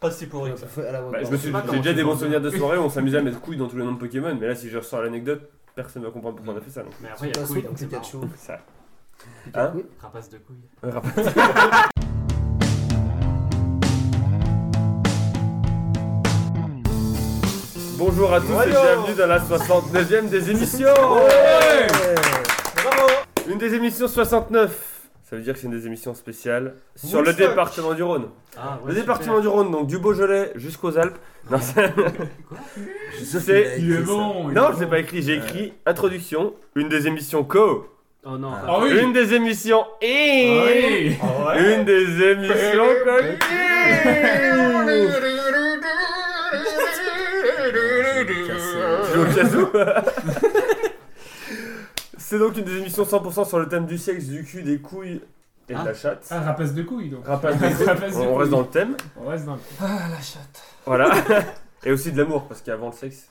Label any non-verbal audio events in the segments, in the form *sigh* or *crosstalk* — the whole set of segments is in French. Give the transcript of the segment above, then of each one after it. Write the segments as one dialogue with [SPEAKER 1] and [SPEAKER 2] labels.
[SPEAKER 1] pas si pourri que ça.
[SPEAKER 2] Faut- à la
[SPEAKER 3] Bah,
[SPEAKER 2] Wacom.
[SPEAKER 3] je me suis,
[SPEAKER 4] pas
[SPEAKER 3] j'ai
[SPEAKER 4] comment
[SPEAKER 3] déjà
[SPEAKER 4] tu
[SPEAKER 3] des
[SPEAKER 4] vends
[SPEAKER 3] bons
[SPEAKER 4] ça.
[SPEAKER 3] souvenirs de soirée où on s'amusait à
[SPEAKER 4] *laughs*
[SPEAKER 3] mettre couille dans tous les noms de Pokémon, mais là si je ressors l'anecdote, personne va comprendre pourquoi on a fait ça. donc.
[SPEAKER 4] Mais après,
[SPEAKER 2] Ils
[SPEAKER 4] il y
[SPEAKER 2] sont pas
[SPEAKER 4] a couille,
[SPEAKER 2] sous
[SPEAKER 4] donc c'est
[SPEAKER 2] Pikachu.
[SPEAKER 4] marrant.
[SPEAKER 3] Ça. Hein
[SPEAKER 2] Pikachu.
[SPEAKER 4] Rapace de couilles.
[SPEAKER 3] *laughs* Bonjour à tous et
[SPEAKER 1] Voyons
[SPEAKER 3] bienvenue dans la 69e des émissions
[SPEAKER 2] Ouais.
[SPEAKER 1] Bravo
[SPEAKER 3] Une des émissions 69 Ça veut dire que c'est une des émissions spéciales sur le
[SPEAKER 1] Woodstock.
[SPEAKER 3] département du Rhône.
[SPEAKER 4] Ah,
[SPEAKER 3] le département du Rhône, donc du Beaujolais jusqu'aux Alpes. Non,
[SPEAKER 4] *laughs*
[SPEAKER 3] c'est-
[SPEAKER 2] Je
[SPEAKER 3] C'est-
[SPEAKER 2] sais
[SPEAKER 5] Il est
[SPEAKER 2] qu'il a écrit ça.
[SPEAKER 5] bon. il est
[SPEAKER 3] non je
[SPEAKER 5] bon.
[SPEAKER 3] l'ai pas écrit, j'ai écrit introduction, une des émissions co,
[SPEAKER 4] Oh non.
[SPEAKER 5] Ah oui.
[SPEAKER 3] une des émissions
[SPEAKER 5] Ah
[SPEAKER 3] in,
[SPEAKER 5] oui.
[SPEAKER 1] *laughs*
[SPEAKER 3] une des émissions coquines. Tu joues
[SPEAKER 5] *laughs*
[SPEAKER 3] au casou C'est donc une des émissions 100% sur le thème du sexe, du cul, des couilles et de
[SPEAKER 4] Ah.
[SPEAKER 3] la chatte.
[SPEAKER 5] Ah, rapace de couilles donc.
[SPEAKER 3] Rapace des couilles.
[SPEAKER 5] Rapace de
[SPEAKER 3] On reste
[SPEAKER 5] couilles.
[SPEAKER 3] dans le thème.
[SPEAKER 5] On reste dans le.
[SPEAKER 3] Voilà. *laughs* Et aussi de l'amour, parce qu'avant le sexe.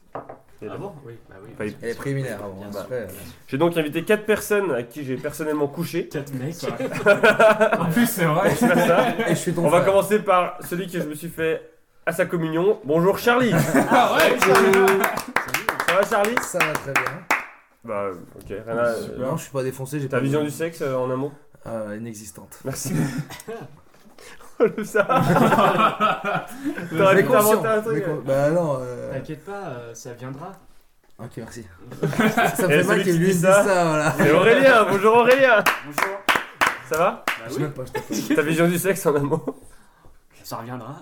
[SPEAKER 3] il y a de
[SPEAKER 4] Ah
[SPEAKER 3] l'amour.
[SPEAKER 4] bon Oui, bah oui.
[SPEAKER 3] Enfin, il-
[SPEAKER 2] Elle est préliminaire avant.
[SPEAKER 4] Bien
[SPEAKER 2] hein,
[SPEAKER 4] sûr.
[SPEAKER 2] après,
[SPEAKER 3] J'ai donc invité 4 personnes à qui j'ai personnellement couché.
[SPEAKER 4] 4 mecs.
[SPEAKER 5] Ça
[SPEAKER 4] *laughs*
[SPEAKER 5] va. en plus, c'est vrai.
[SPEAKER 3] Faire ça.
[SPEAKER 2] euh, Et je suis ton
[SPEAKER 3] On va
[SPEAKER 2] frère.
[SPEAKER 3] commencer par celui que je me suis fait à sa communion. Bonjour Charlie
[SPEAKER 5] Ah ouais.
[SPEAKER 3] Ça va Charlie
[SPEAKER 2] Ça va très bien.
[SPEAKER 3] Bah ok, rien à...
[SPEAKER 5] Super.
[SPEAKER 2] Non, je suis pas défoncé, j'ai
[SPEAKER 3] Ta
[SPEAKER 2] pas
[SPEAKER 3] vision du sexe euh, en un mot
[SPEAKER 2] Euh, Inexistante.
[SPEAKER 3] Merci. Relève Oh, ça *laughs* T'aurais
[SPEAKER 2] Mais
[SPEAKER 3] pu t'inventer
[SPEAKER 2] conscient.
[SPEAKER 3] un truc.
[SPEAKER 2] mais con- Bah non. euh,
[SPEAKER 4] T'inquiète pas, euh, ça viendra.
[SPEAKER 2] Ok,
[SPEAKER 3] *laughs*
[SPEAKER 2] merci. Ça me fait
[SPEAKER 3] Et celui
[SPEAKER 2] mal qu'il
[SPEAKER 3] qui
[SPEAKER 2] lui
[SPEAKER 3] dit
[SPEAKER 2] dise
[SPEAKER 3] ça-
[SPEAKER 2] ça, voilà.
[SPEAKER 3] C'est Aurélien, bonjour Aurélien
[SPEAKER 4] Bonjour.
[SPEAKER 3] Ça va
[SPEAKER 4] Bah
[SPEAKER 2] Je sais
[SPEAKER 4] oui,
[SPEAKER 2] même pas, je t'en prie.
[SPEAKER 3] Ta vision du sexe en un mot
[SPEAKER 4] ça reviendra.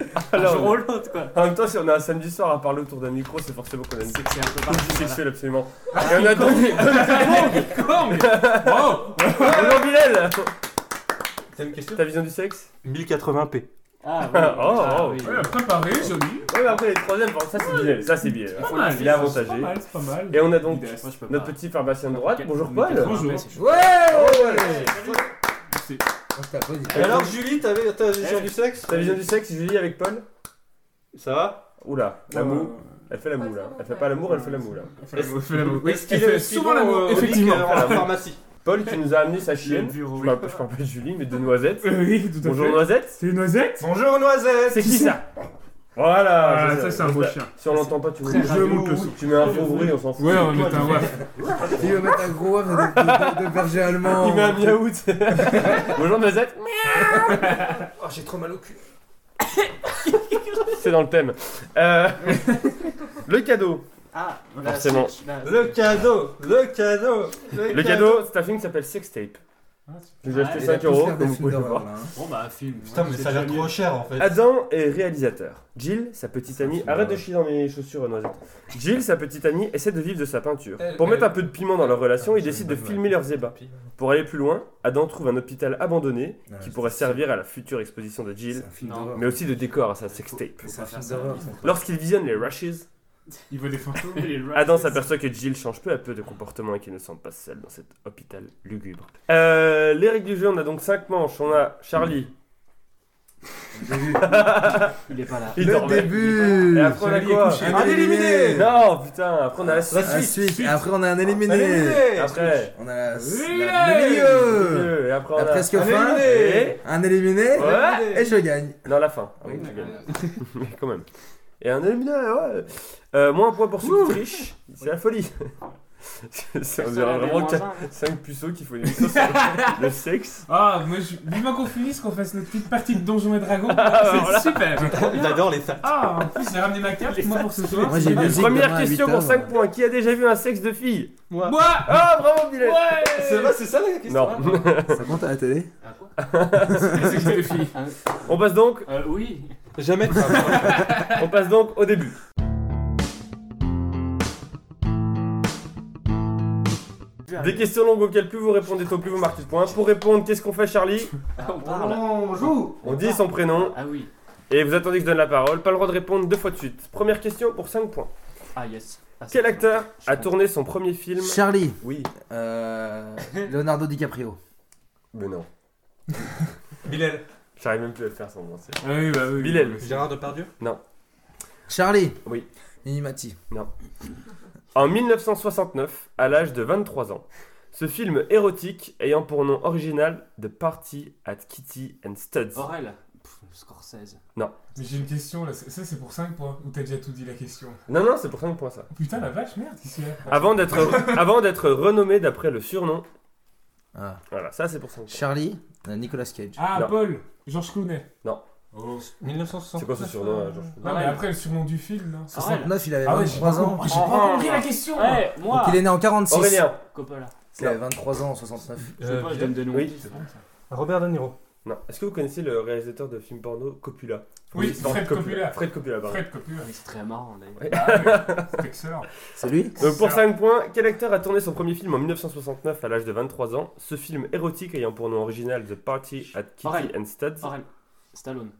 [SPEAKER 4] Un jour
[SPEAKER 3] Alors,
[SPEAKER 4] ou l'autre, quoi.
[SPEAKER 3] en même temps, si on a un samedi soir à parler autour d'un micro, c'est forcément qu'on a une
[SPEAKER 4] C'est que c'est un peu
[SPEAKER 3] sexuelle
[SPEAKER 4] parti. voilà.
[SPEAKER 3] absolument. Et on a donné
[SPEAKER 5] Kong. Wow.
[SPEAKER 3] Bonjour Bilal
[SPEAKER 1] T'as une question
[SPEAKER 3] Ta vision du sexe
[SPEAKER 1] 1080p.
[SPEAKER 4] Ah, oui.
[SPEAKER 3] *laughs* Oh,
[SPEAKER 4] ah,
[SPEAKER 3] oh.
[SPEAKER 4] oui.
[SPEAKER 5] Ouais, préparé, joli.
[SPEAKER 3] Ouais, mais après les troisièmes, par contre, ça c'est Bilal, ça c'est Bilal.
[SPEAKER 5] Pas
[SPEAKER 3] Il
[SPEAKER 5] mal.
[SPEAKER 3] est
[SPEAKER 5] C'est pas
[SPEAKER 3] avantagé.
[SPEAKER 5] mal. C'est pas mal.
[SPEAKER 3] Et on a donc
[SPEAKER 5] Midas.
[SPEAKER 4] Moi, je peux
[SPEAKER 3] notre
[SPEAKER 4] pas.
[SPEAKER 3] petit pharmacien de droite,
[SPEAKER 4] Quatre-
[SPEAKER 3] bonjour
[SPEAKER 4] mais
[SPEAKER 3] Paul
[SPEAKER 4] quatre-vingts,
[SPEAKER 5] Bonjour.
[SPEAKER 4] mais c'est chaud.
[SPEAKER 2] Ouais
[SPEAKER 5] C'est-
[SPEAKER 2] Moi, je t'applaudis.
[SPEAKER 1] Et alors, Julie, t'avais ta vision
[SPEAKER 4] Eh.
[SPEAKER 1] du sexe Euh,
[SPEAKER 3] Ta vision du sexe, Julie, avec Paul
[SPEAKER 1] Ça va
[SPEAKER 3] Oula, l'amour. Elle fait l'amour là. Elle fait pas l'amour, elle fait l'amour là.
[SPEAKER 5] Fais l'amour, fais l'amour.
[SPEAKER 1] Oui, ce
[SPEAKER 5] Elle
[SPEAKER 1] qu'il est
[SPEAKER 5] fait
[SPEAKER 1] aussi
[SPEAKER 5] souvent
[SPEAKER 1] bon,
[SPEAKER 5] l'amour,
[SPEAKER 1] euh, au lit
[SPEAKER 5] effectivement.
[SPEAKER 1] qu'en-
[SPEAKER 3] Voilà.
[SPEAKER 1] en pharmacie.
[SPEAKER 3] Paul qui nous a amené sa chienne.
[SPEAKER 4] Le bureau.
[SPEAKER 3] Je parle pas- je parle pas de Julie, mais de Noisette.
[SPEAKER 5] Euh, Oui, *laughs* tout à
[SPEAKER 3] Bonjour
[SPEAKER 5] fait.
[SPEAKER 3] Noisette.
[SPEAKER 5] C'est une noisette
[SPEAKER 1] Bonjour Noisette
[SPEAKER 3] C'est qui ça Voilà.
[SPEAKER 5] Ah,
[SPEAKER 3] c'est
[SPEAKER 5] ça, c'est un beau chien.
[SPEAKER 3] Si on l'entend pas, tu
[SPEAKER 4] Très
[SPEAKER 3] mets-
[SPEAKER 5] Je monte le son.
[SPEAKER 3] tu mets un faux bruit, on s'en fout.
[SPEAKER 5] Ouais, on va mettre un waf.
[SPEAKER 2] Il veut mettre un gros œuf de, de, de berger allemand.
[SPEAKER 3] Il met un miaou. tu sais. *laughs* Bonjour Noisette.
[SPEAKER 2] Oh, j'ai trop mal au cul.
[SPEAKER 3] C'est dans le thème.
[SPEAKER 2] *laughs*
[SPEAKER 3] Euh, le cadeau.
[SPEAKER 4] Ah, la
[SPEAKER 3] Forcément.
[SPEAKER 4] switch, la-
[SPEAKER 1] Le cadeau Le cadeau
[SPEAKER 3] Le cadeau, c'est un film qui s'appelle Sextape. Je vous ai acheté
[SPEAKER 2] Et
[SPEAKER 4] C'est
[SPEAKER 3] 5 euros, comme vous pouvez le voir.
[SPEAKER 2] voir.
[SPEAKER 4] Bon, bah, film.
[SPEAKER 1] Putain, mais ça a l'air trop cher en fait.
[SPEAKER 3] Adam est réalisateur. Jill, sa petite amie,
[SPEAKER 2] film,
[SPEAKER 3] arrête de
[SPEAKER 2] ouais.
[SPEAKER 3] chier dans mes chaussures, Noisette. Jill, sa petite amie, essaie de vivre de sa peinture.
[SPEAKER 1] Elle-
[SPEAKER 3] Pour mettre
[SPEAKER 1] elle-
[SPEAKER 3] un peu de piment dans leur relation, ils
[SPEAKER 2] J'ai
[SPEAKER 3] décident de
[SPEAKER 2] une bonne
[SPEAKER 3] filmer leurs ébats. Pour aller plus loin, Adam trouve un hôpital abandonné
[SPEAKER 2] Ouais,
[SPEAKER 3] qui
[SPEAKER 2] Ah, c'est-
[SPEAKER 3] pourrait servir à la future exposition de Jill,
[SPEAKER 2] C'est un film
[SPEAKER 4] Non.
[SPEAKER 2] d'horreur.
[SPEAKER 3] mais aussi de décor à sa sextape.
[SPEAKER 2] C'est un
[SPEAKER 4] Faut pas
[SPEAKER 2] film
[SPEAKER 4] faire ça.
[SPEAKER 2] d'horreur. ça.
[SPEAKER 3] Lorsqu'il visionne les Rushes,
[SPEAKER 5] Il veut des fantômes.
[SPEAKER 3] Adam s'aperçoit que Jill change peu à peu de comportement et qu'il ne semble pas seul dans cet hôpital lugubre. Euh, les règles du jeu, on a donc 5 manches. On a Charlie,
[SPEAKER 2] J'ai vu.
[SPEAKER 4] Il est pas là.
[SPEAKER 3] il
[SPEAKER 2] Le
[SPEAKER 3] dormait.
[SPEAKER 2] début
[SPEAKER 3] Et après, on a quoi
[SPEAKER 1] Un éliminé
[SPEAKER 3] Non, putain, après on a la suite. Ah,
[SPEAKER 2] La suite. Et Après, on a un
[SPEAKER 1] Un
[SPEAKER 2] éliminé.
[SPEAKER 1] éliminé
[SPEAKER 3] Après,
[SPEAKER 2] On a la, la-
[SPEAKER 5] Éliminé
[SPEAKER 2] le milieu.
[SPEAKER 3] et après on
[SPEAKER 2] La
[SPEAKER 3] a...
[SPEAKER 2] presque
[SPEAKER 1] Un
[SPEAKER 2] fin.
[SPEAKER 1] éliminé
[SPEAKER 2] Un éliminé.
[SPEAKER 3] Ouais.
[SPEAKER 2] Et je gagne.
[SPEAKER 3] Non, la fin. Ah oui, tu gagnes. Mais quand même. Et un éliminé, ouais. Euh, moins un point pour ceux qui trichent. C'est la folie. *laughs* C'est- c'est- on dirait vraiment 5 puceaux qu'il faut une émission sur le sexe.
[SPEAKER 5] Ah, moi, je... vivement qu'on finisse, qu'on fasse notre petite partie de Donjons et Dragons.
[SPEAKER 3] Ah,
[SPEAKER 5] c'est
[SPEAKER 3] voilà.
[SPEAKER 5] super.
[SPEAKER 1] Il adore les salles.
[SPEAKER 5] Ah, en plus, j'ai ramené ma carte, moi, pour ce soir.
[SPEAKER 2] Moi, j'ai musique
[SPEAKER 3] Première
[SPEAKER 2] demain à
[SPEAKER 3] question
[SPEAKER 2] 8
[SPEAKER 3] pour
[SPEAKER 2] heures.
[SPEAKER 3] 5 points. Qui a déjà vu un sexe de fille
[SPEAKER 1] Moi
[SPEAKER 5] Moi
[SPEAKER 3] Ah, bravo, Bilal
[SPEAKER 5] Ouais
[SPEAKER 1] C'est vrai, c'est ça la question
[SPEAKER 3] Non.
[SPEAKER 2] Ça compte à la télé
[SPEAKER 4] Ah, quoi
[SPEAKER 5] C'est que des filles.
[SPEAKER 3] *laughs* On passe donc,
[SPEAKER 4] Euh, Oui.
[SPEAKER 1] Jamais
[SPEAKER 3] on passe donc au début. Des questions longues auxquelles plus vous répondez tôt, plus vous marquez de points. Pour répondre, qu'est-ce qu'on fait, Charlie
[SPEAKER 4] Ah, on parle.
[SPEAKER 1] Bonjour
[SPEAKER 3] On dit son prénom
[SPEAKER 4] Ah oui.
[SPEAKER 3] et vous attendez que je donne la parole. Pas le droit de répondre deux fois de suite. Première question pour 5 points.
[SPEAKER 4] Ah yes. Ah, c'est
[SPEAKER 3] Quel
[SPEAKER 4] bon.
[SPEAKER 3] acteur
[SPEAKER 4] Je
[SPEAKER 3] a
[SPEAKER 4] comprends.
[SPEAKER 3] tourné son premier film
[SPEAKER 2] Charlie.
[SPEAKER 3] Oui.
[SPEAKER 2] Euh, *laughs* Leonardo DiCaprio.
[SPEAKER 3] Mais non.
[SPEAKER 1] Bilal
[SPEAKER 3] J'arrive même plus à le faire sans moi. c'est-
[SPEAKER 5] Ah oui, bah oui.
[SPEAKER 3] Bilal.
[SPEAKER 1] Gérard Depardieu
[SPEAKER 2] Charlie.
[SPEAKER 3] Oui.
[SPEAKER 2] Mimimati.
[SPEAKER 3] En 1969, à l'âge de 23 ans, Ce film érotique ayant pour nom original The Party at Kitty and Studs.
[SPEAKER 6] Oh.
[SPEAKER 4] Aurel. Pff, Scorsese.
[SPEAKER 6] Mais j'ai une question là, ça c'est pour 5 points ou t'as déjà tout dit la question Oh,
[SPEAKER 3] Non, non, c'est pour ça point ça.
[SPEAKER 6] Putain la vache, merde, ici là.
[SPEAKER 3] Avant d'être, *laughs* avant d'être renommé d'après le surnom.
[SPEAKER 2] Ah.
[SPEAKER 3] Voilà, ça c'est pour 5 points.
[SPEAKER 2] Charlie, euh, Nicolas Cage.
[SPEAKER 6] Ah,
[SPEAKER 3] Non.
[SPEAKER 6] Paul, Georges Clooney.
[SPEAKER 1] Oh, 1960.
[SPEAKER 3] C'est quoi ce surnom euh, Georges
[SPEAKER 6] Non, mais après le surnom du film, là.
[SPEAKER 2] 69, il avait
[SPEAKER 6] Ah ouais, j'ai pas,
[SPEAKER 2] 23 ans.
[SPEAKER 6] compris- j'ai
[SPEAKER 4] Oh,
[SPEAKER 6] pas
[SPEAKER 4] oh,
[SPEAKER 6] compris
[SPEAKER 4] oh.
[SPEAKER 6] la question. moi.
[SPEAKER 4] Ouais, moi.
[SPEAKER 2] Donc il est né en 46.
[SPEAKER 3] Aurélien.
[SPEAKER 4] Coppola.
[SPEAKER 2] Il avait 23 ans en 69.
[SPEAKER 4] Je sais pas, je donne des noms. Ah,
[SPEAKER 3] Oui.
[SPEAKER 1] Euh, Robert De Niro.
[SPEAKER 3] Non. Est-ce que vous connaissez le réalisateur de films porno Coppola
[SPEAKER 6] Oui,
[SPEAKER 3] pardon,
[SPEAKER 6] Fred Coppola.
[SPEAKER 3] Fred Coppola, pardon.
[SPEAKER 6] Fred Coppola.
[SPEAKER 4] C'est très marrant d'ailleurs.
[SPEAKER 6] Ah, C'est excellent.
[SPEAKER 2] C'est lui
[SPEAKER 3] Donc pour 5 points, quel acteur a tourné son premier film en 1969 à l'âge de 23 ans Ce film érotique ayant pour nom original The Party at Kitty
[SPEAKER 4] Aurel.
[SPEAKER 3] and Studs.
[SPEAKER 4] Aurel. Stallone.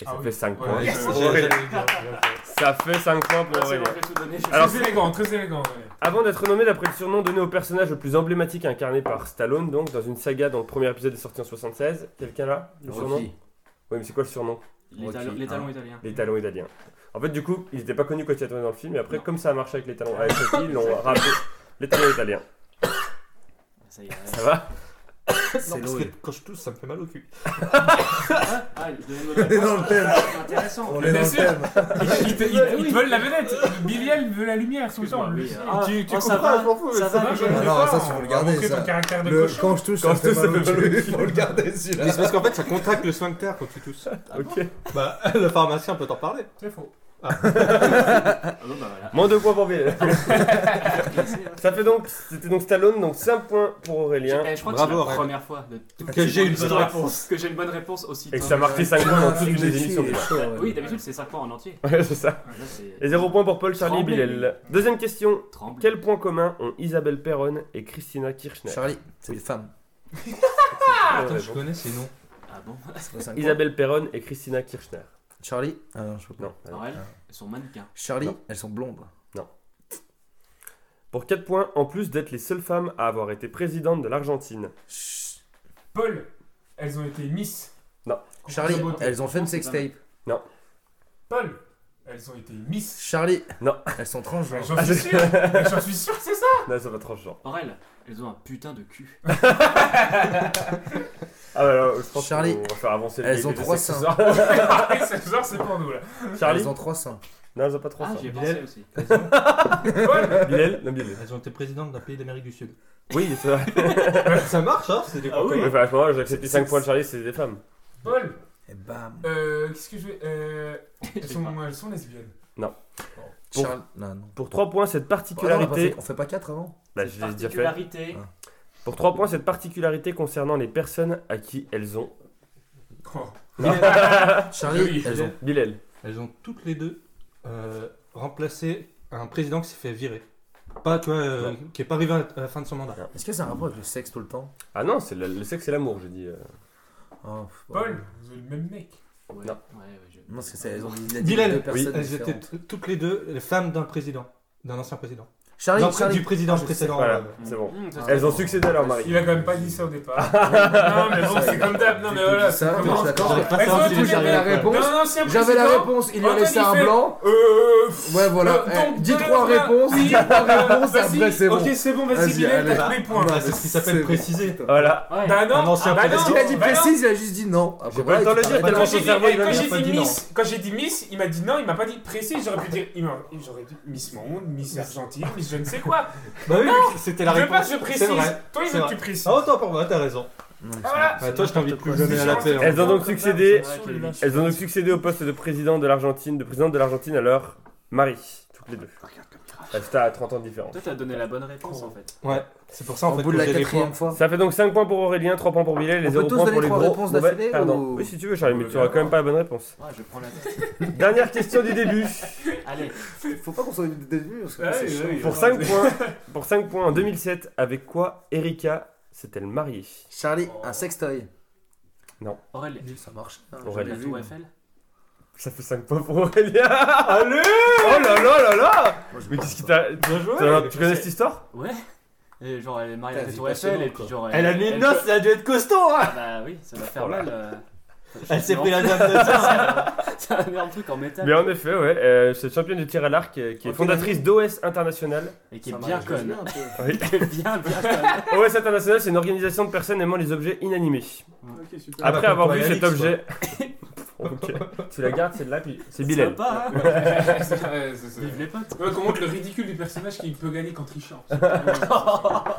[SPEAKER 3] Et ça
[SPEAKER 6] Ah oui.
[SPEAKER 3] fait 5
[SPEAKER 6] Ouais,
[SPEAKER 3] points.
[SPEAKER 6] yes.
[SPEAKER 3] pour Aurélien. Ça fait 5 points pour
[SPEAKER 4] Merci,
[SPEAKER 3] Aurélien.
[SPEAKER 4] j'ai tout donné, je-
[SPEAKER 3] Alors,
[SPEAKER 6] Très élégant, très élégant. *laughs* ouais.
[SPEAKER 3] Avant d'être nommé d'après le surnom donné au personnage le plus emblématique incarné par Stallone, donc dans une saga dont le premier épisode est sorti en 76, quelqu'un là Le surnom Oui,
[SPEAKER 2] Rocky.
[SPEAKER 3] mais c'est quoi le surnom
[SPEAKER 4] Les
[SPEAKER 2] Rocky,
[SPEAKER 4] talons- les
[SPEAKER 2] hein.
[SPEAKER 4] talons italiens.
[SPEAKER 3] Les talons italiens. En fait, du coup, il n'était pas connu quand il a tourné dans le film, et après, comme ça a marché avec les talons avec Rocky, ils l'ont rappelé les talons italiens.
[SPEAKER 4] Ah, Ça y est.
[SPEAKER 3] Ça va
[SPEAKER 2] C'est
[SPEAKER 1] Non, parce que
[SPEAKER 2] Loé.
[SPEAKER 1] quand je tousse, ça me fait mal au cul.
[SPEAKER 4] *laughs* Ah, je devais me
[SPEAKER 2] On est dans le thème.
[SPEAKER 4] Ah, C'est intéressant.
[SPEAKER 2] On est dans
[SPEAKER 6] Bien
[SPEAKER 2] le
[SPEAKER 6] sûr.
[SPEAKER 2] thème.
[SPEAKER 6] Ils, Bah, te- ils- ils te veulent la vedette. Biliel veut la lumière, son
[SPEAKER 4] Excuse-moi,
[SPEAKER 6] genre.
[SPEAKER 4] oui,
[SPEAKER 6] Tu-
[SPEAKER 4] ah,
[SPEAKER 6] tu tu
[SPEAKER 4] oh, ça
[SPEAKER 6] comprends
[SPEAKER 4] va,
[SPEAKER 6] je m'en fous,
[SPEAKER 4] ça
[SPEAKER 6] mais
[SPEAKER 4] va,
[SPEAKER 6] je
[SPEAKER 4] je-
[SPEAKER 6] le fais
[SPEAKER 2] Non,
[SPEAKER 6] pas.
[SPEAKER 2] ça, faut
[SPEAKER 6] On
[SPEAKER 2] le
[SPEAKER 6] va
[SPEAKER 2] garder,
[SPEAKER 6] montrer
[SPEAKER 2] ça.
[SPEAKER 6] ton caractère de
[SPEAKER 2] Le-
[SPEAKER 6] cochon.
[SPEAKER 2] quand je touche,
[SPEAKER 3] Quand
[SPEAKER 2] ça
[SPEAKER 3] je
[SPEAKER 2] fait
[SPEAKER 3] touche,
[SPEAKER 2] mal au
[SPEAKER 3] ça fait mal au
[SPEAKER 2] cul.
[SPEAKER 3] cul.
[SPEAKER 2] Faut le garder
[SPEAKER 1] Mais
[SPEAKER 2] celui-là.
[SPEAKER 1] c'est parce qu'en fait, ça contracte le sphincter quand tu tousses.
[SPEAKER 3] Ok.
[SPEAKER 1] Bah, le pharmacien peut t'en parler.
[SPEAKER 6] C'est faux.
[SPEAKER 4] Ah bon, bah voilà.
[SPEAKER 3] Moins de points pour Bill. ça fait donc, c'était donc Stallone, donc 5 points pour Aurélien.
[SPEAKER 4] Eh, je crois
[SPEAKER 1] Bravo,
[SPEAKER 4] que c'est la
[SPEAKER 1] Aurel.
[SPEAKER 4] première fois de toute
[SPEAKER 1] Que j'ai une
[SPEAKER 4] cette
[SPEAKER 1] bonne
[SPEAKER 4] Que j'ai une bonne réponse aussi.
[SPEAKER 3] Et que
[SPEAKER 4] tôt.
[SPEAKER 3] ça a marqué 5 points dans
[SPEAKER 2] Ah,
[SPEAKER 3] toutes
[SPEAKER 2] le
[SPEAKER 3] les
[SPEAKER 2] dessus,
[SPEAKER 3] émissions.
[SPEAKER 2] il est chaud, ouais.
[SPEAKER 4] Oui, d'habitude c'est 5 points en entier.
[SPEAKER 3] Ouais, c'est ça.
[SPEAKER 4] Là c'est
[SPEAKER 3] Et 0 points pour Paul, Charlie et
[SPEAKER 4] Tremblay.
[SPEAKER 3] Bilal. Deuxième question.
[SPEAKER 4] tremble.
[SPEAKER 3] Quel point commun ont Isabelle Perron et Christina Kirchner
[SPEAKER 2] Charlie, c'est des femmes.
[SPEAKER 1] Attends, je connais ces noms.
[SPEAKER 4] Ah bon
[SPEAKER 2] Ça fait cinq points.
[SPEAKER 3] Isabelle Perron et Christina Kirchner.
[SPEAKER 2] Charlie Ah non, je peux pas.
[SPEAKER 3] Non.
[SPEAKER 4] Alors elles, elles sont mannequins.
[SPEAKER 2] Charlie,
[SPEAKER 3] Non.
[SPEAKER 2] elles sont blondes.
[SPEAKER 3] Pour 4 points, en plus d'être les seules femmes à avoir été présidente de l'Argentine.
[SPEAKER 2] Chut.
[SPEAKER 6] Paul, elles ont été Miss.
[SPEAKER 3] Non.
[SPEAKER 2] Charlie,
[SPEAKER 6] Concours de beauté.
[SPEAKER 2] elles ont fait une sextape.
[SPEAKER 6] Paul, elles ont été Miss.
[SPEAKER 2] Charlie,
[SPEAKER 3] Non.
[SPEAKER 2] elles sont transgenres.
[SPEAKER 6] J'en suis sûr. J'en suis sûr, c'est ça.
[SPEAKER 3] Non, ça va transgenre.
[SPEAKER 4] Aurel, elles ont un putain de cul.
[SPEAKER 3] Ah bah là, je pense
[SPEAKER 2] Charlie,
[SPEAKER 3] qu'on va faire avancer le
[SPEAKER 2] elles
[SPEAKER 3] début
[SPEAKER 2] ont
[SPEAKER 3] de
[SPEAKER 2] trois
[SPEAKER 3] ce
[SPEAKER 2] seins.
[SPEAKER 3] soir.
[SPEAKER 6] *laughs* Ce genre, c'est pour nous là.
[SPEAKER 3] Charlie
[SPEAKER 2] Elles ont trois seins.
[SPEAKER 3] Non, elles ont pas trois
[SPEAKER 4] Ah,
[SPEAKER 3] seins.
[SPEAKER 4] j'y ai
[SPEAKER 1] Bilal.
[SPEAKER 4] pensé aussi.
[SPEAKER 6] Paul,
[SPEAKER 3] Bilal Non, Bilal.
[SPEAKER 1] Elles ont été présidentes d'un pays d'Amérique du Sud.
[SPEAKER 3] Oui, c'est vrai.
[SPEAKER 1] ça marche, hein C'est des
[SPEAKER 3] Ah oui, enfin, à ce moment-là, j'ai accepté 5 points de Charlie, c'est des femmes.
[SPEAKER 6] Paul,
[SPEAKER 2] Et bam.
[SPEAKER 6] euh, qu'est-ce que je vais. Euh,
[SPEAKER 4] Je
[SPEAKER 6] elles,
[SPEAKER 4] sais
[SPEAKER 6] sont,
[SPEAKER 4] pas.
[SPEAKER 6] elles sont lesbiennes.
[SPEAKER 3] Pour-
[SPEAKER 2] Charlie. Non, non.
[SPEAKER 3] Pour 3 points, cette
[SPEAKER 2] Ah, non, on a pas
[SPEAKER 3] particularité.
[SPEAKER 2] fait- on fait pas quatre avant
[SPEAKER 3] Bah,
[SPEAKER 4] Cette
[SPEAKER 3] je l'ai déjà fait.
[SPEAKER 4] particularité.
[SPEAKER 2] Ah.
[SPEAKER 3] Pour 3 points, cette particularité concernant les personnes à qui elles ont.
[SPEAKER 6] Oh.
[SPEAKER 2] Charlie,
[SPEAKER 6] Ah, Oui,
[SPEAKER 2] elles ont.
[SPEAKER 3] Bilal.
[SPEAKER 1] Elles ont toutes les deux euh, remplacé un président qui s'est fait virer. Pas, tu vois, euh, qui est pas arrivé à la fin de son mandat.
[SPEAKER 2] Est-ce que ça a un rapport avec le sexe tout le temps
[SPEAKER 3] Ah non, c'est le, le sexe et l'amour, j'ai dit. euh.
[SPEAKER 2] Oh, pff, bon.
[SPEAKER 6] Paul, vous avez le même mec.
[SPEAKER 4] Ouais,
[SPEAKER 3] Non.
[SPEAKER 4] ouais, ouais, je-
[SPEAKER 2] Non, parce que ça, elles ont il a dit
[SPEAKER 1] Bilal,
[SPEAKER 2] deux
[SPEAKER 1] oui,
[SPEAKER 2] personnes
[SPEAKER 1] Elles étaient
[SPEAKER 2] différentes.
[SPEAKER 1] t- toutes les deux les femmes d'un président. D'un ancien président.
[SPEAKER 2] Charlie,
[SPEAKER 1] Non,
[SPEAKER 2] Charlie.
[SPEAKER 1] du président
[SPEAKER 2] Ah, je sais.
[SPEAKER 1] précédent.
[SPEAKER 3] Voilà,
[SPEAKER 1] euh,
[SPEAKER 3] c'est bon.
[SPEAKER 4] Mmh, ça, c'est
[SPEAKER 3] Elles ont
[SPEAKER 4] bon.
[SPEAKER 3] succédé à leur mari.
[SPEAKER 6] Il a quand même pas dit ça au départ.
[SPEAKER 2] Ah, *laughs*
[SPEAKER 6] non, mais bon, c'est comme d'hab. Non, mais voilà.
[SPEAKER 2] Ça,
[SPEAKER 6] c'est
[SPEAKER 2] moi,
[SPEAKER 6] comme-
[SPEAKER 2] je l'attends.
[SPEAKER 1] J'aurais pas
[SPEAKER 6] Elles
[SPEAKER 1] fait un
[SPEAKER 6] ont
[SPEAKER 1] petit
[SPEAKER 6] été
[SPEAKER 2] J'avais la
[SPEAKER 1] Ouais.
[SPEAKER 6] lesbiennes. Non,
[SPEAKER 2] réponse.
[SPEAKER 6] non, non, c'est un
[SPEAKER 2] J'avais la
[SPEAKER 6] président.
[SPEAKER 2] réponse, il lui a
[SPEAKER 6] Antoine,
[SPEAKER 2] laissé
[SPEAKER 6] il
[SPEAKER 2] un
[SPEAKER 6] fait-
[SPEAKER 2] blanc.
[SPEAKER 6] Euh. pff,
[SPEAKER 2] Ouais, voilà.
[SPEAKER 6] euh,
[SPEAKER 2] Eh,
[SPEAKER 6] donc,
[SPEAKER 2] Dis
[SPEAKER 6] de-
[SPEAKER 2] trois
[SPEAKER 6] voilà.
[SPEAKER 2] réponses,
[SPEAKER 6] Oui,
[SPEAKER 2] dis trois
[SPEAKER 6] euh,
[SPEAKER 2] réponses,
[SPEAKER 6] vas-y,
[SPEAKER 2] après c'est bon.
[SPEAKER 6] Ok, c'est bon, vas-y,
[SPEAKER 2] Vas-y,
[SPEAKER 6] Bilal,
[SPEAKER 2] allez.
[SPEAKER 6] t'as tous les points.
[SPEAKER 1] Ah, c'est ce qui s'appelle
[SPEAKER 2] C'est bon.
[SPEAKER 1] préciser.
[SPEAKER 3] Voilà.
[SPEAKER 4] Ouais.
[SPEAKER 6] Bah
[SPEAKER 1] Un
[SPEAKER 6] non,
[SPEAKER 1] ancien
[SPEAKER 6] bah non,
[SPEAKER 2] Parce qu'il a dit
[SPEAKER 6] bah non.
[SPEAKER 2] précise, il a juste dit non. Ah,
[SPEAKER 3] J'ai
[SPEAKER 2] bah,
[SPEAKER 3] pas le temps de le
[SPEAKER 2] il paraît
[SPEAKER 3] dire,
[SPEAKER 6] Quand
[SPEAKER 3] tellement
[SPEAKER 2] pas.
[SPEAKER 6] j'ai
[SPEAKER 3] son
[SPEAKER 6] dit,
[SPEAKER 3] cerveau,
[SPEAKER 6] eh,
[SPEAKER 3] il a
[SPEAKER 6] quand
[SPEAKER 3] bien
[SPEAKER 6] j'ai
[SPEAKER 3] pas
[SPEAKER 6] dit
[SPEAKER 3] dit non.
[SPEAKER 6] Miss, quand j'ai dit Miss, il m'a dit non, il m'a pas dit précis, j'aurais pu dire, il m'a- j'aurais dit Miss Monde, Miss Argentine, Miss je ne sais quoi.
[SPEAKER 1] Bah oui, c'était la
[SPEAKER 6] Je veux
[SPEAKER 1] réponse.
[SPEAKER 6] pas que je
[SPEAKER 1] C'est
[SPEAKER 6] précise.
[SPEAKER 1] vrai.
[SPEAKER 6] Toi, il
[SPEAKER 1] c'est
[SPEAKER 6] veut que
[SPEAKER 1] vrai.
[SPEAKER 6] tu précises.
[SPEAKER 1] Ah, autant pour moi, t'as raison.
[SPEAKER 6] Ah, voilà.
[SPEAKER 1] Bah, toi, je t'invite plus
[SPEAKER 6] C'est
[SPEAKER 1] jamais à la
[SPEAKER 6] différent,
[SPEAKER 1] paix.
[SPEAKER 6] c'est
[SPEAKER 1] hein.
[SPEAKER 3] Elles ont donc
[SPEAKER 6] comme ça,
[SPEAKER 3] succédé-
[SPEAKER 6] c'est vrai que-
[SPEAKER 3] Elles ont donc succédé au poste de président de l'Argentine, de présidente de l'Argentine à leur mari, toutes les deux.
[SPEAKER 2] Ah,
[SPEAKER 3] Elles étaient à 30 ans de différence.
[SPEAKER 4] Toi, t'as donné la bonne réponse en fait.
[SPEAKER 1] Ouais, c'est pour ça en
[SPEAKER 2] Au
[SPEAKER 1] fait
[SPEAKER 2] bout de
[SPEAKER 1] que
[SPEAKER 2] la
[SPEAKER 1] j'ai les points.
[SPEAKER 2] quatrième fois.
[SPEAKER 3] Ça fait donc 5 points pour Aurélien, 3 points pour Bilal,
[SPEAKER 2] On
[SPEAKER 3] les
[SPEAKER 2] peut
[SPEAKER 3] 0
[SPEAKER 2] tous
[SPEAKER 3] points pour
[SPEAKER 2] donner
[SPEAKER 3] les
[SPEAKER 2] trois
[SPEAKER 3] gros.
[SPEAKER 2] réponses
[SPEAKER 3] mauvais-
[SPEAKER 2] d'affilée,
[SPEAKER 3] Pardon.
[SPEAKER 2] ou-
[SPEAKER 3] Oui, si tu veux, Charlie, mais tu auras quand même pas la bonne
[SPEAKER 2] *laughs*
[SPEAKER 3] réponse.
[SPEAKER 4] Ouais, je prends la tête.
[SPEAKER 3] Dernière question du début.
[SPEAKER 4] Allez,
[SPEAKER 2] Faut pas qu'on soit début parce
[SPEAKER 6] Ouais, ouais, ouais.
[SPEAKER 3] Pour 5
[SPEAKER 2] *laughs*
[SPEAKER 3] points, pour 5 points en 2007, avec quoi Erika s'est-elle mariée
[SPEAKER 2] Charlie, un sextoy.
[SPEAKER 4] Aurel,
[SPEAKER 2] Ça marche. hein,
[SPEAKER 3] Aurélien.
[SPEAKER 4] la
[SPEAKER 2] j'avais vu,
[SPEAKER 4] tour
[SPEAKER 2] moi.
[SPEAKER 4] Eiffel.
[SPEAKER 3] Ça fait 5 points
[SPEAKER 2] *laughs*
[SPEAKER 3] pour Aurélien. Allez Oh là là là là
[SPEAKER 2] Moi, j'ai
[SPEAKER 3] Mais
[SPEAKER 2] pas
[SPEAKER 3] qu'est-ce qui
[SPEAKER 2] ça.
[SPEAKER 3] t'a.
[SPEAKER 1] Bien joué.
[SPEAKER 3] t'as- tu connais cette histoire
[SPEAKER 4] Ouais. Et genre, elle est mariée
[SPEAKER 2] Putain,
[SPEAKER 4] avec la
[SPEAKER 2] vie
[SPEAKER 4] tour Eiffel
[SPEAKER 2] passionnante,
[SPEAKER 4] et puis
[SPEAKER 2] quoi.
[SPEAKER 4] genre.
[SPEAKER 1] Elle a mis une noce, ça a dû être costaud. hein.
[SPEAKER 4] Ah bah oui, ça va faire
[SPEAKER 3] Oh là
[SPEAKER 4] mal. euh.
[SPEAKER 1] Elle s'est
[SPEAKER 4] Non. *laughs*
[SPEAKER 1] pris la *laughs* dame
[SPEAKER 4] C'est un énorme truc en métal.
[SPEAKER 3] Mais en effet, ouais, euh, c'est championne de tir à l'arc euh, qui est
[SPEAKER 2] Ok,
[SPEAKER 3] fondatrice d'OS International.
[SPEAKER 4] Et qui est
[SPEAKER 2] Ça
[SPEAKER 4] bien
[SPEAKER 2] marche
[SPEAKER 4] conne.
[SPEAKER 2] un peu.
[SPEAKER 4] Qui est *laughs* bien, bien conne.
[SPEAKER 3] OS International, c'est une organisation de personnes aimant les objets inanimés.
[SPEAKER 5] Ok, super.
[SPEAKER 1] Ah bah,
[SPEAKER 3] Après
[SPEAKER 1] comme
[SPEAKER 3] avoir
[SPEAKER 1] toi,
[SPEAKER 3] vu
[SPEAKER 1] Alix,
[SPEAKER 3] cet objet. *laughs* Ok. Tu la gardes, celle-là, puis c'est Bilal.
[SPEAKER 4] Sympa, hein
[SPEAKER 5] Ouais, c'est vrai, c'est ça.
[SPEAKER 4] Vive les potes.
[SPEAKER 5] Ouais, comment le ridicule du personnage qui peut gagner qu'en
[SPEAKER 2] *laughs*
[SPEAKER 5] trichant.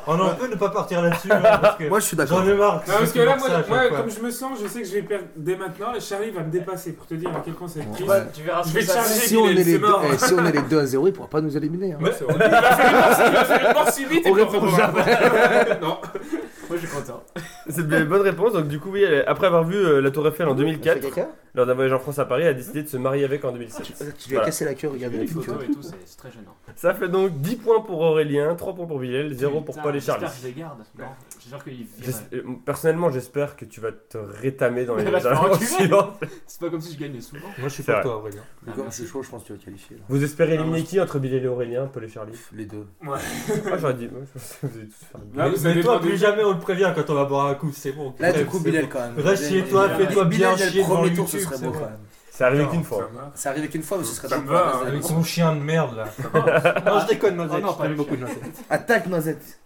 [SPEAKER 1] On en peut ne pas partir là-dessus. hein, parce que
[SPEAKER 2] Moi, je suis d'accord.
[SPEAKER 1] J'en ai marre.
[SPEAKER 5] Non, parce que là, moi, moi,
[SPEAKER 1] comme
[SPEAKER 5] comme je me sens, je sais que je vais perdre dès maintenant et Charlie va me dépasser pour te dire à quel point c'est triste.
[SPEAKER 2] Ouais.
[SPEAKER 4] Tu verras
[SPEAKER 5] Je
[SPEAKER 4] ce
[SPEAKER 5] vais
[SPEAKER 4] que ça
[SPEAKER 5] charger.
[SPEAKER 4] fait.
[SPEAKER 2] Si on,
[SPEAKER 5] il est-
[SPEAKER 2] est les
[SPEAKER 5] c'est
[SPEAKER 2] deux,
[SPEAKER 5] mort.
[SPEAKER 2] eh, si on est les deux à 0, il pourra pas nous éliminer. hein.
[SPEAKER 5] Ouais, c'est vrai. Il va faire une mort- il va faire une mort si vite et
[SPEAKER 2] On
[SPEAKER 5] puis
[SPEAKER 2] répond
[SPEAKER 5] reprendra. Non.
[SPEAKER 4] Moi, je suis content.
[SPEAKER 3] C'est une bonne réponse. Donc, du coup, oui, elle- après avoir vu euh, la Tour Eiffel en
[SPEAKER 2] T'as fait
[SPEAKER 3] 2004,
[SPEAKER 2] caca
[SPEAKER 3] lors d'un voyage en France à Paris, elle a décidé de se marier avec en 2007.
[SPEAKER 2] *laughs* Tu lui as
[SPEAKER 3] Voilà.
[SPEAKER 2] cassé la queue, regarde.
[SPEAKER 4] Les
[SPEAKER 2] tu vois.
[SPEAKER 4] photos et tout, c'est c'est très gênant.
[SPEAKER 3] Ça fait donc 10 points pour Aurélien, 3 points pour Bilal, 0 pour
[SPEAKER 4] Putain,
[SPEAKER 3] Paul et Charlie.
[SPEAKER 4] J'espère que je les garde. Non, j'espère qu'ils
[SPEAKER 3] J'es-
[SPEAKER 4] virent.
[SPEAKER 3] euh, Personnellement, j'espère que tu vas te rétamer dans les
[SPEAKER 4] Elle va se faire
[SPEAKER 3] *laughs* interventions
[SPEAKER 4] enculer.
[SPEAKER 3] suivantes.
[SPEAKER 4] C'est pas comme si je gagnais souvent. Ah,
[SPEAKER 1] Moi, je suis
[SPEAKER 3] C'est
[SPEAKER 1] pour
[SPEAKER 3] vrai.
[SPEAKER 1] toi, Aurélien.
[SPEAKER 2] Mais Comme Ah, c'est chaud, je pense que tu vas qualifier. là.
[SPEAKER 3] Vous espérez
[SPEAKER 5] Non,
[SPEAKER 3] éliminer
[SPEAKER 5] moi,
[SPEAKER 3] qui entre Bilal et Aurélien, Paul et Charlie
[SPEAKER 2] Les deux.
[SPEAKER 3] Ah, j'aurais dit. moi, je pensais que vous allez tous faire
[SPEAKER 5] Là,
[SPEAKER 1] Mais-
[SPEAKER 5] vous
[SPEAKER 1] mais
[SPEAKER 5] avez
[SPEAKER 1] toi,
[SPEAKER 5] pas
[SPEAKER 1] plus
[SPEAKER 5] des-
[SPEAKER 1] jamais on le prévient quand on va boire un coup, c'est bon.
[SPEAKER 2] Là,
[SPEAKER 1] Ouais,
[SPEAKER 2] du coup,
[SPEAKER 1] c'est
[SPEAKER 2] Bilal quand même.
[SPEAKER 1] Reste chez toi, fais-toi bien
[SPEAKER 2] Bilal, il y a le
[SPEAKER 1] chier devant
[SPEAKER 2] premier
[SPEAKER 1] le
[SPEAKER 2] tour, ce
[SPEAKER 1] YouTube,
[SPEAKER 2] serait
[SPEAKER 1] c'est
[SPEAKER 2] beau
[SPEAKER 1] bon.
[SPEAKER 2] quand même.
[SPEAKER 3] C'est arrivé
[SPEAKER 1] Putain,
[SPEAKER 3] qu'une
[SPEAKER 5] Ça
[SPEAKER 3] fois.
[SPEAKER 5] marche.
[SPEAKER 2] Ça arrive qu'une fois, mais ce serait
[SPEAKER 5] Ça
[SPEAKER 2] drôle
[SPEAKER 5] me
[SPEAKER 2] pour la
[SPEAKER 5] va,
[SPEAKER 2] reste de la
[SPEAKER 1] Avec
[SPEAKER 2] course.
[SPEAKER 1] son chien de merde là. *laughs*
[SPEAKER 2] *laughs*
[SPEAKER 1] non, je déconne, Noisette.
[SPEAKER 4] Ah non,
[SPEAKER 1] je
[SPEAKER 4] pas
[SPEAKER 1] t'aime
[SPEAKER 4] le
[SPEAKER 1] beaucoup, *laughs* Noisette.
[SPEAKER 2] Attaque Noisette.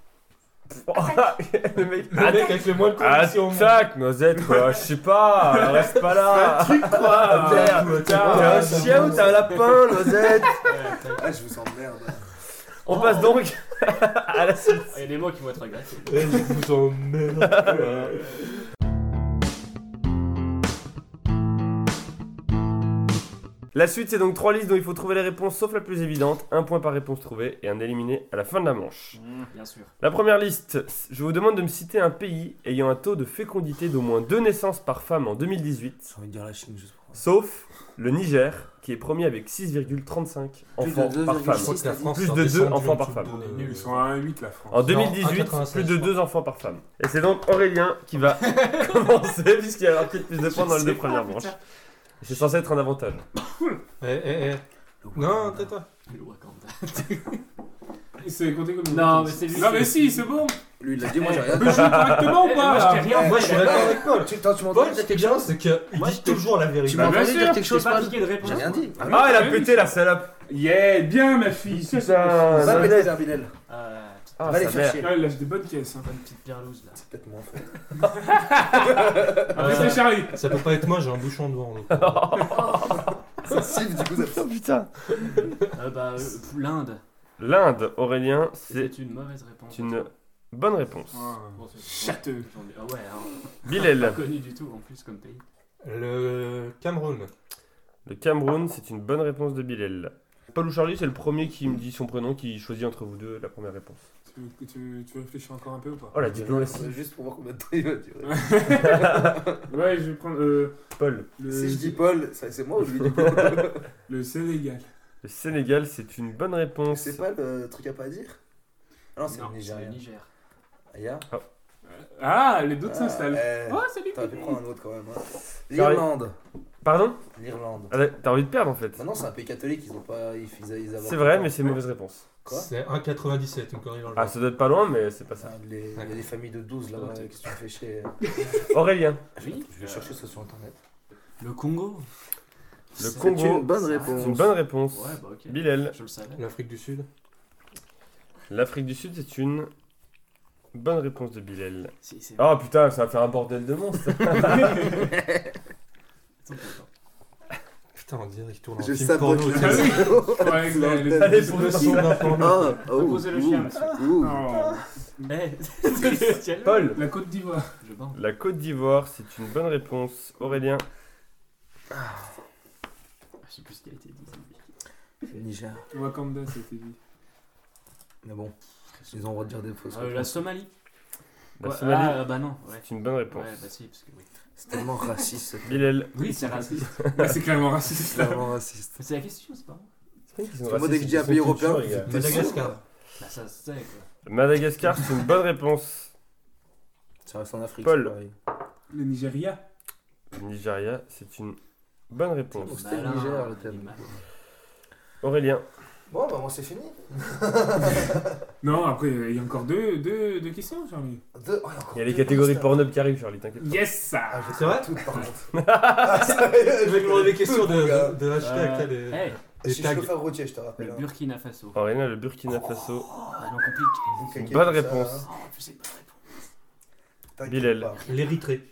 [SPEAKER 3] le mec.
[SPEAKER 1] Le mec avec le moins de conditions.
[SPEAKER 3] Attaque, Ah, Noisette, quoi. Je sais pas, reste pas là.
[SPEAKER 5] Ah,
[SPEAKER 3] T'es
[SPEAKER 5] merde.
[SPEAKER 3] un chien ou t'es un lapin,
[SPEAKER 2] *laughs*
[SPEAKER 3] Noisette
[SPEAKER 2] Ah, je vous emmerde.
[SPEAKER 3] On passe donc à la suite.
[SPEAKER 4] Il y a des mots qui vont être agressifs.
[SPEAKER 1] Eh, je vous emmerde.
[SPEAKER 3] La suite, c'est donc trois listes dont il faut trouver les réponses, sauf la plus évidente. Un point par réponse trouvée et un éliminé à la fin de la manche.
[SPEAKER 2] Mm.
[SPEAKER 4] Bien sûr.
[SPEAKER 3] La première liste, je vous demande de me citer un pays ayant un taux de fécondité d'au moins deux naissances par femme en 2018,
[SPEAKER 2] J'ai envie de dire la Chine juste pour.
[SPEAKER 3] sauf le Niger, qui est premier avec 6,35 enfants
[SPEAKER 2] de
[SPEAKER 3] par
[SPEAKER 2] 2,6.
[SPEAKER 3] femme.
[SPEAKER 1] Je crois que la France
[SPEAKER 3] Plus
[SPEAKER 1] sort
[SPEAKER 3] de deux
[SPEAKER 1] descendue
[SPEAKER 3] enfants
[SPEAKER 1] en
[SPEAKER 3] par
[SPEAKER 1] dessous de
[SPEAKER 3] femme.
[SPEAKER 1] deux.
[SPEAKER 5] On est nuls, ils sont à 1,8 la France.
[SPEAKER 3] En
[SPEAKER 1] Non,
[SPEAKER 3] 2018,
[SPEAKER 1] 1,96,
[SPEAKER 3] plus de
[SPEAKER 1] je crois.
[SPEAKER 3] deux enfants par femme. Et c'est donc Aurélien qui va commencer, puisqu'il a peut-être plus de points dans les deux premières manches. C'est censé être un avantage.
[SPEAKER 1] Eh, eh, eh. Non, tais-toi.
[SPEAKER 4] Le Wakanda.
[SPEAKER 5] C'est compté comme une
[SPEAKER 4] Oh. Non,
[SPEAKER 5] réponse.
[SPEAKER 4] mais c'est juste- Eh,
[SPEAKER 5] Non, mais si, c'est bon.
[SPEAKER 2] Lui, il l'a dit, moi j'ai
[SPEAKER 6] *laughs*
[SPEAKER 2] rien
[SPEAKER 5] Je joue correctement
[SPEAKER 6] Ah,
[SPEAKER 5] ou
[SPEAKER 4] Moi,
[SPEAKER 5] pas
[SPEAKER 4] je t'ai rien.
[SPEAKER 1] Moi, je suis
[SPEAKER 2] Eh,
[SPEAKER 1] d'accord
[SPEAKER 2] eh,
[SPEAKER 1] avec Paul.
[SPEAKER 2] Tu attends, tu m'entends
[SPEAKER 1] Paul,
[SPEAKER 2] dire
[SPEAKER 1] ce qui est
[SPEAKER 2] quelque
[SPEAKER 1] bien,
[SPEAKER 2] chose
[SPEAKER 1] c'est qu'il
[SPEAKER 4] Moi, je
[SPEAKER 1] dit
[SPEAKER 4] t'ai-
[SPEAKER 1] toujours la
[SPEAKER 2] Tu
[SPEAKER 1] vérité.
[SPEAKER 5] Bah,
[SPEAKER 2] m'as
[SPEAKER 5] bien
[SPEAKER 2] entendu dire
[SPEAKER 5] sûr,
[SPEAKER 2] quelque
[SPEAKER 4] J'ai
[SPEAKER 2] chose
[SPEAKER 4] pas
[SPEAKER 2] Paul
[SPEAKER 4] piqué de réponse.
[SPEAKER 2] J'ai rien dit.
[SPEAKER 5] Ah,
[SPEAKER 3] Ah, elle a
[SPEAKER 5] oui,
[SPEAKER 3] pété la salope
[SPEAKER 5] Yeah, bien ma fille. c'est ça.
[SPEAKER 6] Ah,
[SPEAKER 2] Va
[SPEAKER 3] Putain Zanette.
[SPEAKER 2] péter un Bilal.
[SPEAKER 4] Euh,
[SPEAKER 3] Ah,
[SPEAKER 2] Va les
[SPEAKER 3] sa
[SPEAKER 2] faire
[SPEAKER 3] mère.
[SPEAKER 2] chier.
[SPEAKER 5] Ah, il lâche des bonnes caisses. hein.
[SPEAKER 4] Pas une petite perlouse là.
[SPEAKER 2] *laughs* C'est peut-être moi en fait.
[SPEAKER 5] Après,
[SPEAKER 1] Euh,
[SPEAKER 5] c'est Charlie.
[SPEAKER 1] Ça peut pas être moi, j'ai un bouchon devant. *laughs* donc.
[SPEAKER 2] Ça siffle du coup, ça
[SPEAKER 3] Oh putain
[SPEAKER 4] Euh, bah, euh, l'Inde.
[SPEAKER 3] L'Inde, Aurélien, c'est
[SPEAKER 4] C'est une mauvaise réponse.
[SPEAKER 3] une bonne réponse.
[SPEAKER 4] Bon, c'est-
[SPEAKER 5] Châteux.
[SPEAKER 4] J'en ai- Ah ouais, hein. Pas
[SPEAKER 3] Bilal,
[SPEAKER 4] connu du tout en plus comme pays.
[SPEAKER 1] Le Cameroun.
[SPEAKER 3] le Cameroun, c'est une bonne réponse de Bilal. Paul ou Charlie, c'est le premier qui me dit son prénom, qui choisit entre vous deux la première réponse.
[SPEAKER 5] Tu veux- tu veux- tu veux réfléchir encore un peu ou pas
[SPEAKER 3] Oh la diplomatie
[SPEAKER 2] Juste pour voir combien de temps il va durer.
[SPEAKER 5] Ouais, je vais prendre euh,
[SPEAKER 3] Paul,
[SPEAKER 5] le,
[SPEAKER 2] Si je dis Paul, ça, c'est moi ou je lui dis Paul
[SPEAKER 5] le Sénégal.
[SPEAKER 3] le Sénégal, c'est une bonne réponse.
[SPEAKER 2] C'est pas le truc à pas dire Ah non, c'est
[SPEAKER 4] Non,
[SPEAKER 2] le Nigeria.
[SPEAKER 4] Niger.
[SPEAKER 2] Aya
[SPEAKER 5] Ah, les d'autres
[SPEAKER 2] Ah,
[SPEAKER 5] s'installent.
[SPEAKER 2] eh,
[SPEAKER 5] Oh, salut
[SPEAKER 2] T'aurais pu prendre un autre quand même. hein.
[SPEAKER 3] Carré.
[SPEAKER 2] L'Irlande.
[SPEAKER 3] Pardon
[SPEAKER 2] L'Irlande.
[SPEAKER 3] Ah, T'as envie de perdre en fait.
[SPEAKER 2] Maintenant, c'est un pays catholique, ils ont pas. Ils, ils, ils avaient-
[SPEAKER 3] C'est vrai, mais c'est une mauvaise réponse.
[SPEAKER 2] Quoi
[SPEAKER 1] C'est 1,97, encore il en
[SPEAKER 3] Ah, ça doit être pas loin, mais c'est pas ça.
[SPEAKER 2] Putain, les- Il y a des familles de 12 là-bas, qu'est-ce que tu me fais chier
[SPEAKER 3] Aurélien,
[SPEAKER 4] Oui,
[SPEAKER 2] Je vais chercher ça sur internet.
[SPEAKER 4] Le Congo.
[SPEAKER 3] le
[SPEAKER 4] C'est-
[SPEAKER 3] Congo.
[SPEAKER 2] une bonne réponse.
[SPEAKER 3] C'est une bonne réponse.
[SPEAKER 4] Ouais, bah ok.
[SPEAKER 3] Bilal,
[SPEAKER 4] Je le savais.
[SPEAKER 1] L'Afrique du Sud.
[SPEAKER 3] l'Afrique du Sud, c'est une bonne réponse de Bilal.
[SPEAKER 4] Si, c'est
[SPEAKER 3] Ah putain, ça va faire un bordel de monstre.
[SPEAKER 4] *laughs* Attends, attends.
[SPEAKER 1] Putain, on dirait qu'il tourne en
[SPEAKER 2] Je
[SPEAKER 1] film porno.
[SPEAKER 2] sabote
[SPEAKER 1] tu sais.
[SPEAKER 5] Ouais, avec la- les-
[SPEAKER 3] Allez,
[SPEAKER 5] les-
[SPEAKER 3] pour
[SPEAKER 1] Le
[SPEAKER 3] le
[SPEAKER 1] film
[SPEAKER 3] cinéma.
[SPEAKER 1] d'information.
[SPEAKER 2] Oh, oh,
[SPEAKER 4] Reposez le chien, monsieur.
[SPEAKER 2] ouh.
[SPEAKER 5] Oh.
[SPEAKER 4] Eh, *laughs* c'est tiens-le.
[SPEAKER 3] Paul,
[SPEAKER 5] La Côte d'Ivoire.
[SPEAKER 4] Je bande.
[SPEAKER 3] la Côte d'Ivoire, c'est une bonne réponse. Aurélien,
[SPEAKER 4] Je sais plus ce qui a été dit.
[SPEAKER 2] Niger.
[SPEAKER 5] Wakanda, c'était dit.
[SPEAKER 2] Mais bon, ils ont le droit de dire des fausses.
[SPEAKER 4] Euh, la Somalie.
[SPEAKER 3] la
[SPEAKER 4] Ouais,
[SPEAKER 3] Somalie,
[SPEAKER 4] Ah, bah non. Ouais.
[SPEAKER 3] c'est une bonne réponse.
[SPEAKER 4] Ouais, bah si, parce que oui.
[SPEAKER 2] C'est tellement raciste cette
[SPEAKER 3] Bilal,
[SPEAKER 4] Oui, c'est raciste.
[SPEAKER 5] Bah, c'est clairement raciste
[SPEAKER 2] C'est
[SPEAKER 5] là.
[SPEAKER 2] tellement raciste.
[SPEAKER 4] Mais c'est la question, c'est pas moi.
[SPEAKER 2] Moi, dès que je dis un pays européen,
[SPEAKER 1] Madagascar.
[SPEAKER 4] Bah ça se sait, quoi.
[SPEAKER 3] Madagascar, c'est une bonne réponse.
[SPEAKER 2] Ça reste en Afrique.
[SPEAKER 3] Paul.
[SPEAKER 2] c'est pareil.
[SPEAKER 5] Le Nigeria.
[SPEAKER 3] Le Nigeria, c'est une bonne réponse.
[SPEAKER 2] C'était le
[SPEAKER 4] Malin,
[SPEAKER 2] Niger, le
[SPEAKER 4] il est
[SPEAKER 2] thème.
[SPEAKER 4] malin.
[SPEAKER 3] Aurélien,
[SPEAKER 2] Bon, bah, moi, c'est fini.
[SPEAKER 6] Non, après, il y a encore deux, deux, deux questions, Charlie.
[SPEAKER 2] Deux- oh, encore
[SPEAKER 3] Il y a les
[SPEAKER 2] deux
[SPEAKER 3] catégories de
[SPEAKER 2] masters.
[SPEAKER 3] Pornhub qui arrivent, Charlie, t'inquiète.
[SPEAKER 6] Yes
[SPEAKER 2] Ah, je
[SPEAKER 1] C'est vrai
[SPEAKER 2] sais toutes, par
[SPEAKER 3] *laughs*
[SPEAKER 2] contre. Ah, sérieux,
[SPEAKER 1] Je vais demander des
[SPEAKER 2] toutes,
[SPEAKER 1] questions de,
[SPEAKER 2] mon gars.
[SPEAKER 1] de, de hashtag,
[SPEAKER 4] Euh,
[SPEAKER 1] là, des,
[SPEAKER 4] hey,
[SPEAKER 1] des
[SPEAKER 2] Si je
[SPEAKER 1] tags.
[SPEAKER 2] suis chauffeur routier, je te rappelle.
[SPEAKER 4] le
[SPEAKER 2] hein.
[SPEAKER 4] Burkina Faso.
[SPEAKER 3] En rien, le Burkina Faso.
[SPEAKER 4] Ah, non, complique.
[SPEAKER 2] Donc, quelqu'un
[SPEAKER 3] Bonne
[SPEAKER 2] comme ça,
[SPEAKER 3] réponse.
[SPEAKER 2] hein,
[SPEAKER 4] Oh, je sais pas répondre.
[SPEAKER 2] t'inquiète
[SPEAKER 3] Bilal.
[SPEAKER 2] pas.
[SPEAKER 1] L'Érythrée.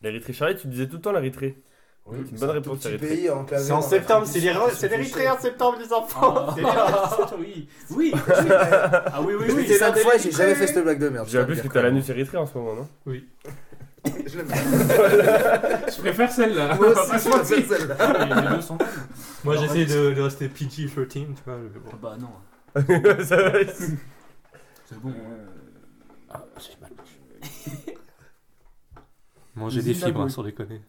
[SPEAKER 3] L'Érythrée, Charlie, tu disais tout le temps l'Érythrée. Oui, c'est une bonne
[SPEAKER 2] un
[SPEAKER 3] réponse,
[SPEAKER 2] tout petit
[SPEAKER 3] l'Érythrée.
[SPEAKER 2] pays enclavé
[SPEAKER 7] C'est en
[SPEAKER 2] dans
[SPEAKER 7] septembre,
[SPEAKER 2] l'Afrique
[SPEAKER 7] c'est
[SPEAKER 2] du Sud,
[SPEAKER 7] l'Éry-
[SPEAKER 2] ça
[SPEAKER 7] c'est
[SPEAKER 2] fait
[SPEAKER 7] l'Érythrée
[SPEAKER 1] hein,
[SPEAKER 7] en
[SPEAKER 2] chier.
[SPEAKER 7] septembre, les enfants.
[SPEAKER 4] Ah,
[SPEAKER 7] C'est bien.
[SPEAKER 4] oui, oui, ah oui, oui,
[SPEAKER 2] Je
[SPEAKER 4] oui.
[SPEAKER 2] l'ai dit
[SPEAKER 4] ça,
[SPEAKER 2] cinq fois, j'ai
[SPEAKER 4] l'Érythrée.
[SPEAKER 2] jamais fait cette blague de merde.
[SPEAKER 3] J'ai appris que t'as l'anus érythrée en ce moment, non
[SPEAKER 2] Je l'aime
[SPEAKER 6] Je préfère celle-là.
[SPEAKER 2] Moi
[SPEAKER 6] on va
[SPEAKER 2] aussi,
[SPEAKER 6] pas se
[SPEAKER 2] je préfère
[SPEAKER 6] mentir.
[SPEAKER 2] celle-là.
[SPEAKER 4] Les deux sont.
[SPEAKER 1] Moi, j'essaie de, de rester PG-13, tu vois. mais bon.
[SPEAKER 4] Ah Bah non,
[SPEAKER 3] Ça va, ici.
[SPEAKER 4] c'est bon. hein.
[SPEAKER 1] Manger des fibres, hein, sans déconner.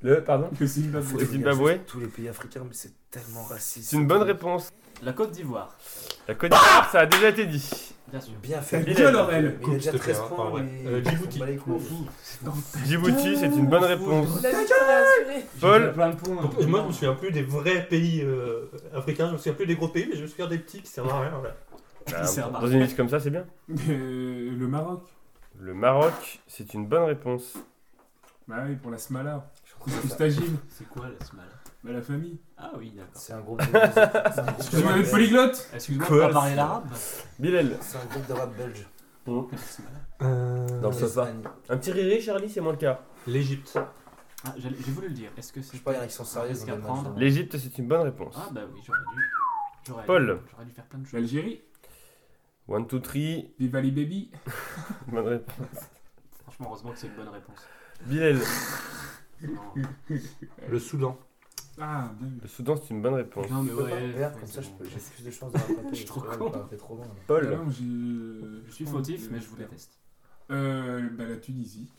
[SPEAKER 3] Le, pardon
[SPEAKER 6] Le Zimbabwe.
[SPEAKER 3] Le Zimbabwe
[SPEAKER 2] Tous les pays africains, mais c'est tellement raciste.
[SPEAKER 3] C'est une bonne réponse.
[SPEAKER 4] La Côte d'Ivoire,
[SPEAKER 3] La Côte d'Ivoire, ça a déjà été dit.
[SPEAKER 4] bien sûr.
[SPEAKER 2] Bien fait.
[SPEAKER 6] T'as
[SPEAKER 2] Mais
[SPEAKER 6] dit à l'Aurel.
[SPEAKER 2] Il a
[SPEAKER 1] Coupe,
[SPEAKER 2] déjà
[SPEAKER 1] s'il te
[SPEAKER 2] 13
[SPEAKER 1] plaît, hein, en
[SPEAKER 2] points.
[SPEAKER 1] vrai.
[SPEAKER 2] mais
[SPEAKER 1] Euh,
[SPEAKER 2] on
[SPEAKER 1] Djibouti.
[SPEAKER 2] bat les couilles.
[SPEAKER 3] Djibouti, c'est une bonne réponse. Paul,
[SPEAKER 4] plein de points.
[SPEAKER 1] Donc, moi, je me souviens plus des vrais pays euh, africains, je me souviens plus des gros pays, mais je me souviens des petits qui servent à rien. Voilà.
[SPEAKER 3] bah,
[SPEAKER 4] s'est
[SPEAKER 3] dans
[SPEAKER 4] remarqué.
[SPEAKER 3] une liste comme ça, c'est bien.
[SPEAKER 6] Euh, Le Maroc.
[SPEAKER 3] Le Maroc, c'est une bonne réponse.
[SPEAKER 6] Bah oui, pour la Smala.
[SPEAKER 2] que
[SPEAKER 6] C'est
[SPEAKER 2] c'est
[SPEAKER 6] plus
[SPEAKER 2] ça.
[SPEAKER 6] stagile.
[SPEAKER 4] C'est quoi la smala
[SPEAKER 6] Bah la famille.
[SPEAKER 4] Ah oui, d'accord.
[SPEAKER 2] C'est un groupe de.
[SPEAKER 6] Tu veux une polyglotte
[SPEAKER 4] Excuse-moi,
[SPEAKER 3] Quoi,
[SPEAKER 4] on
[SPEAKER 3] la
[SPEAKER 4] va parler l'arabe
[SPEAKER 3] Bilal.
[SPEAKER 2] C'est un groupe de rap belge.
[SPEAKER 1] Euh,
[SPEAKER 3] Dans le sofa. Un petit riri, Charlie, c'est moins le cas.
[SPEAKER 1] L'Égypte.
[SPEAKER 4] Ah, j'allais- J'ai voulu le dire. Est-ce que c'est.
[SPEAKER 2] Je sais pas, il y en a qui sont sérieux.
[SPEAKER 4] Qu'est-ce
[SPEAKER 2] dans le
[SPEAKER 4] qu'à prendre
[SPEAKER 2] match.
[SPEAKER 3] L'Égypte, c'est une bonne réponse.
[SPEAKER 4] Ah bah oui, j'aurais dû. j'aurais-
[SPEAKER 3] Paul.
[SPEAKER 4] J'aurais dû faire plein de choses.
[SPEAKER 6] L'Algérie.
[SPEAKER 3] 1, 2, 3,
[SPEAKER 6] Les Valley Baby.
[SPEAKER 3] bonne réponse.
[SPEAKER 4] Franchement, heureusement que c'est une bonne réponse.
[SPEAKER 3] Bilal.
[SPEAKER 4] Non,
[SPEAKER 1] Le Soudan.
[SPEAKER 6] Ah, bien vu.
[SPEAKER 3] Le Soudan, c'est une bonne réponse.
[SPEAKER 6] Ah,
[SPEAKER 4] Non, mais
[SPEAKER 2] Je peux pas
[SPEAKER 4] ouais.
[SPEAKER 2] me perdre,
[SPEAKER 4] ouais,
[SPEAKER 2] comme
[SPEAKER 4] c'est
[SPEAKER 2] ça je
[SPEAKER 4] bon.
[SPEAKER 2] peux- j'ai plus de chances de
[SPEAKER 3] *laughs*
[SPEAKER 2] rattraper.
[SPEAKER 4] Je suis trop
[SPEAKER 2] Ouais,
[SPEAKER 4] con.
[SPEAKER 2] bah, T'es trop loin. là.
[SPEAKER 6] Ah
[SPEAKER 3] Paul.
[SPEAKER 6] non, j'ai-
[SPEAKER 4] Je suis fautif, mais je vous déteste.
[SPEAKER 6] Euh, bah la Tunisie.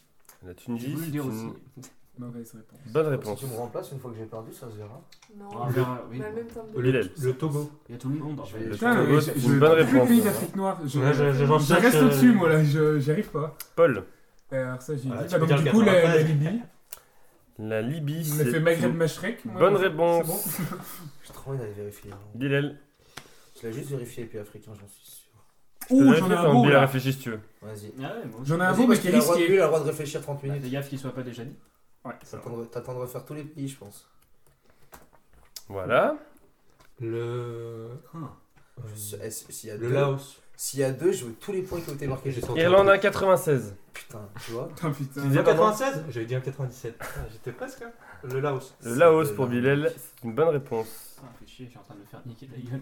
[SPEAKER 3] La
[SPEAKER 4] J'ai
[SPEAKER 3] Tunisie,
[SPEAKER 4] voulu le
[SPEAKER 3] c'est
[SPEAKER 4] dire
[SPEAKER 3] une
[SPEAKER 4] aussi.
[SPEAKER 6] Mauvaise réponse.
[SPEAKER 3] bonne
[SPEAKER 2] Si
[SPEAKER 3] réponse.
[SPEAKER 2] tu me remplaces une fois que j'ai perdu, ça se verra.
[SPEAKER 8] Non,
[SPEAKER 4] Ah, bah, oui.
[SPEAKER 8] on a le même temps de
[SPEAKER 1] Le,
[SPEAKER 3] Bilal.
[SPEAKER 1] le Togo.
[SPEAKER 4] Il y a tout le monde. en
[SPEAKER 2] Je
[SPEAKER 4] fait.
[SPEAKER 2] vais-
[SPEAKER 4] Le-
[SPEAKER 2] je-
[SPEAKER 6] Putain,
[SPEAKER 3] Togo,
[SPEAKER 6] mais
[SPEAKER 3] c'est
[SPEAKER 6] je-
[SPEAKER 3] une
[SPEAKER 6] je-
[SPEAKER 3] bonne
[SPEAKER 6] Plus le
[SPEAKER 3] réponse. hein.
[SPEAKER 6] pays d'Afrique noire. Je,
[SPEAKER 1] Ouais, je- je- j'en
[SPEAKER 6] je
[SPEAKER 1] cherche,
[SPEAKER 6] reste
[SPEAKER 1] euh,
[SPEAKER 6] au-dessus, moi là, je- j'y arrive pas.
[SPEAKER 3] Paul.
[SPEAKER 6] Euh, Alors ça, j'ai
[SPEAKER 3] Ah,
[SPEAKER 1] Voilà,
[SPEAKER 6] dit.
[SPEAKER 1] tu
[SPEAKER 6] Bah,
[SPEAKER 1] peux
[SPEAKER 6] donc,
[SPEAKER 1] dire
[SPEAKER 6] du coup, la,
[SPEAKER 1] 93.
[SPEAKER 6] la Libye.
[SPEAKER 3] La Libye,
[SPEAKER 6] Je me
[SPEAKER 3] c'est
[SPEAKER 6] fait Maghreb
[SPEAKER 3] une
[SPEAKER 6] Mashrek. moi,
[SPEAKER 3] bonne
[SPEAKER 6] c'est-
[SPEAKER 3] réponse.
[SPEAKER 6] c'est bon.
[SPEAKER 2] J'ai trop envie d'aller vérifier.
[SPEAKER 3] Bilal.
[SPEAKER 2] Je l'ai juste vérifié, puis africain, j'en suis sûr.
[SPEAKER 6] Ouh,
[SPEAKER 3] Je te
[SPEAKER 6] j'en ai
[SPEAKER 3] laisse
[SPEAKER 6] un beau.
[SPEAKER 3] Bilal
[SPEAKER 6] là.
[SPEAKER 3] réfléchis si tu veux.
[SPEAKER 2] Vas-y.
[SPEAKER 4] Ah ouais, moi aussi.
[SPEAKER 6] J'en ai un
[SPEAKER 2] Vas-y,
[SPEAKER 6] beau, mais
[SPEAKER 2] parce
[SPEAKER 6] qui
[SPEAKER 2] qu'il
[SPEAKER 6] est
[SPEAKER 2] a le droit- lui,
[SPEAKER 6] risqué.
[SPEAKER 2] il a le droit de réfléchir 30
[SPEAKER 4] Bah,
[SPEAKER 2] minutes.
[SPEAKER 4] Fais gaffe qu'il soit pas déjà dit.
[SPEAKER 6] Ouais, ça va.
[SPEAKER 2] T'attends de- T'attends de refaire tous les pays, je pense.
[SPEAKER 3] Voilà.
[SPEAKER 1] Le.
[SPEAKER 4] Hein.
[SPEAKER 2] Je suis-
[SPEAKER 3] Euh,
[SPEAKER 2] eh, si- S'il y a
[SPEAKER 1] Le
[SPEAKER 2] deux,
[SPEAKER 1] Laos.
[SPEAKER 2] s'il y a deux, je veux tous les points qui ont été marqués.
[SPEAKER 1] J'ai sorti.
[SPEAKER 3] Irlande 1, 96.
[SPEAKER 2] Putain, tu vois.
[SPEAKER 6] Putain, putain.
[SPEAKER 3] Tu disais pardon
[SPEAKER 1] 96 J'avais dit un 97. Ah, J'étais presque. hein. Le Laos.
[SPEAKER 3] Le Laos pour Bilal, c'est une bonne réponse.
[SPEAKER 4] Putain, fais chier, je suis en train de me faire niquer la gueule.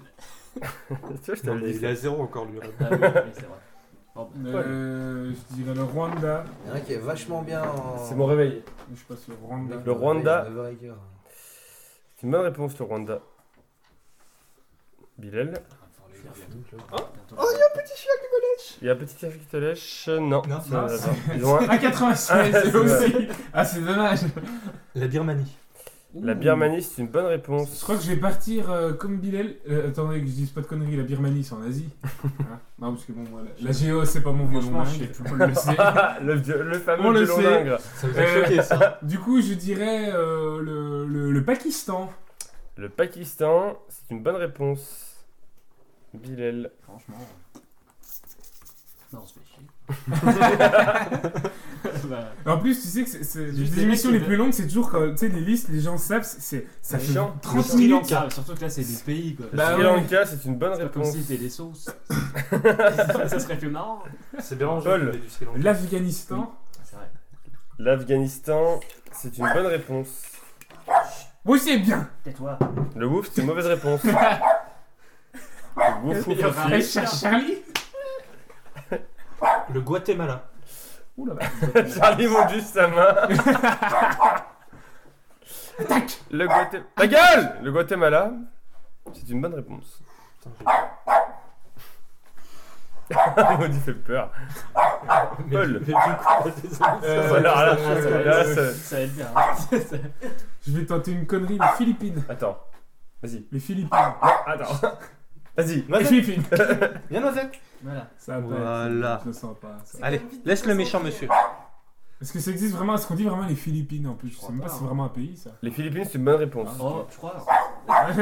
[SPEAKER 3] Tu vois, je
[SPEAKER 1] Non, mais
[SPEAKER 3] t'avais dit
[SPEAKER 1] il
[SPEAKER 3] ça.
[SPEAKER 1] a zéro encore lui.
[SPEAKER 4] Ah oui, oui, c'est vrai. Bon, bah,
[SPEAKER 6] Euh, je dirais le Rwanda.
[SPEAKER 2] Il y en a qui est vachement bien en.
[SPEAKER 3] C'est mon réveil.
[SPEAKER 6] Je suis pas sûr. Rwanda.
[SPEAKER 3] Le Rwanda.
[SPEAKER 2] Ouais, il y en avait ailleurs.
[SPEAKER 3] C'est une bonne réponse, le Rwanda. Bilal.
[SPEAKER 4] attends, les
[SPEAKER 2] Je vais
[SPEAKER 4] gars,
[SPEAKER 2] faire une clope.
[SPEAKER 4] bientôt-
[SPEAKER 3] Il y a un petit café qui te lèche. Non.
[SPEAKER 1] Non,
[SPEAKER 3] Ça,
[SPEAKER 6] non,
[SPEAKER 3] attends. Ils ont un-
[SPEAKER 6] Ah, 96,
[SPEAKER 3] Ah, c'est
[SPEAKER 6] c'est aussi. Ah, c'est dommage.
[SPEAKER 1] La Birmanie.
[SPEAKER 3] La Birmanie, c'est une bonne réponse.
[SPEAKER 6] Je crois que je vais partir euh, comme Bilal. Euh, attendez que je dise pas de conneries, la Birmanie c'est en
[SPEAKER 3] *laughs*
[SPEAKER 6] Asie. Hein non, parce que bon, voilà. La géo c'est pas mon hein.
[SPEAKER 4] Franchement, je
[SPEAKER 6] violon. *laughs*
[SPEAKER 4] sais
[SPEAKER 6] on le sait.
[SPEAKER 3] Ah, le, vieux- le fameux
[SPEAKER 6] On le
[SPEAKER 3] violon
[SPEAKER 6] sait.
[SPEAKER 3] dingue.
[SPEAKER 1] Ça vous a choqué ça
[SPEAKER 6] Du coup, je dirais euh, le, le, le Pakistan.
[SPEAKER 3] Le Pakistan, c'est une bonne réponse. Bilal.
[SPEAKER 4] Franchement. euh, Non, on se fait chier. *laughs* bah,
[SPEAKER 6] En plus, tu sais que c'est- c'est
[SPEAKER 4] Je sais
[SPEAKER 6] les
[SPEAKER 4] pas
[SPEAKER 6] émissions
[SPEAKER 4] si
[SPEAKER 6] les
[SPEAKER 4] je-
[SPEAKER 6] plus longues, c'est toujours quand tu sais, les listes, les gens savent, c'est ça
[SPEAKER 3] Les
[SPEAKER 6] fait
[SPEAKER 3] gens-
[SPEAKER 6] 30
[SPEAKER 1] les gens-
[SPEAKER 6] minutes.
[SPEAKER 4] ah, surtout que là, c'est des pays quoi.
[SPEAKER 6] Bah,
[SPEAKER 3] Sri
[SPEAKER 6] ouais.
[SPEAKER 3] Lanka, c'est une bonne
[SPEAKER 4] c'est pas comme
[SPEAKER 3] réponse.
[SPEAKER 4] si c'était
[SPEAKER 3] *laughs*
[SPEAKER 4] des sauces. ça serait plus marrant.
[SPEAKER 1] C'est Béranger.
[SPEAKER 3] Paul.
[SPEAKER 1] mais du Sri Lanka.
[SPEAKER 6] L'Afghanistan.
[SPEAKER 4] C'est vrai.
[SPEAKER 3] L'Afghanistan, c'est une bonne réponse.
[SPEAKER 6] Oui, c'est bien.
[SPEAKER 4] Tais-toi.
[SPEAKER 3] Le wouf, c'est une mauvaise
[SPEAKER 6] *laughs*
[SPEAKER 3] réponse. Le wouf, wouf, wouf.
[SPEAKER 6] Elle cherche Charlie.
[SPEAKER 1] Le Guatemala.
[SPEAKER 6] Ouh là là.
[SPEAKER 3] *laughs* Charlie monte juste sa main.
[SPEAKER 6] Tac.
[SPEAKER 3] Le Guatemala. Ta gueule Le Guatemala, c'est une bonne réponse. *laughs* Maudit fait peur. Paul. Ah,
[SPEAKER 1] Mais du- mais du coup, désolé.
[SPEAKER 6] Euh,
[SPEAKER 3] Voilà, là,
[SPEAKER 6] euh,
[SPEAKER 3] ça- Ah.
[SPEAKER 6] euh,
[SPEAKER 3] là, ça-
[SPEAKER 4] *laughs* Ça va être bien. hein.
[SPEAKER 6] Je vais tenter une connerie, les Philippines.
[SPEAKER 3] Attends. Vas-y.
[SPEAKER 6] Les Philippines.
[SPEAKER 3] Ah. Attends. *laughs* Vas-y.
[SPEAKER 6] Les Philippines.
[SPEAKER 7] Viens, Noisette.
[SPEAKER 4] Voilà.
[SPEAKER 3] Oh.
[SPEAKER 6] Ça va pas
[SPEAKER 7] Voilà.
[SPEAKER 6] être- Je le sens pas. ça.
[SPEAKER 8] C'est
[SPEAKER 7] Allez,
[SPEAKER 8] comme vite
[SPEAKER 7] laisse le
[SPEAKER 8] descendre.
[SPEAKER 7] méchant monsieur.
[SPEAKER 6] Est-ce que ça existe vraiment Est-ce qu'on dit vraiment les Philippines en plus Je sais
[SPEAKER 4] crois
[SPEAKER 6] même pas
[SPEAKER 4] pas,
[SPEAKER 6] si
[SPEAKER 4] hein.
[SPEAKER 6] c'est vraiment un pays ça.
[SPEAKER 3] Ah,
[SPEAKER 6] *laughs*
[SPEAKER 3] Les Philippines, c'est une bonne réponse.
[SPEAKER 4] Oh, je crois.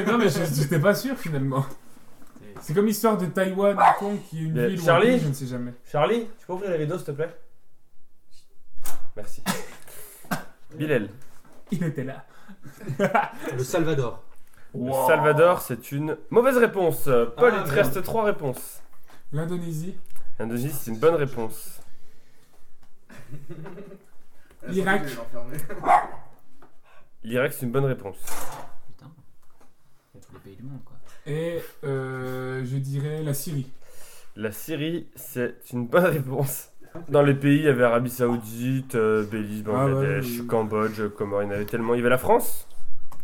[SPEAKER 6] non mais je- j'étais pas sûr finalement. C'est comme l'histoire de Taïwan, Hong Kong, qui est une
[SPEAKER 3] Mais
[SPEAKER 6] ville où
[SPEAKER 3] Charlie
[SPEAKER 6] on vit, je ne sais jamais.
[SPEAKER 3] Charlie, tu peux ouvrir les rideaux, s'il te plaît *laughs* Merci. Bilal.
[SPEAKER 6] Il était là.
[SPEAKER 1] Le Salvador.
[SPEAKER 3] Le Salvador, c'est une mauvaise réponse. Paul,
[SPEAKER 1] Ah,
[SPEAKER 3] il te
[SPEAKER 1] merde.
[SPEAKER 3] reste trois réponses.
[SPEAKER 6] L'Indonésie,
[SPEAKER 3] L'Indonésie, c'est une bonne réponse.
[SPEAKER 6] Irak.
[SPEAKER 3] L'Irak, c'est une bonne réponse.
[SPEAKER 4] Putain. Il y a tous les pays du monde, quoi.
[SPEAKER 6] et euh, je dirais la Syrie.
[SPEAKER 3] La Syrie, c'est une bonne réponse. Dans les pays, il y avait Arabie Saoudite, euh, Belize,
[SPEAKER 6] Ah ouais,
[SPEAKER 3] Bangladesh,
[SPEAKER 6] oui.
[SPEAKER 3] Cambodge, Comores. Il y en avait tellement. Il y avait la France.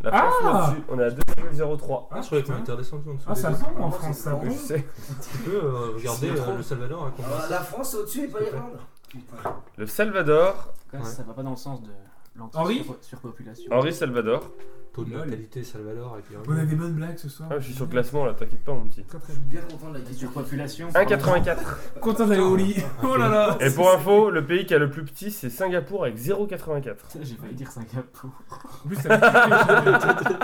[SPEAKER 3] La France,
[SPEAKER 6] Ah
[SPEAKER 3] là-dessus, on est à 2,03.
[SPEAKER 1] Ah, je croyais qu'on était redescendu en dessous.
[SPEAKER 6] Ah,
[SPEAKER 1] des
[SPEAKER 6] ça
[SPEAKER 1] deux.
[SPEAKER 6] tombe en France, ça.
[SPEAKER 3] Je sais.
[SPEAKER 1] Tu peux euh, regarder
[SPEAKER 2] C'est
[SPEAKER 1] euh,
[SPEAKER 2] trop. Ah,
[SPEAKER 1] le Salvador. hein, qu'on passe.
[SPEAKER 2] La France au-dessus et pas l'Irlande. Putain.
[SPEAKER 3] Le Salvador,
[SPEAKER 4] Quand même,
[SPEAKER 1] Ouais.
[SPEAKER 4] ça va pas dans le sens de
[SPEAKER 6] Henri
[SPEAKER 4] l'anti-surpopulation.
[SPEAKER 3] Henri Salvador.
[SPEAKER 1] Taux de
[SPEAKER 6] Lol.
[SPEAKER 1] natalité Salvador. Et puis,
[SPEAKER 6] On a des bonnes blagues ce soir.
[SPEAKER 3] Ah, je suis sur le classement là, t'inquiète pas, mon petit.
[SPEAKER 6] Très très
[SPEAKER 2] Je suis
[SPEAKER 6] bien.
[SPEAKER 2] bien content de la question.
[SPEAKER 4] L'anti-surpopulation. faut vraiment-
[SPEAKER 3] 1,84.
[SPEAKER 6] Content d'aller au lit. Oh là là.
[SPEAKER 3] Et pour info, le pays qui a le plus petit, c'est Singapour avec 0,84.
[SPEAKER 4] *laughs* Putain, J'ai failli dire Singapour.
[SPEAKER 6] En plus, ça fait kiffer.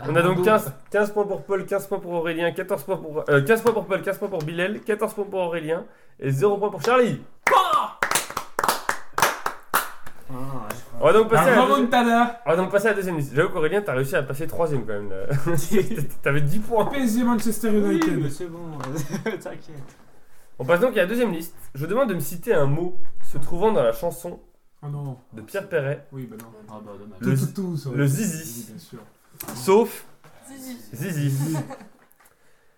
[SPEAKER 4] Ah,
[SPEAKER 3] On a donc 15, 15 points pour Paul, 15 points pour Aurélien, 14 points pour, euh, 15 points pour Paul, 15 points pour Bilal, 14 points pour Aurélien et 0 points pour Charlie.
[SPEAKER 4] Ah,
[SPEAKER 3] On va donc passer, à
[SPEAKER 6] La
[SPEAKER 3] la, deuxi-
[SPEAKER 6] remontada.
[SPEAKER 3] on va donc passer à la deuxième liste. J'avoue qu'Aurélien, t'as réussi à passer troisième quand même. là. T'avais 10 points.
[SPEAKER 6] PSG Manchester United.
[SPEAKER 4] c'est bon, *laughs* t'inquiète.
[SPEAKER 3] On passe donc à la deuxième liste. Je vous demande de me citer un mot se trouvant dans la chanson
[SPEAKER 6] Ah non.
[SPEAKER 3] de Pierre Perret,
[SPEAKER 6] Oui, bah non.
[SPEAKER 4] Ah bah dommage.
[SPEAKER 3] Le-
[SPEAKER 6] Tout, tout, tout, ça.
[SPEAKER 3] le
[SPEAKER 6] Oui,
[SPEAKER 3] zizi,
[SPEAKER 6] bien sûr.
[SPEAKER 3] sauf zizi.